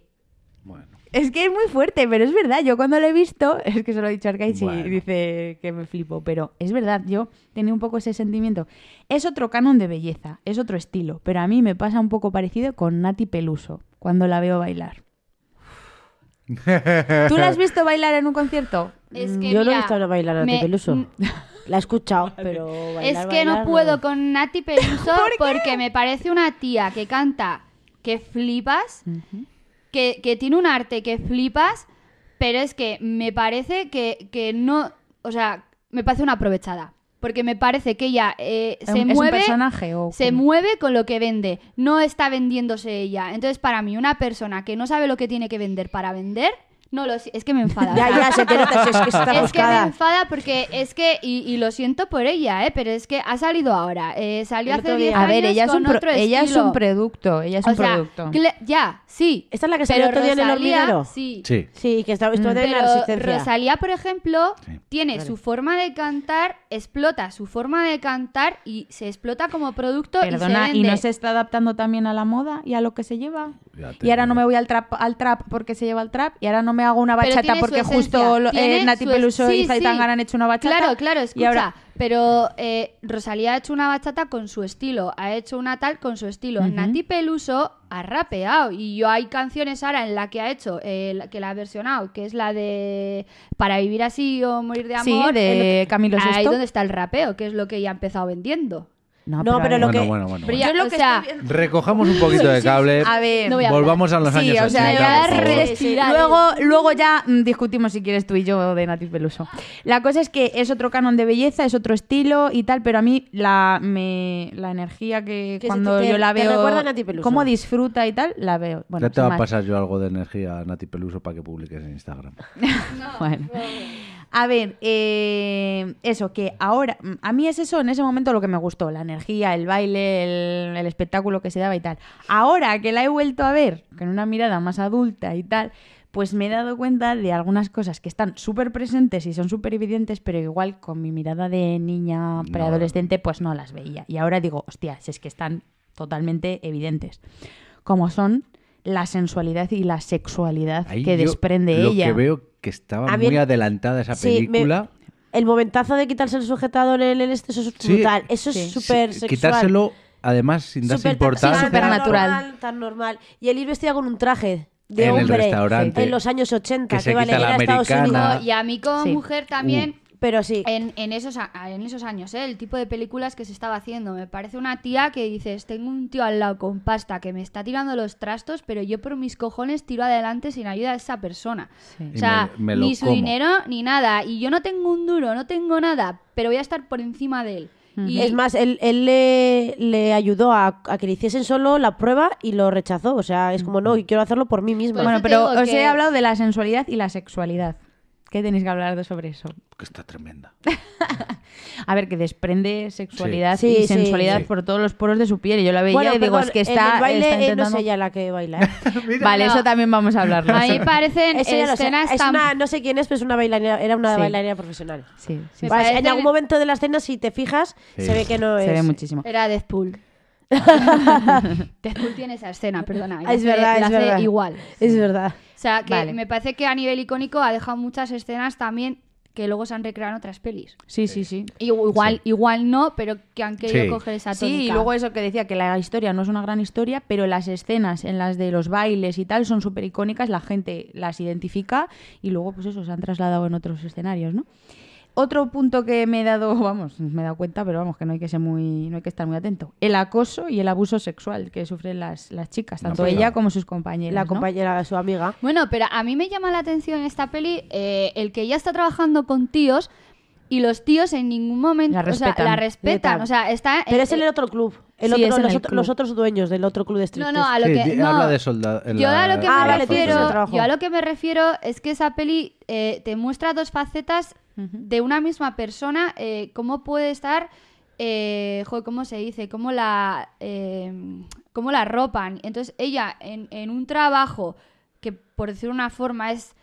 S1: Bueno,
S3: Es que es muy fuerte, pero es verdad, yo cuando lo he visto, es que se lo he dicho a Arcaichi
S1: Bueno.
S3: y dice que me flipo, pero es verdad, yo tenía un poco ese sentimiento. Es otro canon de belleza, es otro estilo, pero a mí me pasa un poco parecido con Nati Peluso, cuando la veo bailar. ¿Tú la has visto bailar en un concierto?
S2: Es
S4: Mm,
S2: que,
S4: Yo no he
S2: mira,
S4: visto a una bailar a Nati
S2: me-
S4: Peluso.
S2: mm.
S4: La he escuchado, pero bailar,
S2: es que no
S4: bailar,
S2: puedo con Nati Peluso
S3: ¿Por qué?
S2: porque me parece una tía que canta que flipas,
S3: Ujú.
S2: que, que tiene un arte que flipas, pero es que me parece que, que no. O sea, me parece una aprovechada. Porque me parece que ella eh,
S3: ¿Es
S2: se
S3: un
S2: mueve.
S3: personaje o
S2: se
S3: cómo?
S2: mueve con lo que vende, no está vendiéndose ella. Entonces, para mí, una persona que no sabe lo que tiene que vender para vender, No, lo, si- es que me enfada.
S4: Ya, ya, se te nota, es que está
S2: Es que me
S4: buscada.
S2: enfada porque es que, y, y lo siento por ella, ¿eh? pero es que ha salido ahora. Eh, salió
S4: El
S2: hace
S4: otro
S2: 10
S4: día.
S2: años
S3: A ver, ella es, un
S2: con
S3: pro-
S2: otro
S3: ella es
S2: estilo.
S3: un producto, ella es
S2: O
S3: un
S2: sea,
S3: producto.
S2: cla- ya, sí.
S4: ¿Esta es la que salió
S2: Pero
S4: otro día en el
S2: Rosalía,
S4: hormiguero?
S2: Sí.
S1: Sí.
S4: Sí, que está, esto
S3: Mm.
S4: de la
S2: Pero
S4: resistencia.
S2: Rosalía, por ejemplo,
S1: Sí.
S2: tiene su forma de cantar, explota su forma de cantar y se explota como producto y se
S3: Perdona,
S2: vende.
S3: ¿y no se está adaptando también a la moda y a lo que se lleva?
S1: Ya te
S3: Y ahora
S1: digo.
S3: no me voy al trap, al trap porque se lleva el trap. Y ahora no me hago una
S2: Pero
S3: bachata
S2: tiene su
S3: porque
S2: esencia,
S3: justo lo- eh,
S2: tiene
S3: Nati
S2: su es-
S3: Peluso
S2: sí,
S3: y Zaitangana han hecho una bachata.
S2: Claro, claro,
S3: y
S2: escucha.
S3: ahora-
S2: Pero eh, Rosalía ha hecho una bachata con su estilo, ha hecho una tal con su estilo.
S3: Ujú.
S2: Nati Peluso ha rapeado y yo hay canciones ahora en la que ha hecho, eh, la- que la ha versionado, que es la de Para vivir así o morir de
S3: Sí,
S2: amor.
S3: de
S2: el-
S3: Camilo
S2: Ahí
S3: Sesto.
S2: donde está el rapeo, que es lo que ya ha empezado vendiendo.
S4: No, pero lo
S1: bueno,
S4: que-
S1: bueno, bueno,
S2: Pero
S1: bueno.
S2: ya,
S3: Yo lo
S2: o
S3: que
S2: sea,
S3: estoy viendo-
S1: Recojamos un poquito de cable.
S3: A ver,
S2: No voy a hablar.
S1: Volvamos a los
S3: sí,
S1: años
S3: o sea,
S1: 80,
S3: ya
S1: por favor.
S2: re-
S3: respirar. luego, luego ya mm, discutimos si quieres tú y yo de Nati Peluso. La cosa es que es otro canon de belleza, es otro estilo y tal, pero a mí la, me- la energía que,
S4: Que se
S3: cuando
S4: te-
S3: yo la
S4: te
S3: veo,
S4: recuerda a Nati Peluso.
S3: cómo disfruta y tal, la veo. Bueno,
S1: ya te
S3: sin
S1: va a
S3: más.
S1: pasar yo algo de energía a Nati Peluso para que publiques en Instagram.
S3: Bueno. A ver, eh, eso, que ahora, mm, a mí es eso, en ese momento lo que me gustó, la energía, el baile, el, el espectáculo que se daba y tal. Ahora que la he vuelto a ver con una mirada más adulta y tal, pues me he dado cuenta de algunas cosas que están súper presentes y son súper evidentes, pero igual con mi mirada de niña preadolescente, pues no las veía. Y ahora digo, hostia, si es que están totalmente evidentes. Como son la sensualidad y la sexualidad
S1: Ahí
S3: que
S1: yo
S3: desprende
S1: lo
S3: ella.
S1: que veo que estaba
S4: A mí-
S1: muy adelantada esa
S4: Sí, me-
S1: película.
S4: El momentazo de quitarse el sujetador en el este, eso es
S1: Sí.
S4: brutal. Eso
S3: Sí.
S4: es súper
S1: Sí,
S4: sexual.
S1: Quitárselo, además, sin darse
S4: Súper-
S1: importancia.
S4: sí,
S3: Súper
S4: tan
S3: natural.
S4: normal, Tan normal. Y el ir vestida con un traje de
S1: En el
S4: hombre.
S1: restaurante.
S4: En los años 80.
S1: Que se
S4: vale,
S1: quita la
S4: era Estados
S1: americana.
S4: Unidos.
S2: No, y a mí como
S3: Sí.
S2: mujer también,
S4: Pero sí.
S2: en, en esos, a- en esos años, ¿eh? el tipo de películas que se estaba haciendo. Me parece una tía que dices, tengo un tío al lado con pasta que me está tirando los trastos, pero yo por mis cojones tiro adelante sin ayuda de esa persona.
S3: Sí.
S1: Y
S2: O sea,
S1: me- me lo
S2: ni su
S1: como.
S2: dinero ni nada. Y yo no tengo un duro, no tengo nada, pero voy a estar por encima de él. Y
S4: Mm. Es más, él, él le, le ayudó a, a que le hiciesen solo la prueba y lo rechazó. O sea, es como, no, quiero hacerlo por mí misma.
S2: Por
S3: bueno,
S2: eso te
S3: pero
S2: digo
S3: os
S2: que-
S3: he hablado de la sensualidad y la sexualidad. ¿Qué tenéis que hablar de sobre eso?
S1: Que está tremenda.
S3: A ver, que desprende sexualidad
S4: Sí,
S3: y
S4: sí.
S3: sensualidad
S1: Sí.
S3: por todos los poros de su piel. Y yo la veía y digo,
S4: perdón,
S3: es que
S4: en
S3: está,
S4: el baile
S3: está
S4: eh,
S3: intentando-
S4: no es ella la que baila. ¿eh?
S3: Vale, eso también vamos a hablarlo.
S2: a mí me parecen
S4: Es ella, o sea,
S2: escenas
S4: es
S2: tan...
S4: una- no sé quién es, pero es una bailarina, era una
S3: Sí.
S4: bailarina profesional.
S3: Sí, sí,
S2: Me
S3: sí.
S4: Vas, En
S2: parece-
S4: algún momento de la escena, si te fijas,
S1: Sí.
S4: se ve que no es. Eh,
S3: se ve muchísimo.
S2: Era Deadpool. Deadpool tiene esa escena, perdona. y
S4: Ah, es
S2: hace-
S4: verdad,
S2: la
S4: es
S2: hace
S4: verdad.
S2: igual.
S4: Es verdad.
S2: O sea, que
S3: Vale.
S2: me parece que a nivel icónico ha dejado muchas escenas también que luego se han recreado en otras pelis.
S3: Sí, sí, sí.
S2: Y- Igual, igual no, pero que han querido
S1: Sí.
S2: coger esa tónica.
S3: Sí, y luego eso que decía, que la historia no es una gran historia, pero las escenas en las de los bailes y tal son súper icónicas, la gente las identifica y luego, pues eso, se han trasladado en otros escenarios, ¿no? Otro punto que me he dado, vamos, me he dado cuenta, pero vamos, que no hay que ser muy, no hay que estar muy atento. El acoso y el abuso sexual que sufren las, las chicas,
S1: Una
S3: tanto
S1: pasada.
S3: ella como sus compañeras.
S4: La
S3: ¿no?
S4: compañera, su amiga.
S2: Bueno, pero a mí me llama la atención esta peli eh, el que ella está trabajando con tíos y los tíos en ningún momento
S3: La
S2: o sea,
S3: respetan.
S2: la respetan. O sea, está...
S4: Pero es
S2: eh,
S4: en el otro club. El
S3: Sí, es
S4: otro-
S3: en
S4: los,
S3: el
S4: otro-
S3: club.
S4: los otros dueños del otro club de
S2: No,
S4: striptease.
S2: no, a lo
S1: Sí,
S2: que...
S1: di-
S2: no.
S1: habla de soldado. en
S2: Yo
S1: la-
S2: a lo que
S1: en
S4: Ah,
S2: me
S1: la
S4: vale,
S1: foto.
S4: tú dices otra.
S2: refiero,
S4: trabajo.
S2: yo a lo que me refiero es que esa peli eh, te muestra dos facetas de una misma persona, eh, cómo puede estar, eh, jo, ¿cómo se dice? Cómo la, eh, cómo la ropan. Entonces ella en, en un trabajo que por decir una forma es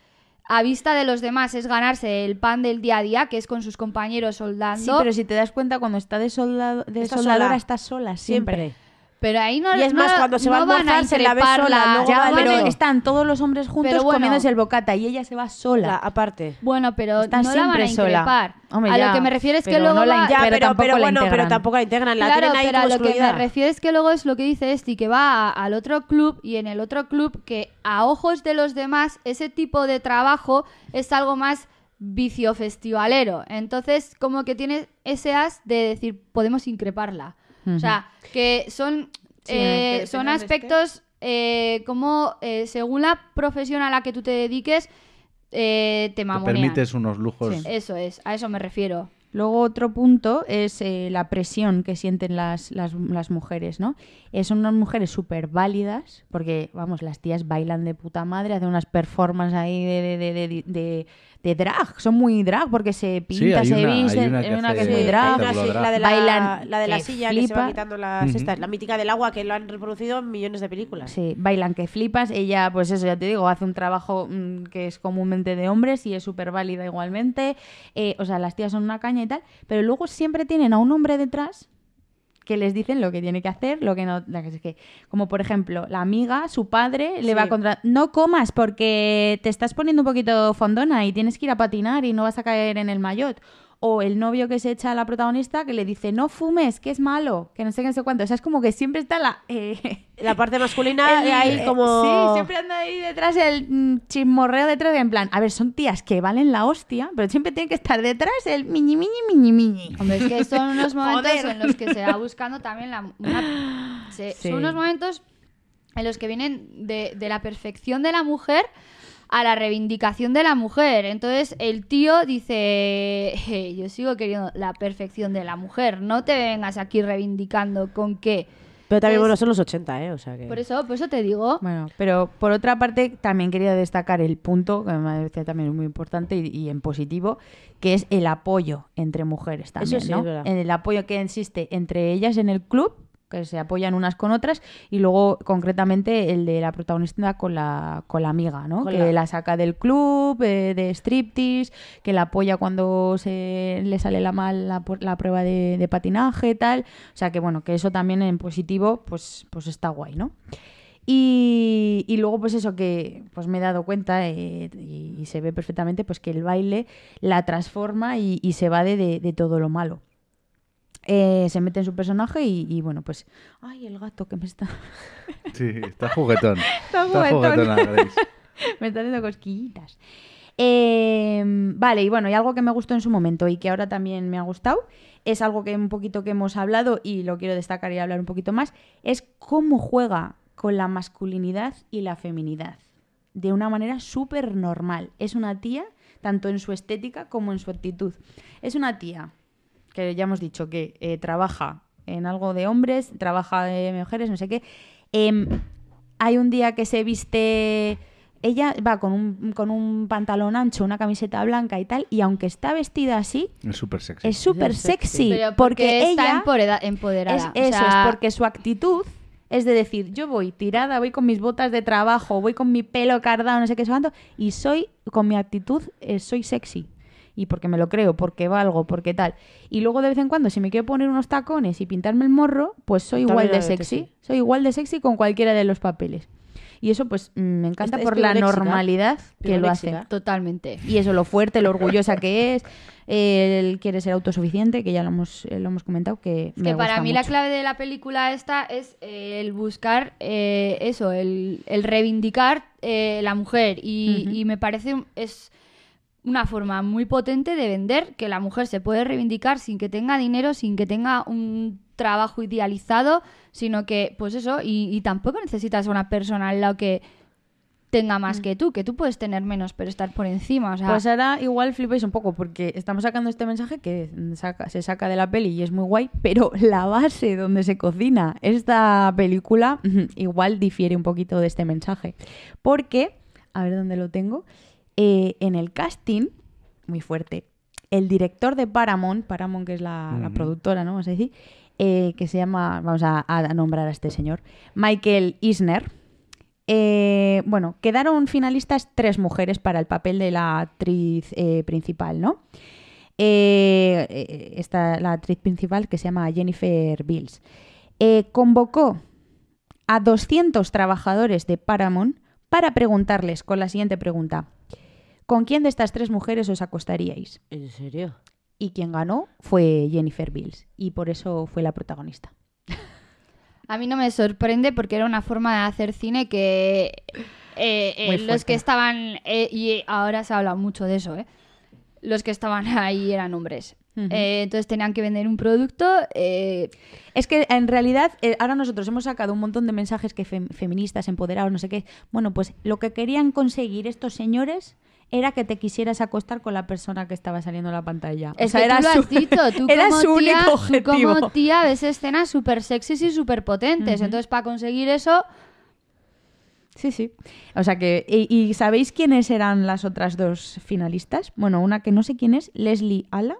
S2: a vista de los demás es ganarse el pan del día a día, que es con sus compañeros soldando.
S3: Sí, pero si te das cuenta, cuando está de, soldado, de
S4: Está
S3: soldadora
S4: sola.
S3: está sola siempre.
S4: Siempre.
S2: Pero ahí no
S4: Y es más,
S2: no-
S4: cuando se va a
S2: no van
S4: almorzar, se la ve sola,
S2: increparla,
S4: luego
S2: no
S3: Ya,
S4: va
S2: van a-
S3: pero
S4: bueno.
S3: están todos los hombres juntos
S2: Pero bueno.
S3: comiéndose el bocata y ella se va sola.
S4: La- aparte.
S2: Bueno, pero
S3: Está
S2: no la van a
S3: siempre sola.
S2: increpar.
S3: Hombre,
S2: a
S3: ya,
S2: lo que me refiero es que
S3: pero
S2: luego
S3: no la
S2: va-
S3: Ya, pero tampoco la
S4: bueno, pero
S3: integran.
S4: tampoco la integran. La
S2: Ah, claro,
S4: tienen ahí
S2: pero a
S4: como
S2: lo que me
S4: excluida.
S2: refiero es que luego es lo que dice Esti, que va a- al otro club y en el otro club que a ojos de los demás ese tipo de trabajo es algo más vicio festivalero. Entonces, como que tiene ese as de decir, podemos increparla. O sea, que son,
S3: Sí, en el que
S2: eh,
S3: depende
S2: son
S3: donde
S2: aspectos eh, como eh, según la profesión a la que tú te dediques, eh, te
S1: Te
S2: mamonean.
S1: permites unos lujos.
S3: Sí.
S2: Eso es, a eso me refiero.
S3: Luego otro punto es eh, la presión que sienten las, las- las mujeres, ¿no? Eh, son unas mujeres súper válidas, porque, vamos, las tías bailan de puta madre, hacen unas performances ahí de, de, de- de- de- de drag, son muy drag, porque se pinta,
S1: hay
S3: se
S1: una- hay
S3: visten,
S1: una que
S3: hay una que es
S1: hace
S3: muy
S1: Sí,
S3: drag.
S1: hay una sí,
S4: la de la,
S3: Bailan,
S4: la de la
S3: que
S4: silla que se
S3: flipa.
S4: van quitando las
S1: Ujú.
S4: estas, la mítica del agua que lo han reproducido en millones de películas.
S3: Sí, bailan que flipas. Ella, pues eso, ya te digo, hace un trabajo mm, que es comúnmente de hombres y es súper válida igualmente. Eh, o sea, las tías son una caña y tal, pero luego siempre tienen a un hombre detrás que les dicen lo que tiene que hacer, lo que no. la que es que- como por ejemplo, la amiga, su padre, le
S4: Sí.
S3: va contra. No comas porque te estás poniendo un poquito fondona y tienes que ir a patinar y no vas a caer en el maillot. O el novio que se echa a la protagonista que le dice, no fumes, que es malo, que no sé qué, no sé cuánto. O sea, es como que siempre está la. eh,
S4: La parte masculina
S3: el-
S4: hay
S3: eh,
S4: como...
S3: Sí, siempre anda ahí detrás el mm, chismorreo detrás, en plan, a ver, son tías que valen la hostia, pero siempre tiene que estar detrás el miñi, miñi, miñi, miñi.
S2: Hombre, es que son unos momentos
S3: Joder.
S2: en los que se va buscando también la... una- se-
S3: Sí.
S2: Son unos momentos en los que vienen de, de la perfección de la mujer a la reivindicación de la mujer. Entonces el tío dice, "Eh, yo sigo queriendo la perfección de la mujer, no te vengas aquí reivindicando con qué.
S4: Pero también,
S2: Es-
S4: bueno, son los 80, ¿eh? O sea que...
S2: Por eso, por eso te digo,
S3: Bueno, pero por otra parte, también quería destacar el punto, que me parece también muy importante y, y en positivo, que es el apoyo entre mujeres también,
S4: sí,
S3: ¿no?
S4: es verdad.
S3: El apoyo que existe entre ellas en el club, que se apoyan unas con otras, y luego concretamente el de la protagonista con la, con la amiga, ¿no?
S4: Con
S3: que
S4: la-
S3: la saca del club, eh, de striptease, que la apoya cuando se le sale la mal la, pu- la prueba de, de patinaje, tal. O sea que bueno, que eso también en positivo, pues, pues está guay, ¿no? Y, y luego, pues eso que pues me he dado cuenta eh, y, y se ve perfectamente, pues que el baile la transforma y, y se va de, de- de todo lo malo. Eh, se mete en su personaje y, y, bueno, pues. Ay, el gato que me está.
S1: Sí, está juguetón.
S3: Está
S1: está juguetona, Grace.
S3: me está haciendo cosquillitas. Eh, vale, y bueno, y algo que me gustó en su momento y que ahora también me ha gustado, es algo que un poquito que hemos hablado y lo quiero destacar y hablar un poquito más, es cómo juega con la masculinidad y la feminidad. De una manera súper normal. Es una tía, tanto en su estética como en su actitud. Es una tía que ya hemos dicho que eh, trabaja en algo de hombres, trabaja de mujeres, no sé qué. Em, hay un día que se viste. Ella va con un, con un pantalón ancho, una camiseta blanca y tal, y aunque está vestida así,
S1: Es súper sexy.
S3: es súper
S4: sexy.
S3: sexy.
S2: pero porque,
S3: porque
S2: está
S3: ella.
S2: emporeda-
S3: Es,
S2: empoderada. o
S3: eso
S2: sea,
S3: es porque su actitud es de decir, yo voy tirada, voy con mis botas de trabajo, voy con mi pelo cardado, no sé qué, cuánto, y soy, con mi actitud, eh, soy sexy. Y porque me lo creo, porque valgo, porque tal. Y luego de vez en cuando, si me quiero poner unos tacones y pintarme el morro, pues soy
S4: También
S3: igual
S4: lo
S3: de
S4: veo
S3: sexy.
S4: sexy.
S3: Soy igual de sexy con cualquiera de los papeles. Y eso, pues, mm, me encanta
S4: Es- es
S3: por la
S4: piroléxica.
S3: normalidad que lo hace.
S4: Piroléxica.
S2: Totalmente.
S3: Y eso, lo fuerte, lo orgullosa que es. Él quiere ser autosuficiente, que ya lo hemos, eh, lo hemos comentado, que
S2: Es
S3: me
S2: que para
S3: gusta
S2: mí la
S3: mucho.
S2: clave de la película esta es eh, el buscar eh, eso, el, el reivindicar eh, la mujer. Y,
S3: Ujú.
S2: y me parece un- es una forma muy potente de vender que la mujer se puede reivindicar sin que tenga dinero, sin que tenga un trabajo idealizado, sino que, pues eso, y, y tampoco necesitas a una persona al lado que tenga más que tú, que tú puedes tener menos, pero estar por encima. O sea,
S3: Mm. Pues ahora igual flipáis un poco porque estamos sacando este mensaje que saca- se saca de la peli y es muy guay, pero la base donde se cocina esta película igual difiere un poquito de este mensaje. Porque, a ver dónde lo tengo, eh, en el casting, muy fuerte, el director de Paramount, Paramount que es la, la
S1: Ujú.
S3: productora, ¿no? Vamos a decir, eh, que se llama, vamos a, a nombrar a este señor, Michael Isner. Eh, bueno, quedaron finalistas tres mujeres para el papel de la actriz eh, principal, ¿no? Eh, eh, esta, la actriz principal que se llama Jennifer Bills. Eh, convocó a 200 trabajadores de Paramount para preguntarles con la siguiente pregunta. ¿Con quién de estas tres mujeres os acostaríais?
S4: ¿En serio?
S3: Y quien ganó fue Jennifer Bills. Y por eso fue la protagonista.
S2: A mí no me sorprende porque era una forma de hacer cine que eh, eh,
S3: Muy
S2: los
S3: fuerte.
S2: que estaban, eh, y ahora se ha hablado mucho de eso, ¿eh? los que estaban ahí eran hombres.
S3: Ujú.
S2: Eh, entonces tenían que vender un producto. eh,
S3: Es que en realidad eh, ahora nosotros hemos sacado un montón de mensajes que fem- feministas, empoderados, no sé qué. Bueno, pues lo que querían conseguir estos señores era que te quisieras acostar con la persona que estaba saliendo a la pantalla.
S2: Es
S3: o sea,
S2: que
S3: era
S2: tú lo has
S3: su-
S2: dicho, tú
S3: era
S2: como
S3: su
S2: tía,
S3: único
S2: tú
S3: objetivo.
S2: como tía ves escenas súper sexys y súper potentes.
S3: Ujú.
S2: Entonces, para conseguir eso,
S3: Sí, sí. O sea que. Y, y sabéis quiénes eran las otras dos finalistas? Bueno, una que no sé quién es, Leslie Ala.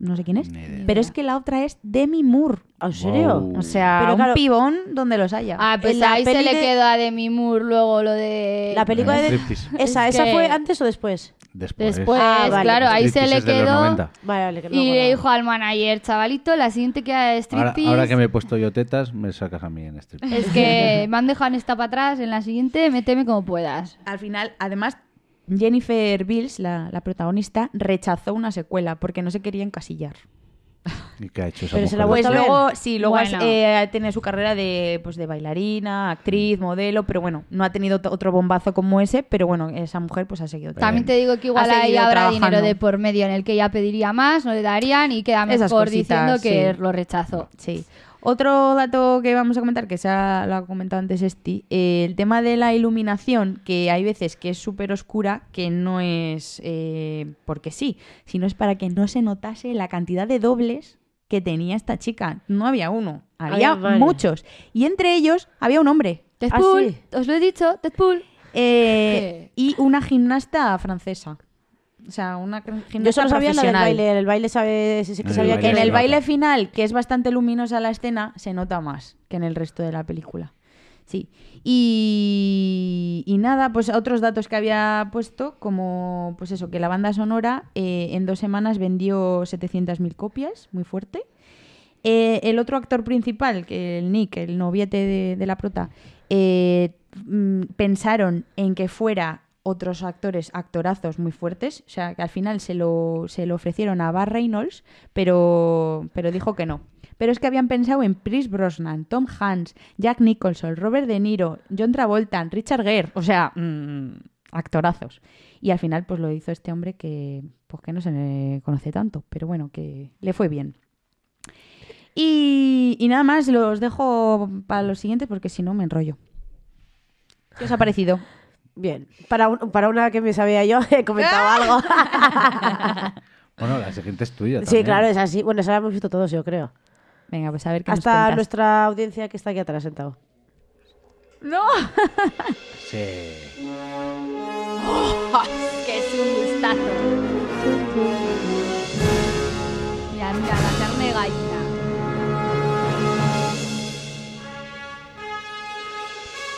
S3: No sé quién es.
S1: Ni idea.
S3: Pero es que la otra es Demi Moore.
S4: ¿En serio?
S1: Wow.
S3: O sea,
S4: Pero
S3: un
S4: claro-
S3: pibón donde los haya.
S2: mm, ah, pues
S4: en la
S2: ahí se
S4: peli
S2: le
S4: de-
S2: quedó a Demi Moore luego lo de... Pues
S4: La película
S1: Eh,
S4: de...
S1: striptease.
S4: Esa,
S2: Es
S4: esa
S2: que-
S4: fue antes o después.
S1: Después.
S2: Después,
S4: Ah, vale.
S2: claro, ahí se
S1: Striptease
S2: le
S1: es de los
S2: quedó...
S1: 90.
S4: Vale, vale, que luego
S2: Y le
S4: la-
S2: dijo al manager, chavalito, la siguiente que de
S1: Ahora,
S2: striptease...
S1: ahora que me he puesto yo tetas, me sacas a mí en striptease.
S2: Es que me han dejado en esta para atrás, en la siguiente méteme como puedas.
S3: Al final, además, Jennifer Bills, la, la protagonista, rechazó una secuela porque no se quería encasillar.
S1: ¿Y qué ha hecho esa
S4: Pero se la
S1: mujer?
S3: Pues
S4: vuelta a ver.
S3: luego, sí, luego
S2: Bueno.
S3: has, eh, tiene su carrera de, pues, de bailarina, actriz, modelo, pero bueno, no ha tenido t- otro bombazo como ese, pero bueno, esa mujer pues ha seguido.
S2: También te digo que igual
S3: Ha
S2: ahí
S3: seguido
S2: habrá
S3: trabajando.
S2: dinero de por medio en el que ya pediría más, no le darían y queda
S3: Esas
S2: mejor
S3: cositas,
S2: diciendo que
S3: sí.
S2: lo rechazó.
S1: Ah,
S3: Sí. Otro dato que vamos a comentar, que se ha, lo ha comentado antes Esti, eh, el tema de la iluminación, que hay veces que es súper oscura, que no es eh, porque sí, sino es para que no se notase la cantidad de dobles que tenía esta chica. No había uno, había
S4: Ah, vale.
S3: muchos. Y entre ellos había un hombre.
S2: Deadpool,
S4: sí.
S2: os lo he dicho, Deadpool.
S3: Eh, y una gimnasta francesa. O sea, una cr- gimnasta
S4: Yo solo sabía la del
S3: profesional.
S4: baile. El baile sabe... Sí, sí que
S1: El
S4: sabía
S1: baile
S4: que
S3: En
S1: se
S3: el
S1: nota.
S3: baile final, que es bastante luminosa la escena, se nota más que en el resto de la película. Sí. Y, y nada, pues otros datos que había puesto, como pues eso, que la banda sonora eh, en dos semanas vendió 700.000 copias, muy fuerte. Eh, el otro actor principal, que el Nick, el noviete de, de la prota, eh, mm, pensaron en que fuera otros actores, actorazos muy fuertes, o sea, que al final se lo, se lo ofrecieron a Bar Reynolds, pero, pero dijo que no. Pero es que habían pensado en Chris Brosnan, Tom Hanks, Jack Nicholson, Robert De Niro, John Travolta, Richard Gere, o sea, mm, actorazos. Y al final pues lo hizo este hombre que pues que no se le conoce tanto, pero bueno, que le fue bien. Y, y nada más, los dejo para los siguientes porque si no me enrollo. ¿Qué os ha parecido?
S4: Bien. Para, un- para una que me sabía yo, he comentado algo.
S1: Bueno, la siguiente es tuya.
S4: sí,
S1: también.
S4: claro, es así. Bueno, esa la hemos visto todos, yo creo.
S3: Venga, pues a ver qué nos
S4: Hasta
S3: cuentas.
S4: nuestra audiencia que está aquí atrás sentado.
S1: Sí.
S2: Que es un gustazo. Mira, mira, la carne de gallina.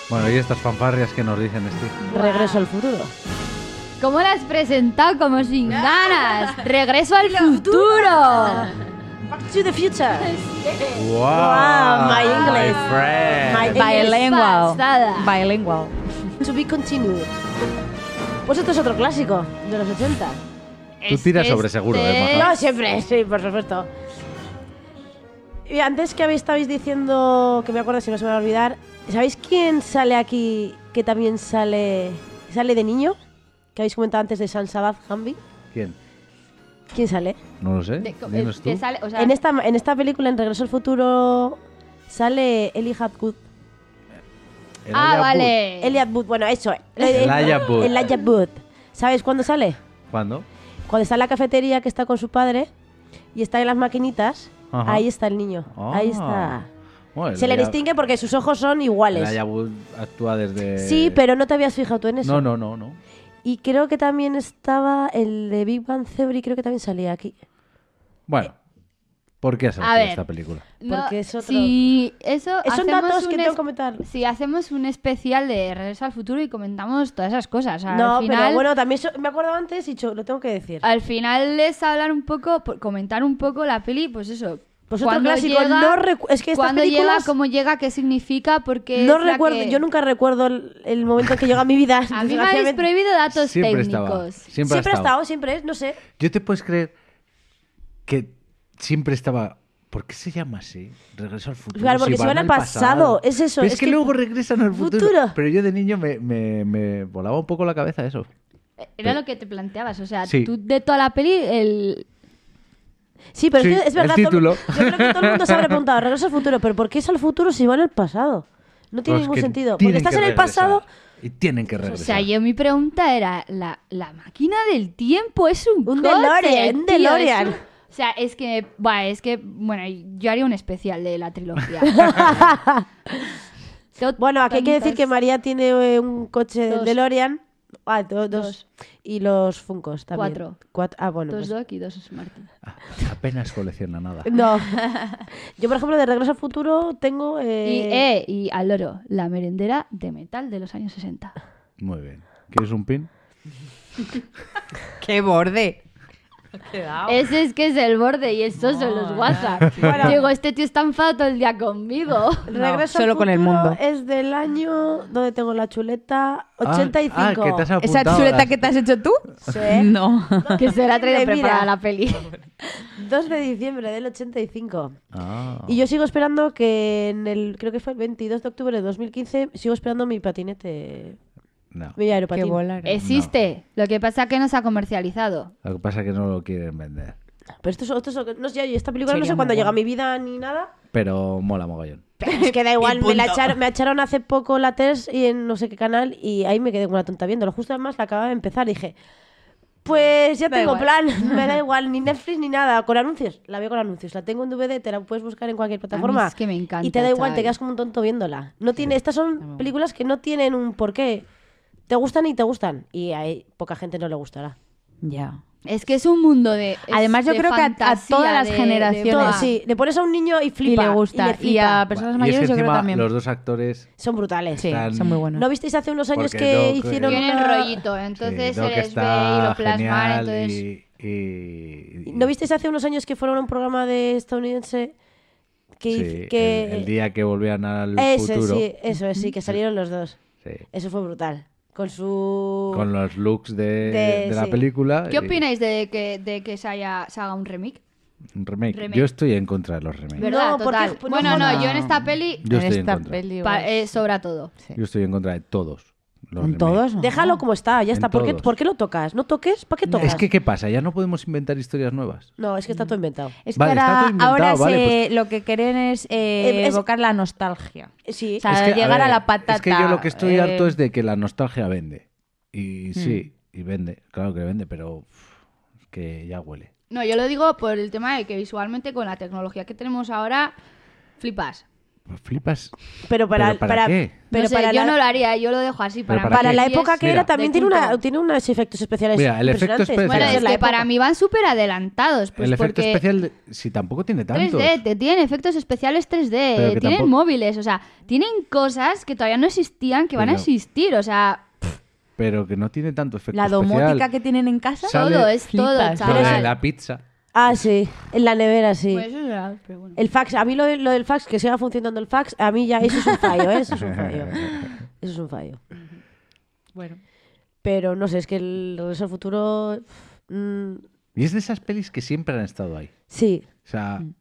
S1: Bueno, y estas fanfarrias que nos dicen, este. Steve.
S4: Regreso al futuro.
S2: ¿Cómo la has presentado? Como sin ganas. Regreso al futuro.
S4: Back to the future.
S1: Wow,
S4: my English.
S1: my friend.
S4: My
S3: Bilingual.
S2: Pasada.
S3: Bilingual.
S4: To be continued. Pues esto es otro clásico de los 80.
S1: Tú tiras
S2: Es
S1: sobre seguro,
S2: este-
S1: eh, Maja.
S4: No, siempre, sí, por supuesto. Y antes que habéis estabais diciendo, que me acuerdo si no se me va a olvidar, ¿sabéis quién sale aquí que también sale sale de niño? Que habéis comentado antes de San Sabad Hambi.
S1: ¿Quién?
S4: ¿Quién sale?
S1: No lo sé.
S2: de- co-
S1: Dinos
S2: eh,
S1: tú.
S2: que sale- o sea,
S4: En esta, en esta película, en Regreso al Futuro, sale Eli Hatwood.
S1: Elijah
S2: Ah,
S1: Wood.
S2: vale.
S4: Eli Hatwood, bueno, eso.
S1: Elijah Wood.
S4: Elijah Wood. ¿Sabéis cuándo sale?
S1: ¿Cuándo?
S4: Cuando está en la cafetería que está con su padre y está en las maquinitas,
S1: Ajá. Ah.
S4: ahí está el niño. Ahí está.
S1: Bueno,
S4: Se le
S1: Elijah-
S4: distingue porque sus ojos son iguales.
S1: Elijah Wood actúa desde.
S4: Sí, pero no te habías fijado tú en eso.
S1: pues. No, no, no, no.
S4: Y creo que también estaba el de Big Bang Theory, creo que también salía aquí.
S1: Bueno,
S4: Eh,
S1: ¿por qué has
S2: a ver.
S1: elegido esta película?
S4: porque es otro-
S2: Si eso
S4: Eh, Son
S2: hacemos
S4: datos
S2: un
S4: que tengo
S2: es-
S4: que comentar.
S2: Si hacemos un especial de Regreso al Futuro y comentamos todas esas cosas. O sea,
S4: No,
S2: al final,
S4: pero bueno, también so- me acuerdo antes y cho- lo tengo que decir.
S2: Al final es hablar un poco, por- comentar un poco la peli, pues eso.
S4: Pues otro
S2: cuándo
S4: clásico, no recu- es que estas
S2: cuándo
S4: películas-
S2: llega, cómo llega, qué significa, porque
S4: No recuerdo, yo
S2: nunca
S4: nunca recuerdo el, el momento en que llega a mi vida.
S2: A mí me habéis
S4: desgraciadamente.
S2: prohibido datos
S1: Siempre estaba.
S2: técnicos.
S1: Siempre,
S4: Siempre
S1: ha
S4: ha
S1: estado.
S4: estado, siempre es, no sé.
S1: ¿Yo te puedes creer que siempre estaba... ¿Por qué se llama así? Regreso Pues al futuro.
S4: Claro, porque se van al pasado, es eso,
S1: Pero es,
S4: es
S1: que,
S4: que-
S1: luego regresan al futuro.
S4: Futuro.
S1: Pero yo de niño me, me- me volaba un poco la cabeza eso.
S2: Era lo que te planteabas, o sea,
S1: Sí.
S2: tú de toda la peli, el...
S4: Sí, pero
S1: Sí,
S4: es, que es
S1: el
S4: verdad. todo-
S1: título.
S4: yo creo que todo el mundo se habrá preguntado, regreso al futuro, pero ¿por qué es al futuro si van al pasado? No tiene
S1: Los
S4: ningún
S1: Pues que
S4: sentido.
S1: tienen
S4: Porque estás
S1: que
S4: en el
S1: regresar
S4: pasado
S1: y y tienen que
S2: O
S1: regresar.
S2: sea, yo mi pregunta era, ¿la, la máquina del tiempo es un
S4: Un
S2: coche,
S4: DeLorean, un
S2: tío,
S4: DeLorean.
S2: es un- O sea, es que, bueno, es que, bueno, yo haría un especial de la trilogía. Tot-
S4: Bueno, aquí hay que decir
S2: tantas-
S4: que María tiene eh, un coche del
S2: Dos.
S4: DeLorean. Ah, do- dos.
S2: Dos.
S4: Y los Funcos también.
S2: Cuatro.
S4: Cuat- Ah, bueno.
S2: Dos
S4: pues-
S2: Doki, dos Martín.
S1: A- Ah, Apenas colecciona nada.
S4: No. Yo, por ejemplo, de Regreso al Futuro tengo...
S2: Y,
S4: eh,
S2: eh, y al loro, la merendera de metal de los años 60.
S1: Muy bien. ¿Quieres un pin?
S5: ¡Qué borde! Ha quedado.
S2: Ese es que es el borde y estos son los
S5: Madre
S2: WhatsApp.
S5: Bueno.
S2: Digo, este tío está enfadado todo el día conmigo.
S5: No,
S4: Regreso al
S5: solo con el
S4: Futuro
S5: mundo.
S4: Es del año... donde tengo la chuleta?
S1: Ah,
S4: 85.
S1: Ah, que te has
S5: ¿Esa
S1: apuntado.
S5: chuleta
S1: las-
S5: que te has hecho tú?
S4: Sí.
S3: No.
S2: Que se la ha traído
S4: Mira.
S2: preparada la peli.
S4: 2 de diciembre del 85.
S1: Ah.
S4: Y yo sigo esperando que en el... Creo que fue el 22 de octubre de 2015. Sigo esperando mi patinete.
S1: No.
S4: Mi
S5: ¡Qué
S4: aeropatín.
S5: volar!
S2: Existe. Lo que pasa es que no se ha comercializado.
S1: Lo que pasa es que no lo quieren vender.
S4: Pero esto, es- esto es- no sé, yo esta película no
S5: Sería
S4: sé cuándo
S5: muy
S4: llega a
S5: guay.
S4: mi vida ni nada.
S1: Pero mola mogollón.
S4: Es que da igual, me, la
S5: punto.
S4: echaron, me echaron hace poco la TES y en no sé qué canal y ahí me quedé como una tonta viéndolo. Justo además la acababa de empezar y dije, pues ya
S5: Da
S4: tengo
S5: igual.
S4: plan, me da igual, ni Netflix ni nada, con anuncios. La veo con anuncios, la tengo en DVD, te la puedes buscar en cualquier plataforma.
S2: es que me encanta,
S4: Y te da igual, te
S2: chaval.
S4: quedas como un tonto viéndola. No tiene, estas son películas que no tienen un porqué. Te gustan y te gustan. Y a poca gente no le gustará.
S3: Ya.
S2: Es que es un mundo de. es
S3: Además, yo
S2: de
S3: creo que a- a
S2: fantasía,
S3: todas las
S2: de-
S3: generaciones.
S2: de-
S4: Todo,
S2: Buah.
S4: sí, le pones a un niño y flipa.
S3: Y le gusta. Y,
S4: flipa.
S3: a personas
S1: Y
S3: mayores
S1: es que
S3: yo creo
S1: encima
S3: también.
S1: Los dos actores.
S4: Son brutales.
S3: Sí,
S1: están-
S3: son muy buenos.
S4: ¿No visteis hace unos años
S1: Porque
S4: que
S1: Doc, eh,
S4: hicieron
S2: Tienen
S4: una-
S2: rollito, entonces
S1: sí,
S2: se
S1: Doc
S2: les ve
S1: eh, está
S2: y lo plasman.
S1: genial
S2: Entonces,
S1: y- y- y-
S4: ¿No visteis hace unos años que fueron a un programa de estadounidense que...
S1: Sí,
S4: hiz- que...
S1: el, el día que volvían al
S4: Ese,
S1: futuro.
S4: sí, eso es, sí, que salieron los dos.
S1: Sí.
S4: Eso fue brutal. Con su...
S1: Con los looks de,
S4: De-
S1: de la
S4: sí.
S1: película.
S2: ¿Qué
S1: y-
S2: opináis de que, de que se, haya, se haga un remake?
S1: un Remake.
S2: Remake.
S1: Yo estoy en contra de los remakes.
S2: ¿Verdad?
S4: No, porque-
S2: Total.
S4: no,
S2: bueno, no,
S3: no.
S2: yo en esta peli
S1: Yo
S3: en
S1: estoy en
S3: esta
S1: contra.
S3: peli.
S2: pa-
S3: igual.
S2: eh, sobra todo.
S1: Yo estoy en contra de todos. los
S3: ¿En
S1: remakes.
S3: todos? No.
S4: Déjalo como está, ya
S1: En
S4: está. ¿Por qué,
S1: todos.
S4: por qué lo tocas? ¿No toques? ¿Para qué tocas?
S1: Es que, ¿qué pasa? Ya no podemos inventar historias nuevas.
S4: No, es que está todo inventado.
S3: Es que
S1: Vale, está
S3: ahora,
S1: todo inventado,
S3: ahora
S1: vale,
S3: se- lo que quieren es, eh,
S4: Eh, es-
S3: evocar la nostalgia.
S4: Sí.
S3: O sea,
S1: Es que,
S3: llegar a,
S1: ver,
S3: la patata.
S1: Es que yo lo que estoy
S3: eh,
S1: harto es de que la nostalgia vende. Y sí, y vende. Claro que vende, pero uf, es que ya huele.
S2: No, yo lo digo por el tema de que visualmente con la tecnología que tenemos ahora, flipas.
S1: Pues Flipas.
S4: Pero para...
S1: ¿Pero para qué?
S4: pero
S2: no sé,
S4: para
S2: yo
S4: la...
S2: no lo haría, yo lo dejo así. Para,
S1: ¿Pero
S2: mí
S1: para
S4: para
S1: qué?
S4: la
S2: sí es
S4: época que
S1: Mira.
S4: era también
S2: de
S4: tiene,
S2: culto.
S4: una, tiene unos efectos especiales
S1: Mira, el efecto
S4: impresionantes.
S1: especial.
S2: Bueno,
S1: Pero
S2: es
S1: es
S4: la
S2: que para
S4: época.
S2: mí van súper adelantados. Pues
S1: el efecto
S2: porque
S1: especial, si tampoco tiene tanto.
S2: 3D, te tienen efectos especiales 3D,
S1: Pero que
S2: tienen
S1: tampoco-
S2: móviles, o sea, tienen cosas que todavía no existían, que van a
S1: Pero-
S2: existir, o sea,
S1: Pero que no tiene tanto efecto
S3: La domótica
S1: especial.
S3: que tienen en casa.
S1: Sale-
S2: todo es
S3: flipas.
S2: todo,
S1: Lo de
S2: chaval.
S1: la pizza.
S4: Ah, sí. En la nevera, sí.
S2: Pues eso será, pero bueno.
S4: El fax, a mí lo, de- lo del fax, que siga funcionando el fax, a mí ya eso es un fallo, ¿eh? Eso es un fallo. Eso es un fallo.
S5: Bueno.
S4: Pero no sé, es que el regreso al futuro. mm,
S1: Y es de esas pelis que siempre han estado ahí.
S4: sí,
S1: O sea,
S4: Mm.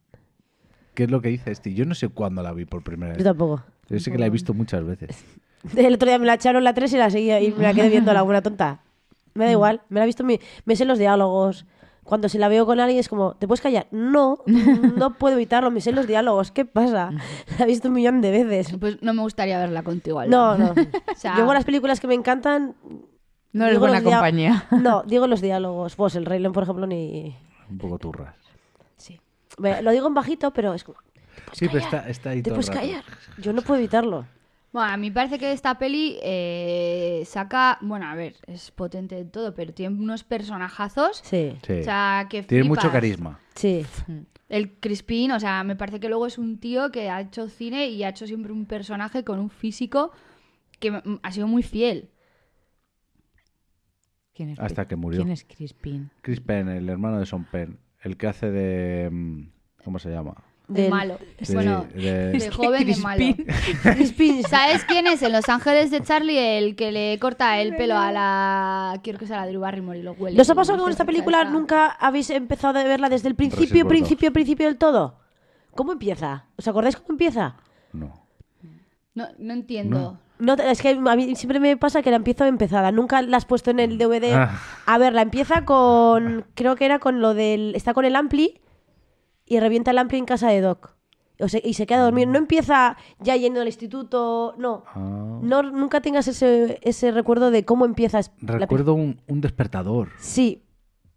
S1: ¿qué es lo que dice este? Yo no sé cuándo la vi por primera
S4: yo
S1: vez.
S4: tampoco.
S1: Yo sé que la he visto muchas veces.
S4: El otro día me la echaron la 3 y la seguía y me la quedé viendo la buena tonta.
S2: Mm.
S4: Me da igual, me la he visto, mi- me sé los diálogos. Cuando se la veo con alguien es como, ¿te puedes callar? No, no puedo evitarlo, me sé los diálogos, ¿qué pasa?
S2: Mm.
S4: La he visto un millón de veces.
S2: Pues no me gustaría verla contigo. Alba.
S4: No, no.
S2: O sea,
S4: Yo con las películas que me encantan,
S3: No eres
S4: Digo
S3: buena
S4: los dia-
S3: compañía.
S4: No, digo los diálogos. Pues el Rey León, por ejemplo, ni.
S1: Un poco turras.
S4: Sí. Me- lo digo en bajito, pero es como.
S1: Sí, pero está, está ahí
S4: Pues Te
S1: todo el
S4: puedes
S1: rato.
S4: callar. Yo no puedo evitarlo.
S2: Bueno, a mí parece que esta peli eh, saca, bueno, a ver, es potente en todo, pero tiene unos personajazos,
S4: Sí.
S1: Sí.
S2: o sea, que
S1: Tiene
S2: flipas.
S1: mucho carisma.
S4: Sí.
S2: El Crispín, o sea, me parece que luego es un tío que ha hecho cine y ha hecho siempre un personaje con un físico que mm, ha sido muy fiel.
S3: ¿Quién es
S1: Hasta
S3: Cri-
S1: que murió.
S3: ¿Quién es Crispin?
S1: Chris Penn, el hermano de Sean Penn, el que hace de. mm, ¿Cómo se llama?
S2: De
S4: Del-
S2: malo.
S1: Sí,
S2: bueno,
S1: de-
S2: de joven de malo.
S4: Crispin.
S2: ¿Sabes quién es en Los Ángeles de Charlie el que le corta el pelo a la. Quiero que sea la Drew Barrymore y lo huele?
S4: ¿Nos ha pasado
S2: No
S4: que
S2: sé,
S4: con esta
S2: quizá
S4: película
S2: esa-
S4: nunca habéis empezado a verla desde el
S1: Reservoir
S4: principio,
S1: Dogs.
S4: principio, principio del todo? ¿Cómo empieza? ¿Os acordáis cómo empieza?
S1: No.
S2: No, no entiendo.
S4: No, te- es que a mí siempre me pasa que la empiezo empezada. Nunca la has puesto en el DVD.
S1: Ah.
S4: A ver, la empieza con. Creo que era con lo del. Está con el Ampli y revienta el Ampli en casa de Doc. o se- y se queda a dormir. No empieza ya yendo al instituto, no.
S1: Ah.
S4: No, nunca tengas ese, ese recuerdo de cómo empiezas. la
S1: Recuerdo un, un despertador.
S4: pe- Sí,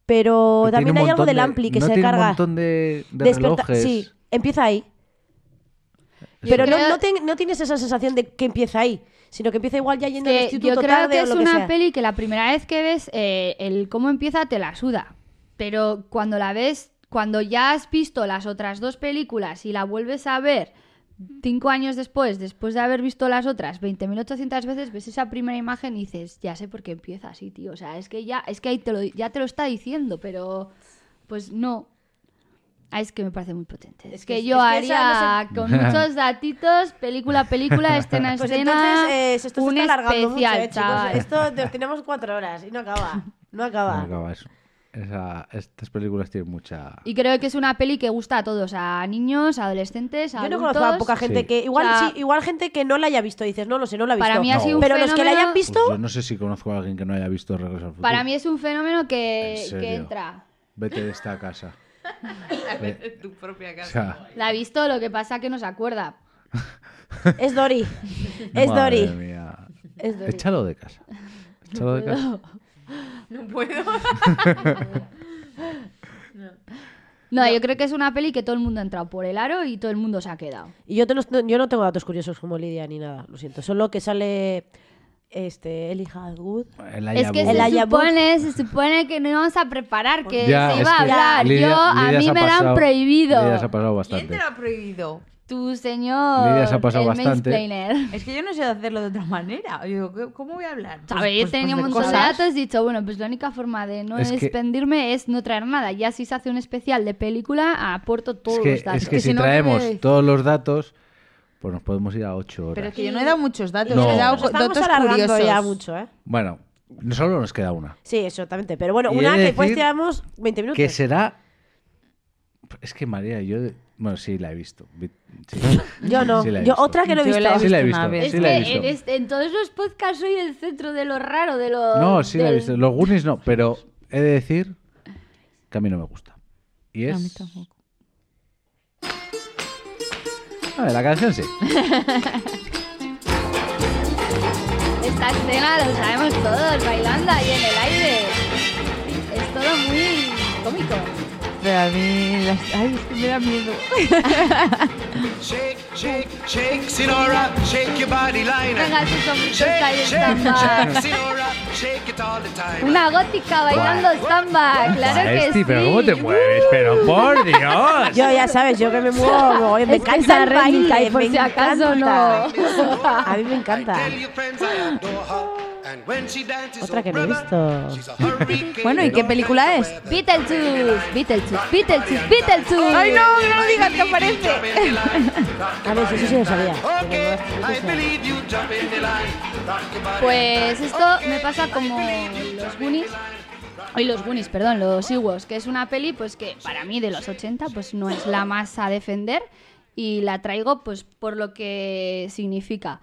S4: pero
S1: Que tiene
S4: también
S1: un
S4: hay algo
S1: montón
S4: del
S1: de-
S4: ampli que
S1: no
S4: se
S1: tiene un
S4: carga.
S1: montón de, de
S4: Desperta-
S1: relojes.
S4: Sí, empieza ahí.
S1: Yo
S4: Pero no,
S2: creo-
S4: no, ten- no tienes esa sensación de que empieza ahí, sino que empieza igual ya yendo al
S2: Que
S4: instituto
S2: yo creo
S4: tarde
S2: que
S4: o
S2: es
S4: lo que
S2: una
S4: sea.
S2: peli que la primera vez que ves eh, el cómo empieza te la suda pero cuando la ves cuando ya has visto las otras dos películas y la vuelves a ver cinco años después después de haber visto las otras 20.800 veces ves esa primera imagen y dices ya sé por qué empieza así tío o sea es que ya es que ahí te lo, ya te lo está diciendo pero pues no Ah, es que me parece muy potente. Es
S4: Es
S2: que,
S4: que-
S2: yo
S4: es que esa
S2: haría con muchos datitos, película, película, escena,
S4: Pues
S2: escena.
S4: entonces, eh, esto se
S2: un
S4: está alargando mucho,
S2: especial,
S4: eh,
S2: chaval.
S4: chicos. Esto te- tenemos cuatro horas y no acaba. No
S1: No
S4: acaba.
S1: acaba eso. Esa- estas películas tienen mucha.
S2: Y creo que es una peli que gusta a todos, a niños, adolescentes, a
S4: Yo no
S2: adultos.
S4: conozco a poca gente
S1: Sí.
S4: que. Igual,
S2: O sea,
S4: sí, igual gente que no la haya visto. Dices, no lo sé, no la he visto.
S2: Para mí ha
S1: No.
S2: sido un
S4: Pero los que la
S2: fenómeno-
S4: hayan visto.
S1: Pues yo no sé si conozco a alguien que no haya visto Regreso al Futuro.
S2: Para mí es un fenómeno que,
S1: ¿En serio?
S2: que entra.
S1: Vete de esta casa. Ve-
S5: tu propia
S1: o
S5: casa.
S1: sea,
S2: La ha visto, lo que pasa que no se acuerda.
S4: Es Dory. es
S1: Pues madre
S4: Dory.
S1: mía.
S4: Es Dory.
S1: Échalo de casa. Échalo de casa.
S5: No puedo.
S2: No, yo creo que es una peli que todo el mundo ha entrado por el aro y todo el mundo se ha quedado.
S4: Y yo, te los- yo no tengo datos curiosos como Lidia ni nada, lo siento. Solo que sale. Este. Ellie Hadwood.
S1: El
S2: Es que
S1: Ayabu.
S4: El
S2: se
S4: Ayabu.
S2: supone, se supone que no íbamos a preparar, que
S1: Ya,
S2: se
S1: es
S2: iba a
S1: que
S2: hablar.
S1: Lidia-
S2: yo, a
S1: Lidia
S2: mí
S1: se ha
S2: me la han
S1: pasado-
S2: prohibido.
S1: Lidia se ha pasado
S5: ¿Quién
S1: bastante.
S5: te lo ha prohibido?
S2: Tú, señor.
S1: Lidia se ha pasado
S2: el
S1: bastante.
S2: mansplainer.
S5: Es que yo no sé hacerlo de otra manera. Yo digo, ¿qué- ¿cómo voy a hablar? Pues-
S2: Sabéis,
S5: pues- pues
S2: tenía
S5: de
S2: un montón de
S5: cosas.
S2: datos y he dicho, bueno, pues la única forma de no
S1: Es que-
S2: expendirme es no traer nada. Ya si se hace un especial de película, aporto todos
S1: es que,
S2: los datos.
S1: es que
S5: Que
S1: si
S5: si no, ¿qué voy a
S1: traemos
S5: decir?
S1: todos los datos, pues nos podemos ir a 8 horas.
S5: Pero es que yo no he dado muchos datos,
S1: No.
S5: he dado
S1: Nos
S5: co-
S4: Estamos
S5: datos
S4: alargando
S5: curiosos.
S4: ya mucho, ¿eh?
S1: Bueno, solo nos queda una.
S4: Sí, exactamente. Pero bueno,
S1: Y he
S4: una
S1: de
S4: que pues
S1: decir
S4: tiramos 20 minutos.
S1: Que será. Es que María, yo. Bueno, sí la he visto. Vi- sí.
S4: Yo no.
S1: Sí la he
S4: yo
S1: visto.
S4: otra que no he
S3: Yo
S4: visto.
S3: la he
S1: Sí la he
S3: visto una
S1: visto.
S3: vez.
S1: sí
S2: Es
S1: la he
S2: que en,
S1: visto.
S2: este- en todos los podcasts soy el centro de lo raro, de lo...
S1: No, sí la he
S2: del-
S1: visto. Los Goonies no, pero he de decir que a mí no me gusta. Y es.
S3: A mí tampoco.
S1: A ver, Ah, la canción sí.
S2: Esta escena lo sabemos todos, bailando ahí en el aire. Es todo muy cómico.
S3: Pero a mí las... Ay, es que me da miedo.
S6: Shake, shake, shake, Sinora, shake your body liner.
S2: Venga, esos son muchos
S6: Shake,
S2: ahí
S6: shake,
S2: en
S6: shake,
S2: samba.
S6: Sinora, shake it all the time.
S2: Una gótica bailando samba, claro que
S1: Maesti,
S2: sí.
S1: pero ¿cómo te mueves? Pero por Dios.
S4: Yo ya sabes, yo que me muevo, me muevo, me
S2: Es que esa
S4: encanta el
S2: rítmica,
S4: baile,
S2: y por
S4: me
S2: si acaso
S4: encanta.
S2: no.
S4: A mí me encanta.
S6: I tell your friends I adore her, and when she dances,
S4: Otra que no he
S6: oh, brother,
S4: visto.
S6: she's a hurricane
S3: Bueno, ¿y qué
S6: in all
S3: película
S6: kinds
S3: es?
S6: of weather.
S2: Beetlejuice, Beetlejuice, Beetlejuice, Beetlejuice.
S3: Ay, no, no
S6: I
S3: digas Oh, que
S6: believe you
S3: aparece.
S6: jump in the line, rock
S4: A ver, si
S6: your body
S4: eso sí lo
S6: in
S4: sabía.
S6: time. Okay, I believe you jump in the line, rock your body in
S2: Pues
S6: time.
S2: esto
S6: Okay,
S2: me pasa como
S6: I believe you
S2: los
S6: jump in the
S2: Goonies. Hoy los Goonies, perdón, los Ewoks, que es una peli pues que para mí de los 80 pues no es la más a defender y la traigo pues por lo que significa.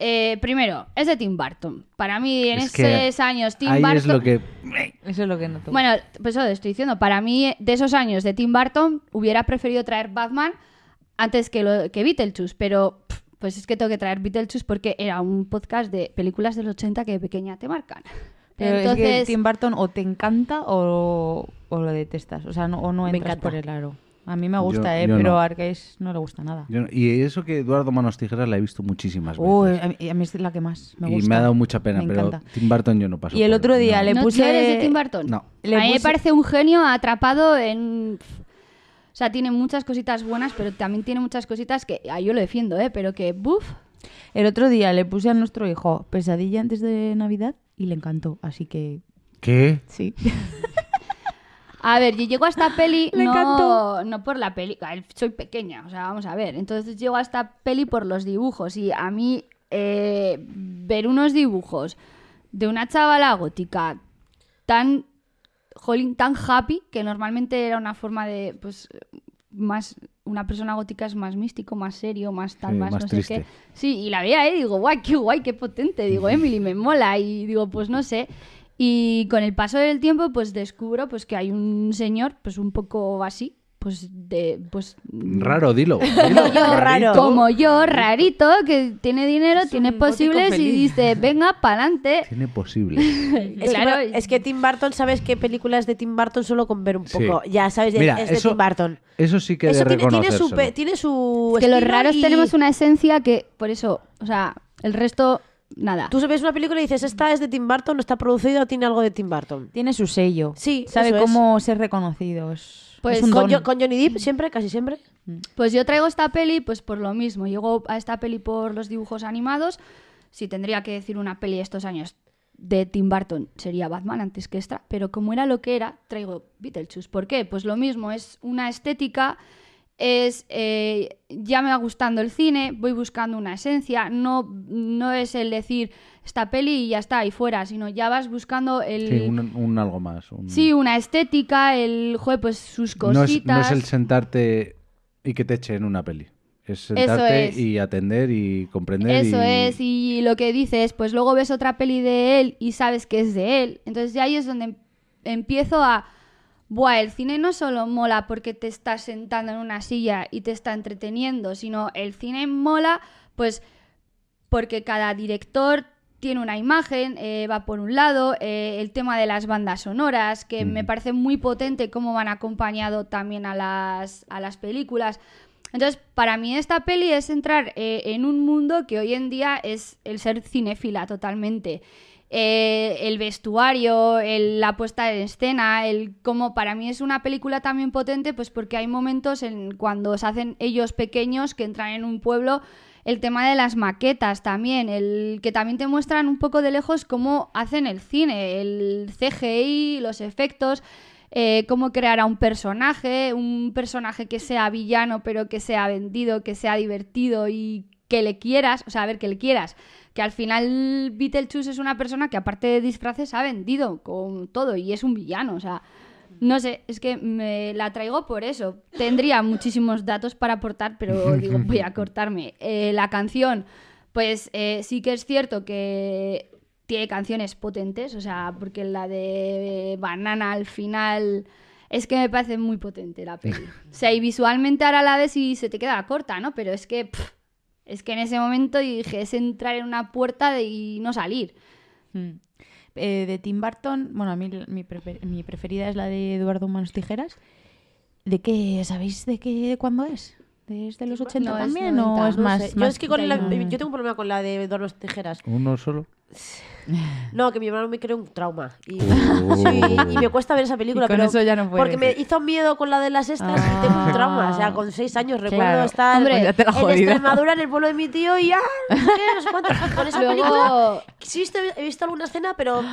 S2: Eh, primero, es de Tim Burton. Para mí en
S1: Es que
S2: esos años Tim
S1: Ahí
S2: Burton...
S1: es lo que.
S3: Eso es lo que no tomo.
S2: Bueno, pues eso te estoy diciendo. Para mí, eh, de esos años de Tim Burton, hubiera preferido traer Batman antes que, lo, que Beetlejuice, pero pff, pues es que tengo que traer Beetlejuice porque era un podcast de películas del 80 que de pequeña te marcan.
S3: Pero
S2: Entonces,
S3: es que Tim Burton o te encanta o, o lo detestas. O sea, no, o no
S4: Me
S3: entras
S4: encanta.
S3: por el aro. A mí me gusta,
S1: Yo-
S3: ¿eh?
S1: yo
S3: pero
S1: no.
S3: a Arcais no le gusta nada.
S1: yo no- y eso que Eduardo Manos Tijeras la he visto muchísimas veces.
S3: Uy, a, mí, a mí es la que más me
S1: y
S3: gusta.
S1: me ha dado mucha pena,
S3: Me
S1: pero
S3: encanta.
S1: Tim Burton yo no paso.
S3: Y el
S1: por-
S3: otro día
S1: no.
S3: le
S2: ¿no
S3: puse...
S2: tú eres de Tim Burton?
S1: No.
S3: Le
S2: a mí me
S3: puse-
S2: parece un genio atrapado en... O sea, tiene muchas cositas buenas, pero también tiene muchas cositas que... ah, Yo lo defiendo, ¿eh? Pero que... ¡Buf!
S3: El otro día le puse a nuestro hijo pesadilla antes de Navidad y le encantó. Así que
S1: ¿Qué?
S3: sí.
S2: A ver, yo llego a esta peli
S3: Le
S2: no,
S3: encantó.
S2: no por la peli, a ver, soy pequeña, o sea, vamos a ver. Entonces llego a esta peli por los dibujos y a mí eh, ver unos dibujos de una chavala gótica tan jolín, tan happy, que normalmente era una forma de, pues, más, una persona gótica es más místico, más serio, más tal,
S1: Sí,
S2: más,
S1: más
S2: no sé
S1: triste.
S2: qué. Sí, y la veía, ¿eh? Digo, guay, qué guay, qué potente. Digo, Emily, me mola. Y digo, pues no sé. Y con el paso del tiempo, pues descubro pues que hay un señor, pues un poco así, pues de pues
S1: Raro, dilo. dilo,
S4: yo, raro.
S1: rarito.
S2: como yo, rarito, que tiene dinero,
S5: Es
S2: tiene
S5: un gótico
S2: posibles y
S5: feliz.
S2: dice, venga, pa'lante.
S1: Tiene posible.
S4: Es,
S2: Claro,
S4: que, bueno, es que Tim Burton, ¿sabes qué películas de Tim Burton solo con ver un
S1: Sí.
S4: poco? Ya sabes, de-
S1: Mira,
S4: es de
S1: eso-
S4: Tim Burton.
S1: Eso sí que de
S4: Eso tiene, tiene su,
S1: reconocérselo.
S4: pe- tiene su
S2: es
S5: Pues
S2: que los
S4: estilo
S2: raros
S4: y-
S2: tenemos una esencia que, por eso, o sea, el resto, nada.
S4: Tú ves una película y dices, esta es de Tim Burton, no está producida o tiene algo de Tim Burton.
S3: Tiene su sello.
S4: Sí,
S3: Sabe
S4: eso es.
S3: cómo ser reconocidos.
S2: Pues
S3: es un
S4: Con,
S3: don.
S4: Jo- con Johnny Depp siempre, casi siempre.
S2: Pues yo traigo esta peli, pues por lo mismo. Llego a esta peli por los dibujos animados. Si tendría que decir una peli de estos años de Tim Burton, sería Batman antes que esta. Pero como era lo que era, traigo Beetlejuice. ¿Por qué? Pues lo mismo, es una estética. Es eh, ya me va gustando el cine, voy buscando una esencia. No, no es el decir esta peli y ya está, y fuera, sino ya vas buscando el.
S1: Sí, un, un algo más. un-
S2: sí, una estética, el juego, pues sus
S1: no, es,
S2: cositas.
S1: no es el sentarte y que te echen una peli. Es sentarte
S2: es.
S1: y atender y comprender.
S2: Eso
S1: y-
S2: es, y lo que dices, pues luego ves otra peli de él y sabes que es de él. Entonces ya ahí es donde em- empiezo a... Buah, el cine no solo mola porque te estás sentando en una silla y te está entreteniendo, sino el cine mola pues porque cada director tiene una imagen, eh, va por un lado, eh, el tema de las bandas sonoras, que me
S1: Ujú.
S2: parece muy potente cómo van acompañado también a las, a las películas. Entonces, para mí esta peli es entrar eh, en un mundo que hoy en día es el ser cinéfila totalmente. Eh, el vestuario, el- la puesta en escena, el cómo para mí es una película también potente, pues porque hay momentos en cuando se hacen ellos pequeños que entran en un pueblo, el tema de las maquetas también, el que también te muestran un poco de lejos cómo hacen el cine, el CGI, los efectos eh, cómo crear a un personaje, un personaje que sea villano, pero que sea vendido, que sea divertido y que le quieras, o sea, a ver, que le quieras. Que al final Beetlejuice es una persona que aparte de disfraces ha vendido con todo y es un villano, o sea, no sé, es que me la traigo por eso. Tendría muchísimos datos para aportar, pero digo, voy a cortarme. Eh, la canción, pues eh, sí que es cierto que tiene canciones potentes, o sea, porque la de Banana al final es que me parece muy potente la peli. O sea, y visualmente ahora la ves y se te queda corta, ¿no? Pero es que, pff, es que en ese momento dije, es entrar en una puerta de- y no salir.
S3: Mm. Eh, de Tim Burton, bueno, a mí l- mi, prefe- mi preferida es la de Eduardo Manos Tijeras. ¿De qué? ¿Sabéis de qué? ¿De cuándo es? ¿De, es de los 80
S2: no, es
S3: también?
S2: 90,
S3: ¿O es
S2: no
S3: más,
S4: sé. Yo
S3: más
S4: es que con la-
S3: antaño?
S4: yo tengo un problema con la de Eduardo Tijeras.
S1: Uno solo.
S4: No, que mi hermano me creó un trauma. Y,
S1: Uh.
S4: sí, y me cuesta ver esa película.
S3: Y con
S4: pero
S3: eso ya no puedes.
S4: Porque me hizo miedo con la de las estas
S3: Ah.
S4: y tengo un trauma. O sea, con seis años recuerdo
S3: Claro.
S4: estar
S2: Hombre,
S4: en
S3: ya te la jodida.
S4: Extremadura, en el pueblo de mi tío y ya. no sé qué, no sé cuánto. Con esa película
S2: Luego,
S4: sí he visto- he visto alguna escena, pero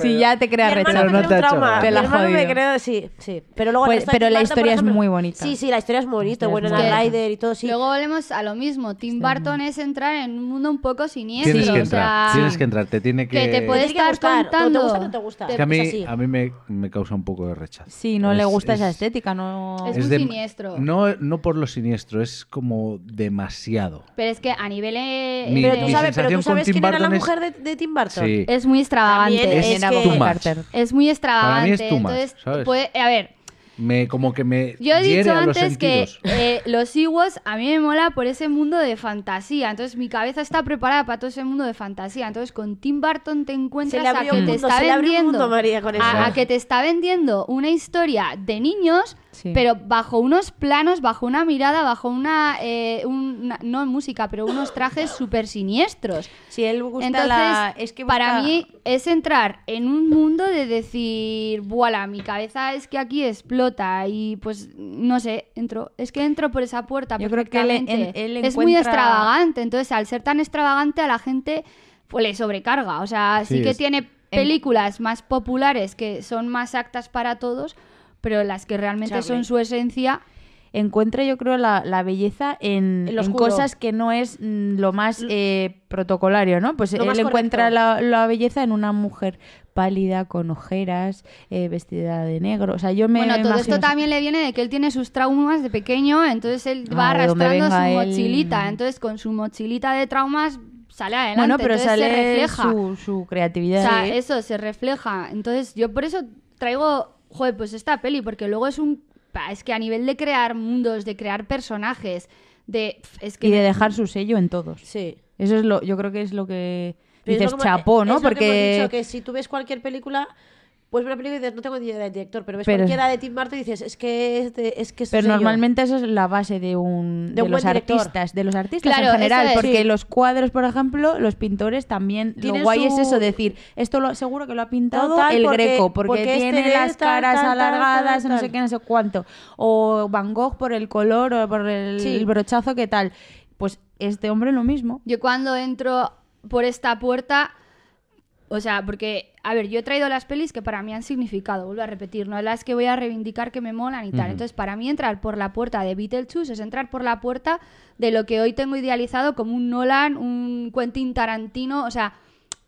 S3: Sí, ya te creas
S4: mi hermano
S1: Pero
S3: rechazo.
S4: me
S1: no te
S4: creó un
S1: ha hecho
S4: trauma.
S1: nada.
S3: Te
S4: Mi
S3: la
S4: hermano me
S3: jodido.
S4: creó, sí, sí. Pero luego
S3: Pues-
S4: esto de
S3: pero
S4: Tim
S3: la
S4: Burton, por
S3: historia es
S4: ejemplo-
S3: muy bonita.
S4: Sí, sí, la historia es muy bonita.
S3: La historia
S4: Bueno,
S3: es
S4: la
S2: muy bonita.
S4: Rider y todo, sí.
S2: luego volvemos a lo mismo. Tim Burton es entrar en un mundo un poco siniestro.
S1: Tienes que
S2: o sea,
S1: entrar. Tienes que entrar. Te tiene que.
S2: que te puede
S4: Tiene que
S2: estar
S4: gustar, o te
S2: contando.
S4: gusta o no te gusta.
S1: Es que a mí,
S4: Es así.
S1: a mí me, me causa un poco de rechazo.
S3: Sí, no le
S1: Es-
S3: gusta esa
S1: es-
S3: estética, no...
S2: Es muy siniestro.
S1: No, no por lo siniestro, es como demasiado.
S2: Pero es que a nivel eh,
S1: Mi-
S2: de-
S4: Pero tú
S1: mi
S4: sabes, pero
S1: sensación
S4: tú
S1: con
S4: sabes
S1: Tim
S4: quién era la
S1: Burton es-
S4: mujer de, de Tim Burton.
S1: Sí.
S2: es muy extravagante.
S4: También
S1: Es
S2: Es,
S3: Era
S4: que-
S1: too
S3: Bonnie
S1: much.
S3: Carter.
S2: es muy
S1: Para mí
S2: extravagante.
S1: es too much,
S2: Entonces,
S1: ¿sabes?
S2: puede- a ver,
S1: Me, como que me.
S2: yo he
S1: hiere
S2: dicho
S1: a los
S2: antes que
S1: sentidos.
S2: eh, los Ewoks a mí me mola por ese mundo de fantasía. Entonces mi cabeza está preparada para todo ese mundo de fantasía. Entonces con Tim Burton te
S4: Se
S2: encuentras
S4: le
S2: a
S4: abrió
S2: que
S4: un
S2: te
S4: mundo,
S2: está
S4: se le abrió un mundo,
S2: vendiendo.
S4: María, con eso.
S2: a, a que te está vendiendo una historia de niños,
S3: Sí.
S2: pero bajo unos planos, bajo una mirada, bajo una, eh, una- no música, pero unos trajes súper siniestros.
S3: Si él gusta
S2: Entonces,
S3: la... Es que
S2: para
S3: busca-
S2: mí es entrar en un mundo de decir, voilà, mi cabeza es que aquí explota y pues no sé, entro, es que entro por esa puerta.
S3: Yo creo que él en-
S2: perfectamente.
S3: él
S2: es muy
S3: encuentra-
S2: extravagante, entonces al ser tan extravagante a la gente pues le sobrecarga, o sea, sí,
S1: Sí,
S2: que
S1: es-
S2: tiene películas más populares que son más aptas para todos, pero las que realmente son su esencia
S3: encuentra yo creo la, la belleza en,
S4: En lo
S3: en
S4: oscuro.
S3: cosas que no es mm, lo más eh, protocolario, ¿no? Pues
S4: Lo más
S3: él encuentra la,
S4: correcto.
S3: la belleza en una mujer pálida, con ojeras, eh, vestida de negro. O sea, yo me
S2: Bueno, todo
S3: imagino
S2: esto
S3: eso.
S2: también le viene de que él tiene sus traumas de pequeño, entonces él va
S3: Ah, de donde
S2: arrastrando su
S3: venga él.
S2: mochilita, entonces con su mochilita de traumas sale adelante,
S3: Bueno, pero
S2: entonces se
S3: sale
S2: refleja.
S3: su, su
S2: O
S3: creatividad. eh,
S2: sea,
S3: Sí.
S2: eso se refleja. Entonces, yo por eso traigo, joder, pues esta peli, porque luego es un pa, es que a nivel de crear mundos, de crear personajes, de... pf, Es que
S3: Y de dejar su sello en todos.
S4: Sí.
S3: Eso es lo, yo creo que es lo que
S4: Pero es lo
S3: dices
S4: que hemos-
S3: chapó, ¿no?
S4: es lo que
S3: Porque
S4: hemos dicho, que si tú ves cualquier película, pues una película y dices, no tengo ni idea del director, pero ves
S3: Pero-
S4: cualquiera de Tim Burton y dices, es que es, de- es que es su
S3: Pero
S4: sello".
S3: normalmente eso es la base de un
S4: De
S3: de,
S4: un
S3: los
S4: buen director.
S3: artistas, de los artistas
S2: Claro,
S3: en general,
S2: eso es.
S3: porque
S2: Sí.
S3: los cuadros, por ejemplo, los pintores también
S2: Tienen
S3: lo guay
S2: su-
S3: es eso decir, esto lo seguro que lo ha pintado
S4: Total,
S3: el
S4: porque-
S3: Greco, porque,
S4: porque este
S3: tiene
S4: de
S3: las
S4: tal,
S3: caras
S4: tal, tal,
S3: alargadas,
S4: tal,
S3: no
S4: tal.
S3: sé qué, no sé cuánto, o Van Gogh por el color o por el,
S4: Sí.
S3: el brochazo que tal. Pues este hombre lo mismo.
S2: Yo cuando entro por esta puerta, o sea, porque, a ver, yo he traído las pelis que para mí han significado, vuelvo a repetir, no las que voy a reivindicar que me molan y tal.
S1: Ujú.
S2: Entonces, para mí entrar por la puerta de Beetlejuice es entrar por la puerta de lo que hoy tengo idealizado como un Nolan, un Quentin Tarantino, o sea,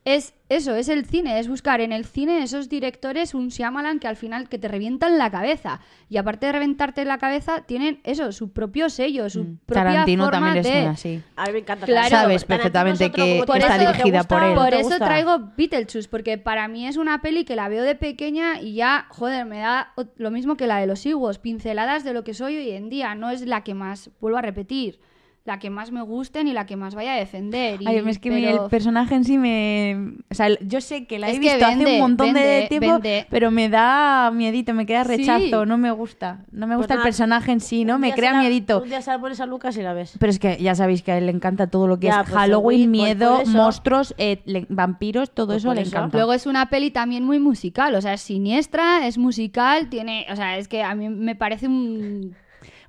S2: es eso, es el cine, es buscar en el cine esos directores, un Shyamalan que al final que te revientan la cabeza. Y aparte de reventarte la cabeza, tienen eso, su propio sello, su propia
S3: Tarantino
S2: forma
S3: también
S2: de...
S3: es una así.
S4: A mí me encanta.
S2: Claro.
S4: Tarantino.
S2: Sabes
S4: Tarantino es
S3: perfectamente
S4: otro
S3: que
S4: como tú,
S2: está
S4: ¿te gusta
S3: dirigida por
S4: o
S3: él.
S4: no
S2: Por
S4: te
S2: eso
S4: gusta?
S2: traigo Beetlejuice, porque para mí es una peli que la veo de pequeña y ya, joder, me da ot- lo mismo que la de los higos, pinceladas de lo que soy hoy en día. No es la que más, vuelvo a repetir, la que más me guste ni la que más vaya a defender. y-
S3: Ay, es que mi-
S2: pero-
S3: el personaje en sí me... O sea, el- yo sé que la
S2: Es
S3: he
S2: que
S3: visto hace
S2: vende,
S3: un montón
S2: vende,
S3: de tiempo,
S2: vende.
S3: pero me da miedito, me queda
S2: Sí.
S3: rechazo, no me gusta. No me
S4: Pues
S3: gusta
S4: nada,
S3: el personaje en sí, ¿no?
S4: Un
S3: Me
S4: día
S3: crea
S4: se la-
S3: miedito.
S4: Un día se la pones a Lucas y la ves.
S3: Pero es que ya sabéis que a él le encanta todo lo que
S4: Ya,
S3: es
S4: pues,
S3: Halloween,
S4: Halloween, por-
S3: miedo,
S4: por eso.
S3: monstruos, eh, le- vampiros, todo
S4: Pues
S3: eso
S4: por
S3: le
S4: eso.
S3: encanta.
S2: Luego es una peli también muy musical, o sea, es siniestra, es musical, tiene, o sea, es que a mí me parece un...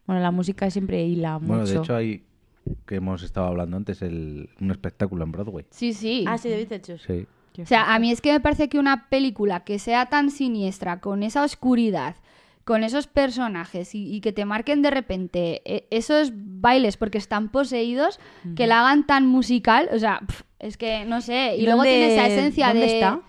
S3: Bueno, la música siempre hila mucho.
S1: Bueno, de hecho hay, que hemos estado hablando antes, el, un espectáculo en Broadway.
S2: Sí, sí.
S4: Ah, sí, de Beetlejuice.
S1: Sí.
S2: O sea, a mí es que me parece que una película que sea tan siniestra, con esa oscuridad, con esos personajes y, y que te marquen de repente e- esos bailes porque están poseídos, que la hagan tan musical, o sea, pf, es que no sé. Y luego
S3: ¿Dónde-
S2: tiene esa esencia
S3: dónde
S2: de.
S3: está?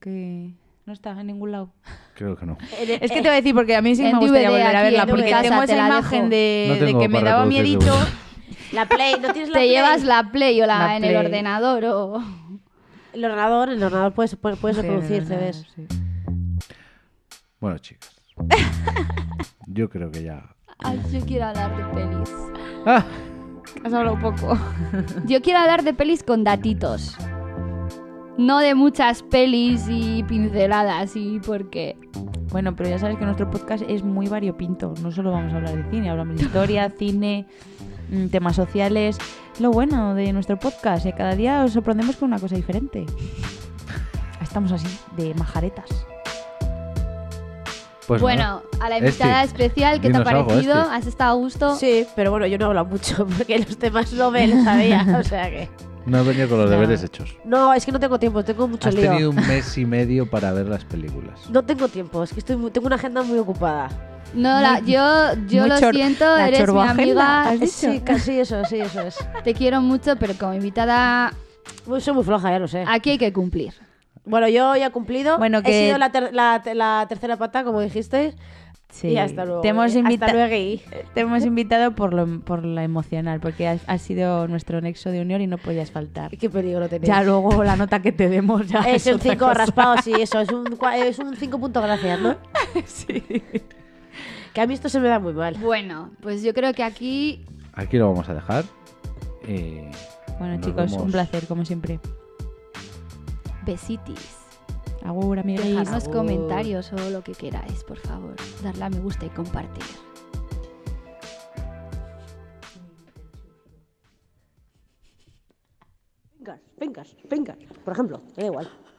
S3: Que No está en ningún lado.
S1: Creo que no.
S4: Eh,
S3: Es que
S4: eh,
S3: te voy a decir, porque a mí sí que
S2: En
S3: me gustaría
S2: DVD
S3: volver a
S2: aquí,
S3: verla,
S2: en
S3: porque
S2: casa,
S3: tengo
S2: te
S3: esa
S2: la dejo.
S3: imagen de,
S1: No
S3: Eh, de
S1: tengo
S3: que me
S1: para
S3: daba
S1: reproducir,
S3: miedito.
S1: seguro.
S4: La Play, ¿no tienes
S2: Te
S4: la Play?
S2: llevas la Play o la,
S3: La
S2: en el
S3: Play.
S2: ordenador o.
S4: El ordenador, el ordenador puedes, puedes, puedes
S3: Sí,
S4: reproducir
S3: no, no,
S4: CDs.
S3: no, sí.
S1: Bueno, chicas. Yo creo que ya.
S2: Ay, yo quiero hablar de pelis.
S1: ¡Ah!
S3: Has hablado poco.
S2: Yo quiero hablar de pelis con datitos. No de muchas pelis y pinceladas y porque.
S3: Bueno, pero ya sabes que nuestro podcast es muy variopinto. No solo vamos a hablar de cine, hablamos de historia, cine, mm, temas sociales. Lo bueno de nuestro podcast, que cada día os sorprendemos con una cosa diferente. Estamos así, de majaretas.
S1: Pues nada.
S2: bueno, a la invitada
S1: Esti,
S2: especial, ¿qué te ha
S1: dinos algo, este.
S2: parecido?
S1: Esti.
S2: ¿Has estado a gusto?
S4: Sí, pero bueno, yo no he hablado mucho porque los temas no me los sabía. O sea que.
S1: No has venido con los deberes hechos.
S4: No, es que no tengo tiempo, tengo mucho
S1: Has
S4: lío.
S1: tenido un mes y medio para ver las películas.
S4: No tengo tiempo, es que estoy muy- tengo una agenda muy ocupada.
S2: No, la- yo, yo
S3: muy
S2: lo
S3: chor-
S2: siento,
S3: la
S2: eres mi amiga,
S3: chorboagenda, has dicho.
S4: Eh, Sí, casi eso, sí, eso es.
S2: te quiero mucho, pero como invitada
S4: Uy, soy muy floja, ya lo sé.
S2: aquí hay que cumplir.
S4: Bueno, yo ya he cumplido.
S3: Bueno,
S4: He
S3: que-
S4: sido la, ter- la, la tercera pata, como dijisteis.
S3: Sí.
S4: Y hasta luego.
S3: Te hemos,
S4: eh.
S3: invita-
S4: Hasta luego. y-
S3: te hemos invitado por lo, por lo emocional, porque has, has sido nuestro nexo de unión y no podías faltar.
S4: Qué peligro tenéis.
S3: Ya luego la nota que te demos ya
S4: Es un
S3: otra
S4: 5
S3: cosa.
S4: raspado, sí, eso. Es un 5 es un cinco punto gracias, ¿no?
S3: Sí.
S4: Que a mí esto se me da muy mal.
S2: Bueno, pues yo creo que aquí
S1: Aquí lo vamos a dejar. Eh,
S3: Bueno,
S1: nos
S3: chicos, un
S1: vemos.
S3: placer, como siempre.
S2: besitis.
S3: Agur, amiguis.
S2: Dejadnos
S4: Agur.
S2: comentarios o lo que queráis, por favor. Darle a me gusta y compartir.
S4: Vengas, vengas, vengas. Por ejemplo, me da igual.